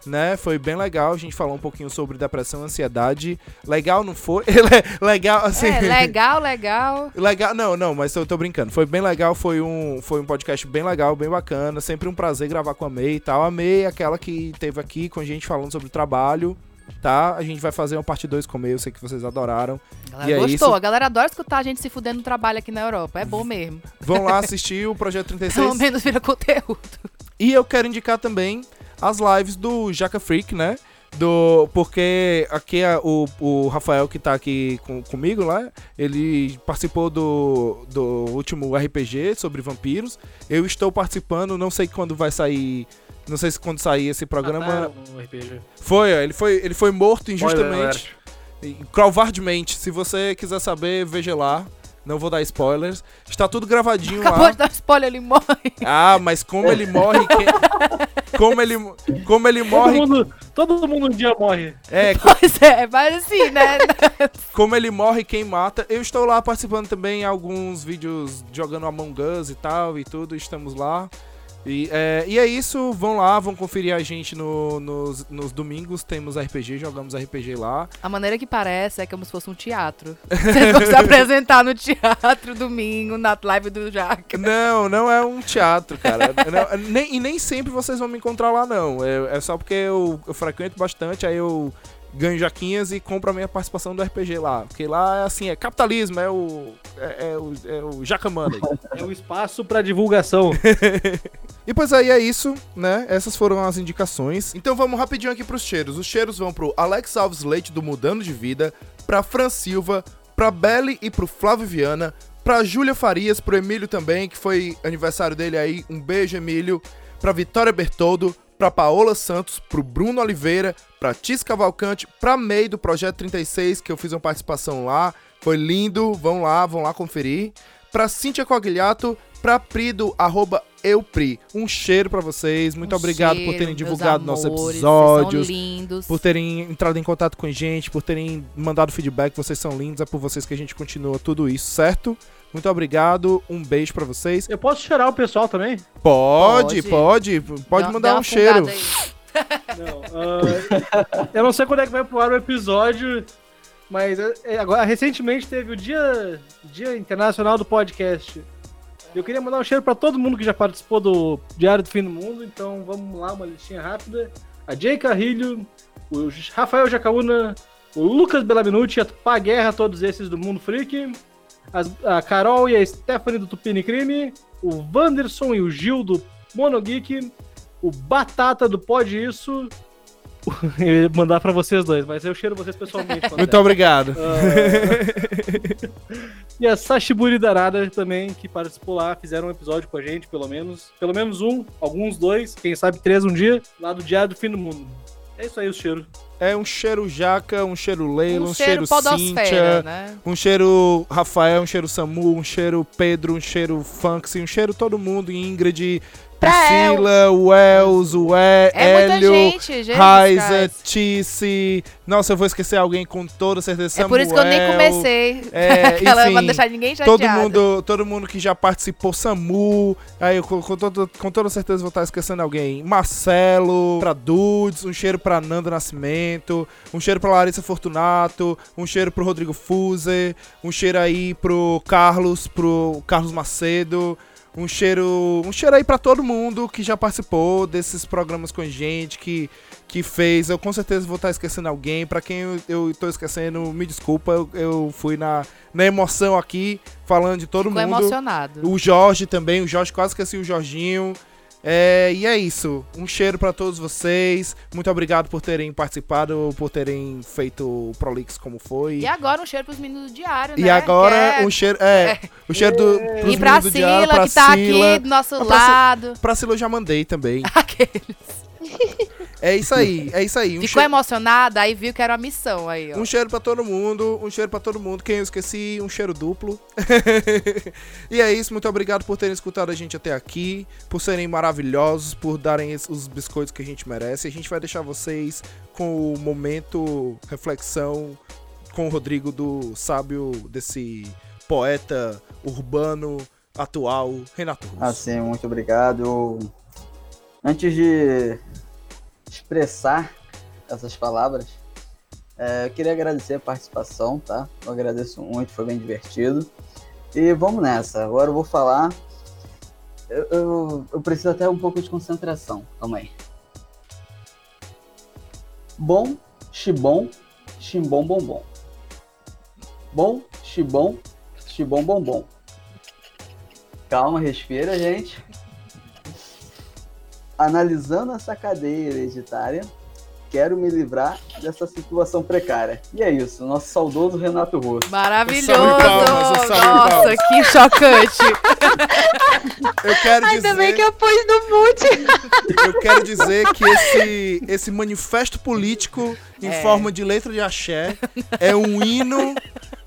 Speaker 1: Né? Foi bem legal, a gente falou um pouquinho sobre depressão, ansiedade. Legal, não foi? legal, assim.
Speaker 2: É, legal, legal.
Speaker 1: Legal, não, não, mas eu tô brincando. Foi bem legal, foi um, foi um podcast bem legal, bem bacana. Sempre um prazer gravar com a May e tal. A May é aquela que teve aqui com a gente falando sobre o trabalho, tá? A gente vai fazer uma parte 2 com a May, eu sei que vocês adoraram.
Speaker 2: A
Speaker 1: E
Speaker 2: galera
Speaker 1: é
Speaker 2: gostou.
Speaker 1: isso. Uhum.
Speaker 2: A galera adora escutar a gente se fudendo no trabalho aqui na Europa. É bom mesmo.
Speaker 1: Vão lá assistir o Projeto
Speaker 2: Pelo
Speaker 1: 36.
Speaker 2: menos vira conteúdo.
Speaker 1: E eu quero indicar também as lives do Jaca Freak, né? Do, porque aqui é o, o Rafael que tá aqui com- comigo lá, ele participou do, do último RPG sobre vampiros. Eu estou participando, não sei quando vai sair. Não sei se quando sair esse programa.
Speaker 4: Mataram o RPG.
Speaker 1: Foi, ó, ele foi, ele foi morto injustamente.
Speaker 4: Spoiler alert.
Speaker 1: E- Covardemente. Se você quiser saber, veja lá. Não vou dar spoilers. Está tudo gravadinho
Speaker 2: Acabou
Speaker 1: lá.
Speaker 2: de dar um spoiler, ele morre.
Speaker 1: Ah, mas como ele morre. que- Como ele, como ele
Speaker 4: Todo
Speaker 1: morre.
Speaker 4: mundo, todo mundo um dia morre.
Speaker 1: É,
Speaker 2: Pois é, mas assim, né?
Speaker 1: como ele morre, quem mata. Eu estou lá participando também em alguns vídeos jogando Among Us e tal e tudo. Estamos lá. E é, e é isso, vão lá, vão conferir a gente no- nos, nos domingos. Temos RPG, jogamos RPG lá.
Speaker 2: A maneira que parece é como se fosse um teatro. Vocês vão se apresentar no teatro domingo, na live do Jaca.
Speaker 1: Não, não é um teatro, cara. Não, nem- e nem sempre vocês vão me encontrar lá, não. É, é só porque eu, eu frequento bastante, aí eu ganho jaquinhas e compro a minha participação do RPG lá. Porque lá é assim, é capitalismo, é o. É, é o, é o Jaca Money.
Speaker 4: É o espaço pra divulgação.
Speaker 1: E pois aí é isso, né? Essas foram as indicações. Então vamos rapidinho aqui pros cheiros. Os cheiros vão pro Alex Alves Leite do Mudando de Vida, pra Fran Silva, pra Belly e pro Flávio Viana, pra Júlia Farias, pro Emílio também, que foi aniversário dele aí. Um beijo, Emílio. Pra Vitória Bertoldo, pra Paola Santos, pro Bruno Oliveira, pra Tis Cavalcante, pra May do Projeto 36, que eu fiz uma participação lá. Foi lindo, vão lá, vão lá conferir. Pra Cíntia Coagliato, pra Pri do arroba eupri. Um cheiro pra vocês, muito
Speaker 2: Um
Speaker 1: obrigado por
Speaker 2: cheiro,
Speaker 1: terem
Speaker 2: meus
Speaker 1: divulgado nossos
Speaker 2: amores, vocês
Speaker 1: episódios,
Speaker 2: São lindos.
Speaker 1: por terem entrado em contato com a gente, por terem mandado feedback, vocês são lindos, é por vocês que a gente continua tudo isso, certo? Muito obrigado, um beijo pra vocês.
Speaker 4: Eu posso cheirar o pessoal também?
Speaker 1: Pode, pode, pode,
Speaker 2: Dá- dá
Speaker 1: mandar
Speaker 2: uma
Speaker 1: um cheiro.
Speaker 2: fungada aí.
Speaker 4: Não. ah, eu não sei quando é que vai pro ar o episódio, mas é- é agora recentemente teve o dia, dia Internacional do Podcast. Eu queria mandar um cheiro pra todo mundo que já participou do Diário do Fim do Mundo, então vamos lá, uma listinha rápida. A Jay Carrilho, o Rafael Jacaúna, o Lucas Belaminuti, a Pá Guerra, todos esses do Mundo Freak. As- a Carol e a Stephanie do Tupini Crime, o Wanderson e o Gil do Monogeek, o Batata do Pode Isso. Eu ia mandar pra vocês dois, mas eu cheiro vocês pessoalmente. quando
Speaker 1: Muito
Speaker 4: der.
Speaker 1: obrigado.
Speaker 4: Ah. e a Sashiburi Darada também, que participou lá, fizeram um episódio com a gente, pelo menos. Pelo menos um, alguns dois, quem sabe três um dia, lá do Diário do Fim do Mundo. É isso aí, o cheiro.
Speaker 1: É um cheiro jaca, um cheiro leila, um,
Speaker 2: um cheiro podosfera,
Speaker 1: Cíntia,
Speaker 2: né?
Speaker 1: um cheiro Rafael, um cheiro Samu, um cheiro Pedro, um cheiro Funks, um cheiro todo mundo, Ingrid, Priscila, Wells, Ué,
Speaker 2: É muita
Speaker 1: Hélio,
Speaker 2: gente, gente.
Speaker 1: Raiza,
Speaker 2: guys.
Speaker 1: Tice. Nossa, eu vou esquecer alguém com toda certeza.
Speaker 2: É por isso que eu nem
Speaker 1: Samuel.
Speaker 2: comecei.
Speaker 1: É,
Speaker 2: Aquela,
Speaker 1: enfim,
Speaker 2: pra deixar ninguém chateado.
Speaker 1: Todo mundo, todo mundo que já participou, Samu, aí eu com, com todo- com toda certeza vou estar esquecendo alguém. Marcelo, pra Dudes, um cheiro pra Nanda Nascimento, um cheiro pra Larissa Fortunato, um cheiro pro Rodrigo Fuse, um cheiro aí pro Carlos, pro Carlos Macedo. Um cheiro, um cheiro aí pra todo mundo que já participou desses programas com a gente, que, que fez. Eu com certeza vou estar esquecendo alguém. Pra quem eu, eu tô esquecendo, me desculpa, eu, eu fui na, na emoção aqui, falando de todo
Speaker 2: Ficou
Speaker 1: mundo.
Speaker 2: emocionado.
Speaker 1: O Jorge também, o Jorge quase esqueci o Jorginho. É, e é isso. Um cheiro pra todos vocês. Muito obrigado por terem participado, por terem feito o Prolix como foi.
Speaker 2: E agora um cheiro pros meninos do diário,
Speaker 1: E
Speaker 2: né?
Speaker 1: agora
Speaker 2: Que é-
Speaker 1: o cheiro. É, o cheiro do. pros
Speaker 2: E pra
Speaker 1: meninos do diário,
Speaker 2: Sila,
Speaker 1: pra
Speaker 2: que tá
Speaker 1: Sila.
Speaker 2: aqui do nosso
Speaker 1: Pra Sila-
Speaker 2: lado.
Speaker 1: Pra Sila eu já mandei também.
Speaker 2: Aquele.
Speaker 1: É isso aí, é isso aí. Um,
Speaker 2: Ficou
Speaker 1: cheiro,
Speaker 2: emocionada, aí viu que era uma missão aí, ó.
Speaker 1: um cheiro pra todo mundo, um cheiro pra todo mundo. Quem eu esqueci, um cheiro duplo. e é isso, muito obrigado por terem escutado a gente até aqui, por serem maravilhosos, por darem es- os biscoitos que a gente merece. A gente vai deixar vocês com o momento reflexão com o Rodrigo do sábio, desse poeta urbano atual, Renato Russo.
Speaker 5: Assim, muito obrigado. Eu- Antes de expressar essas palavras, é, eu queria agradecer a participação, tá? Eu agradeço muito, foi bem divertido. E vamos nessa. Agora eu vou falar. Eu, eu- eu preciso até um pouco de concentração. Calma aí. Bom, xibom, ximbom, bombom. Bom, xibom, xibom, bombom. Calma, respira, gente. Analisando essa cadeia hereditária, quero me livrar dessa situação precária. E é isso, nosso saudoso Renato Russo.
Speaker 2: Maravilhoso!
Speaker 1: Salve palmas, salve
Speaker 2: Nossa,
Speaker 1: palmas.
Speaker 2: que chocante!
Speaker 1: Eu quero dizer...
Speaker 7: Ainda bem que eu pus no mute.
Speaker 1: Eu quero dizer que esse, esse manifesto político em
Speaker 2: É.
Speaker 1: forma de letra de axé é um hino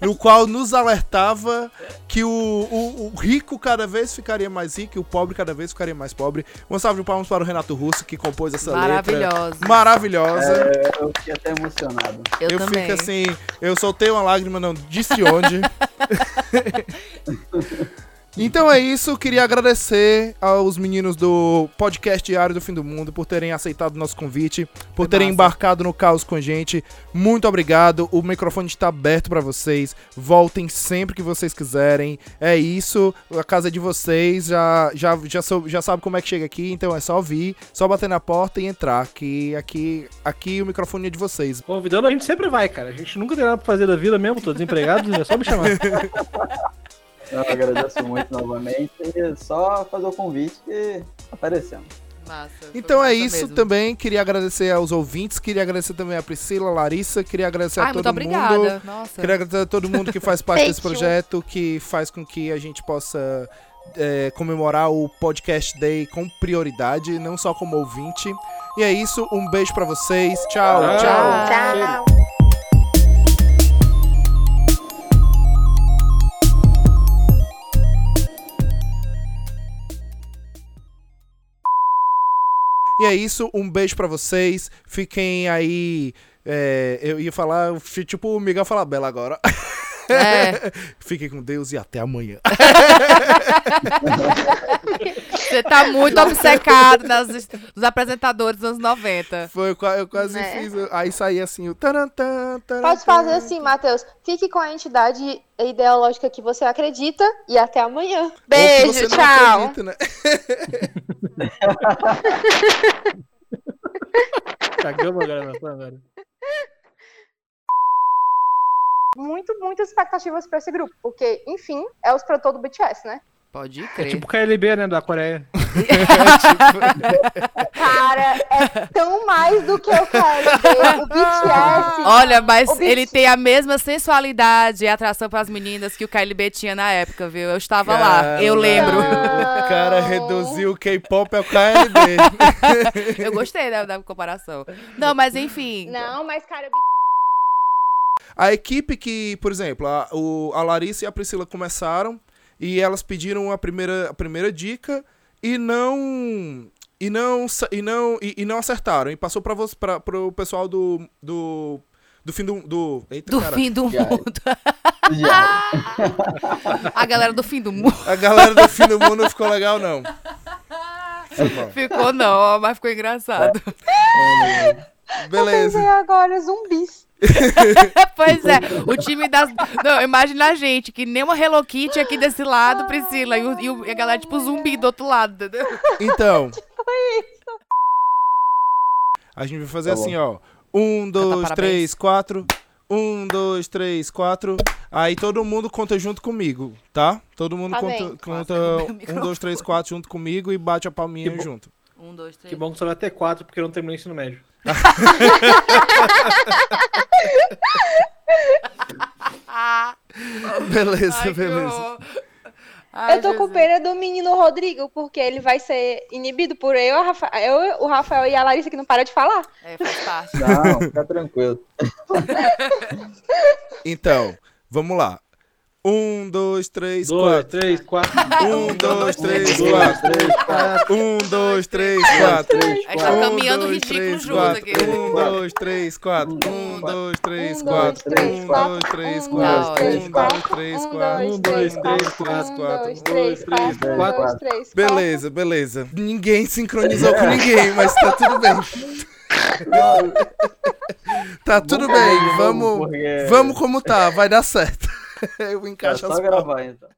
Speaker 1: no qual nos alertava que o, o- o rico cada vez ficaria mais rico e o pobre cada vez ficaria mais pobre. Um salve de palmas para o Renato Russo que compôs essa letra é
Speaker 2: Maravilhoso.
Speaker 1: maravilhosa.
Speaker 5: É, Eu fiquei até emocionado.
Speaker 2: Eu,
Speaker 1: eu
Speaker 2: também.
Speaker 1: fico assim, eu soltei uma lágrima, não disse onde. Então é isso, queria agradecer aos meninos do podcast Diário do Fim do Mundo por terem aceitado o nosso convite, por
Speaker 2: Foi
Speaker 1: terem
Speaker 2: massa.
Speaker 1: embarcado no caos com a gente. Muito obrigado, o microfone está aberto para vocês. Voltem sempre que vocês quiserem. É isso, a casa é de vocês, já, já, já, sou- já sabe como é que chega aqui, então é só vir, só bater na porta e entrar, que aqui, aqui o microfone é de vocês.
Speaker 4: Convidando a gente sempre vai, cara. A gente nunca tem nada pra fazer da vida mesmo, tô desempregado, é só me chamar.
Speaker 5: Eu agradeço muito novamente. E só fazer o convite que aparecemos.
Speaker 2: Massa, foi
Speaker 1: Então é
Speaker 2: massa
Speaker 1: isso
Speaker 2: mesmo.
Speaker 1: também. Queria agradecer aos ouvintes, queria agradecer também a Priscila, a Larissa, queria agradecer a
Speaker 2: Ai,
Speaker 1: todo
Speaker 2: muito obrigada.
Speaker 1: mundo.
Speaker 2: Nossa.
Speaker 1: Queria agradecer a todo mundo que faz parte desse
Speaker 7: Thank you.
Speaker 1: projeto, que faz com que a gente possa é, comemorar o Podcast Day com prioridade, não só como ouvinte. E é isso, um beijo pra vocês. tchau. tchau.
Speaker 4: Tchau.
Speaker 7: Tchau.
Speaker 1: E é isso, um beijo pra vocês. Fiquem aí. é, eu ia falar, eu fui tipo o Miguel Falabella agora.
Speaker 2: É,
Speaker 1: Fiquem com Deus e até amanhã.
Speaker 2: você tá muito obcecado nas, nos apresentadores dos anos 90.
Speaker 1: Foi, eu qua- eu quase
Speaker 7: Né?
Speaker 1: fiz. Aí saí assim, o tarantã, tarantã.
Speaker 7: Pode fazer assim, Matheus. Fique com a entidade ideológica que você acredita e até amanhã.
Speaker 1: Ou que
Speaker 7: Beijo,
Speaker 1: você não
Speaker 7: tchau.
Speaker 1: acredita, né?
Speaker 4: Cagamos a gravação agora.
Speaker 3: Muito, muito.
Speaker 7: Muitas expectativas pra esse grupo, porque, enfim, é os produtores do BTS, né?
Speaker 2: Pode
Speaker 4: É
Speaker 2: crer.
Speaker 4: tipo KLB, né, da Coreia.
Speaker 7: Cara, é tão mais do que eu quero ver. O BTS.
Speaker 2: Olha, mas
Speaker 7: Ô, bicho.
Speaker 2: ele tem a mesma sensualidade e atração pras meninas que o KLB tinha na época, viu? Eu estava lá, eu
Speaker 1: Caralho.
Speaker 2: lembro.
Speaker 1: O cara reduziu o K-pop ao KLB.
Speaker 2: Eu gostei da, da comparação. Não, mas
Speaker 1: então.
Speaker 2: enfim.
Speaker 7: Não, mas, cara, o
Speaker 1: A equipe que, por exemplo, a, o- a Larissa e a Priscila começaram e elas pediram a primeira, a primeira dica e não e não e não e, e não acertaram e passou para você para o pessoal do do do fim do do, eita,
Speaker 2: do
Speaker 1: cara.
Speaker 2: fim do
Speaker 5: Diário.
Speaker 2: mundo.
Speaker 5: Já.
Speaker 2: A galera do fim do mundo
Speaker 1: A galera do fim do mundo não ficou legal não. Foi bom.
Speaker 2: ficou não, mas ficou engraçado.
Speaker 1: Beleza.
Speaker 3: Pensei agora, zumbis.
Speaker 2: Pois é, o time das. Não, imagina a gente, que nem uma Hello Kitty aqui desse lado, Priscila, e, o- e o- e a galera tipo zumbi do outro lado, entendeu?
Speaker 1: Então.
Speaker 2: Tipo,
Speaker 1: A gente vai fazer
Speaker 5: Tá bom.
Speaker 1: assim, ó. Um, dois,
Speaker 2: parabéns.
Speaker 1: três, quatro. Um, dois, três, quatro. Aí todo mundo conta junto comigo, tá? Todo mundo
Speaker 7: Tá
Speaker 1: conta,
Speaker 7: bem.
Speaker 1: conta
Speaker 2: Quase derrubei o
Speaker 1: um,
Speaker 2: microfone.
Speaker 1: dois, três, quatro junto comigo e bate a palminha
Speaker 4: Que bom.
Speaker 1: junto.
Speaker 2: Um, dois, três.
Speaker 4: Que bom que só vai até quatro, porque eu não terminei o ensino médio.
Speaker 2: Ah,
Speaker 1: Beleza,
Speaker 2: ai, que
Speaker 1: beleza.
Speaker 2: horror. Ai,
Speaker 7: eu
Speaker 1: Ah,
Speaker 7: tô com
Speaker 2: Jesus.
Speaker 7: pena do menino Rodrigo, porque ele vai ser inibido por eu, a Rafa- eu, o Rafael e a Larissa, que não para de falar.
Speaker 2: É, faz parte.
Speaker 5: Não, fica tranquilo.
Speaker 1: Então, vamos lá. Um, dois, três,
Speaker 4: Dois,
Speaker 1: quatro.
Speaker 4: três, quatro.
Speaker 1: Um, dois, três,
Speaker 5: Um,
Speaker 1: quatro.
Speaker 5: dois, três, quatro.
Speaker 1: Um, dois, três, quatro.
Speaker 5: Três,
Speaker 2: A gente tá
Speaker 5: quatro.
Speaker 2: caminhando
Speaker 1: dois,
Speaker 2: ridículo
Speaker 1: três,
Speaker 2: junto
Speaker 1: quatro.
Speaker 2: aqui.
Speaker 1: Um, dois, três, quatro. Um, dois, três, quatro. Um, dois, três, quatro. Um, dois, três, quatro.
Speaker 7: Um, dois, três, quatro. Um, dois, três, quatro. Um,
Speaker 5: quatro.
Speaker 7: dois, três, quatro.
Speaker 1: Beleza, beleza. Ninguém sincronizou com ninguém, mas tá tudo bem. Tá tudo bem, vamos,
Speaker 5: porque-
Speaker 1: vamos como tá, vai dar certo. Eu
Speaker 5: É
Speaker 1: encaixo
Speaker 5: só
Speaker 1: as palmas.
Speaker 5: gravar então.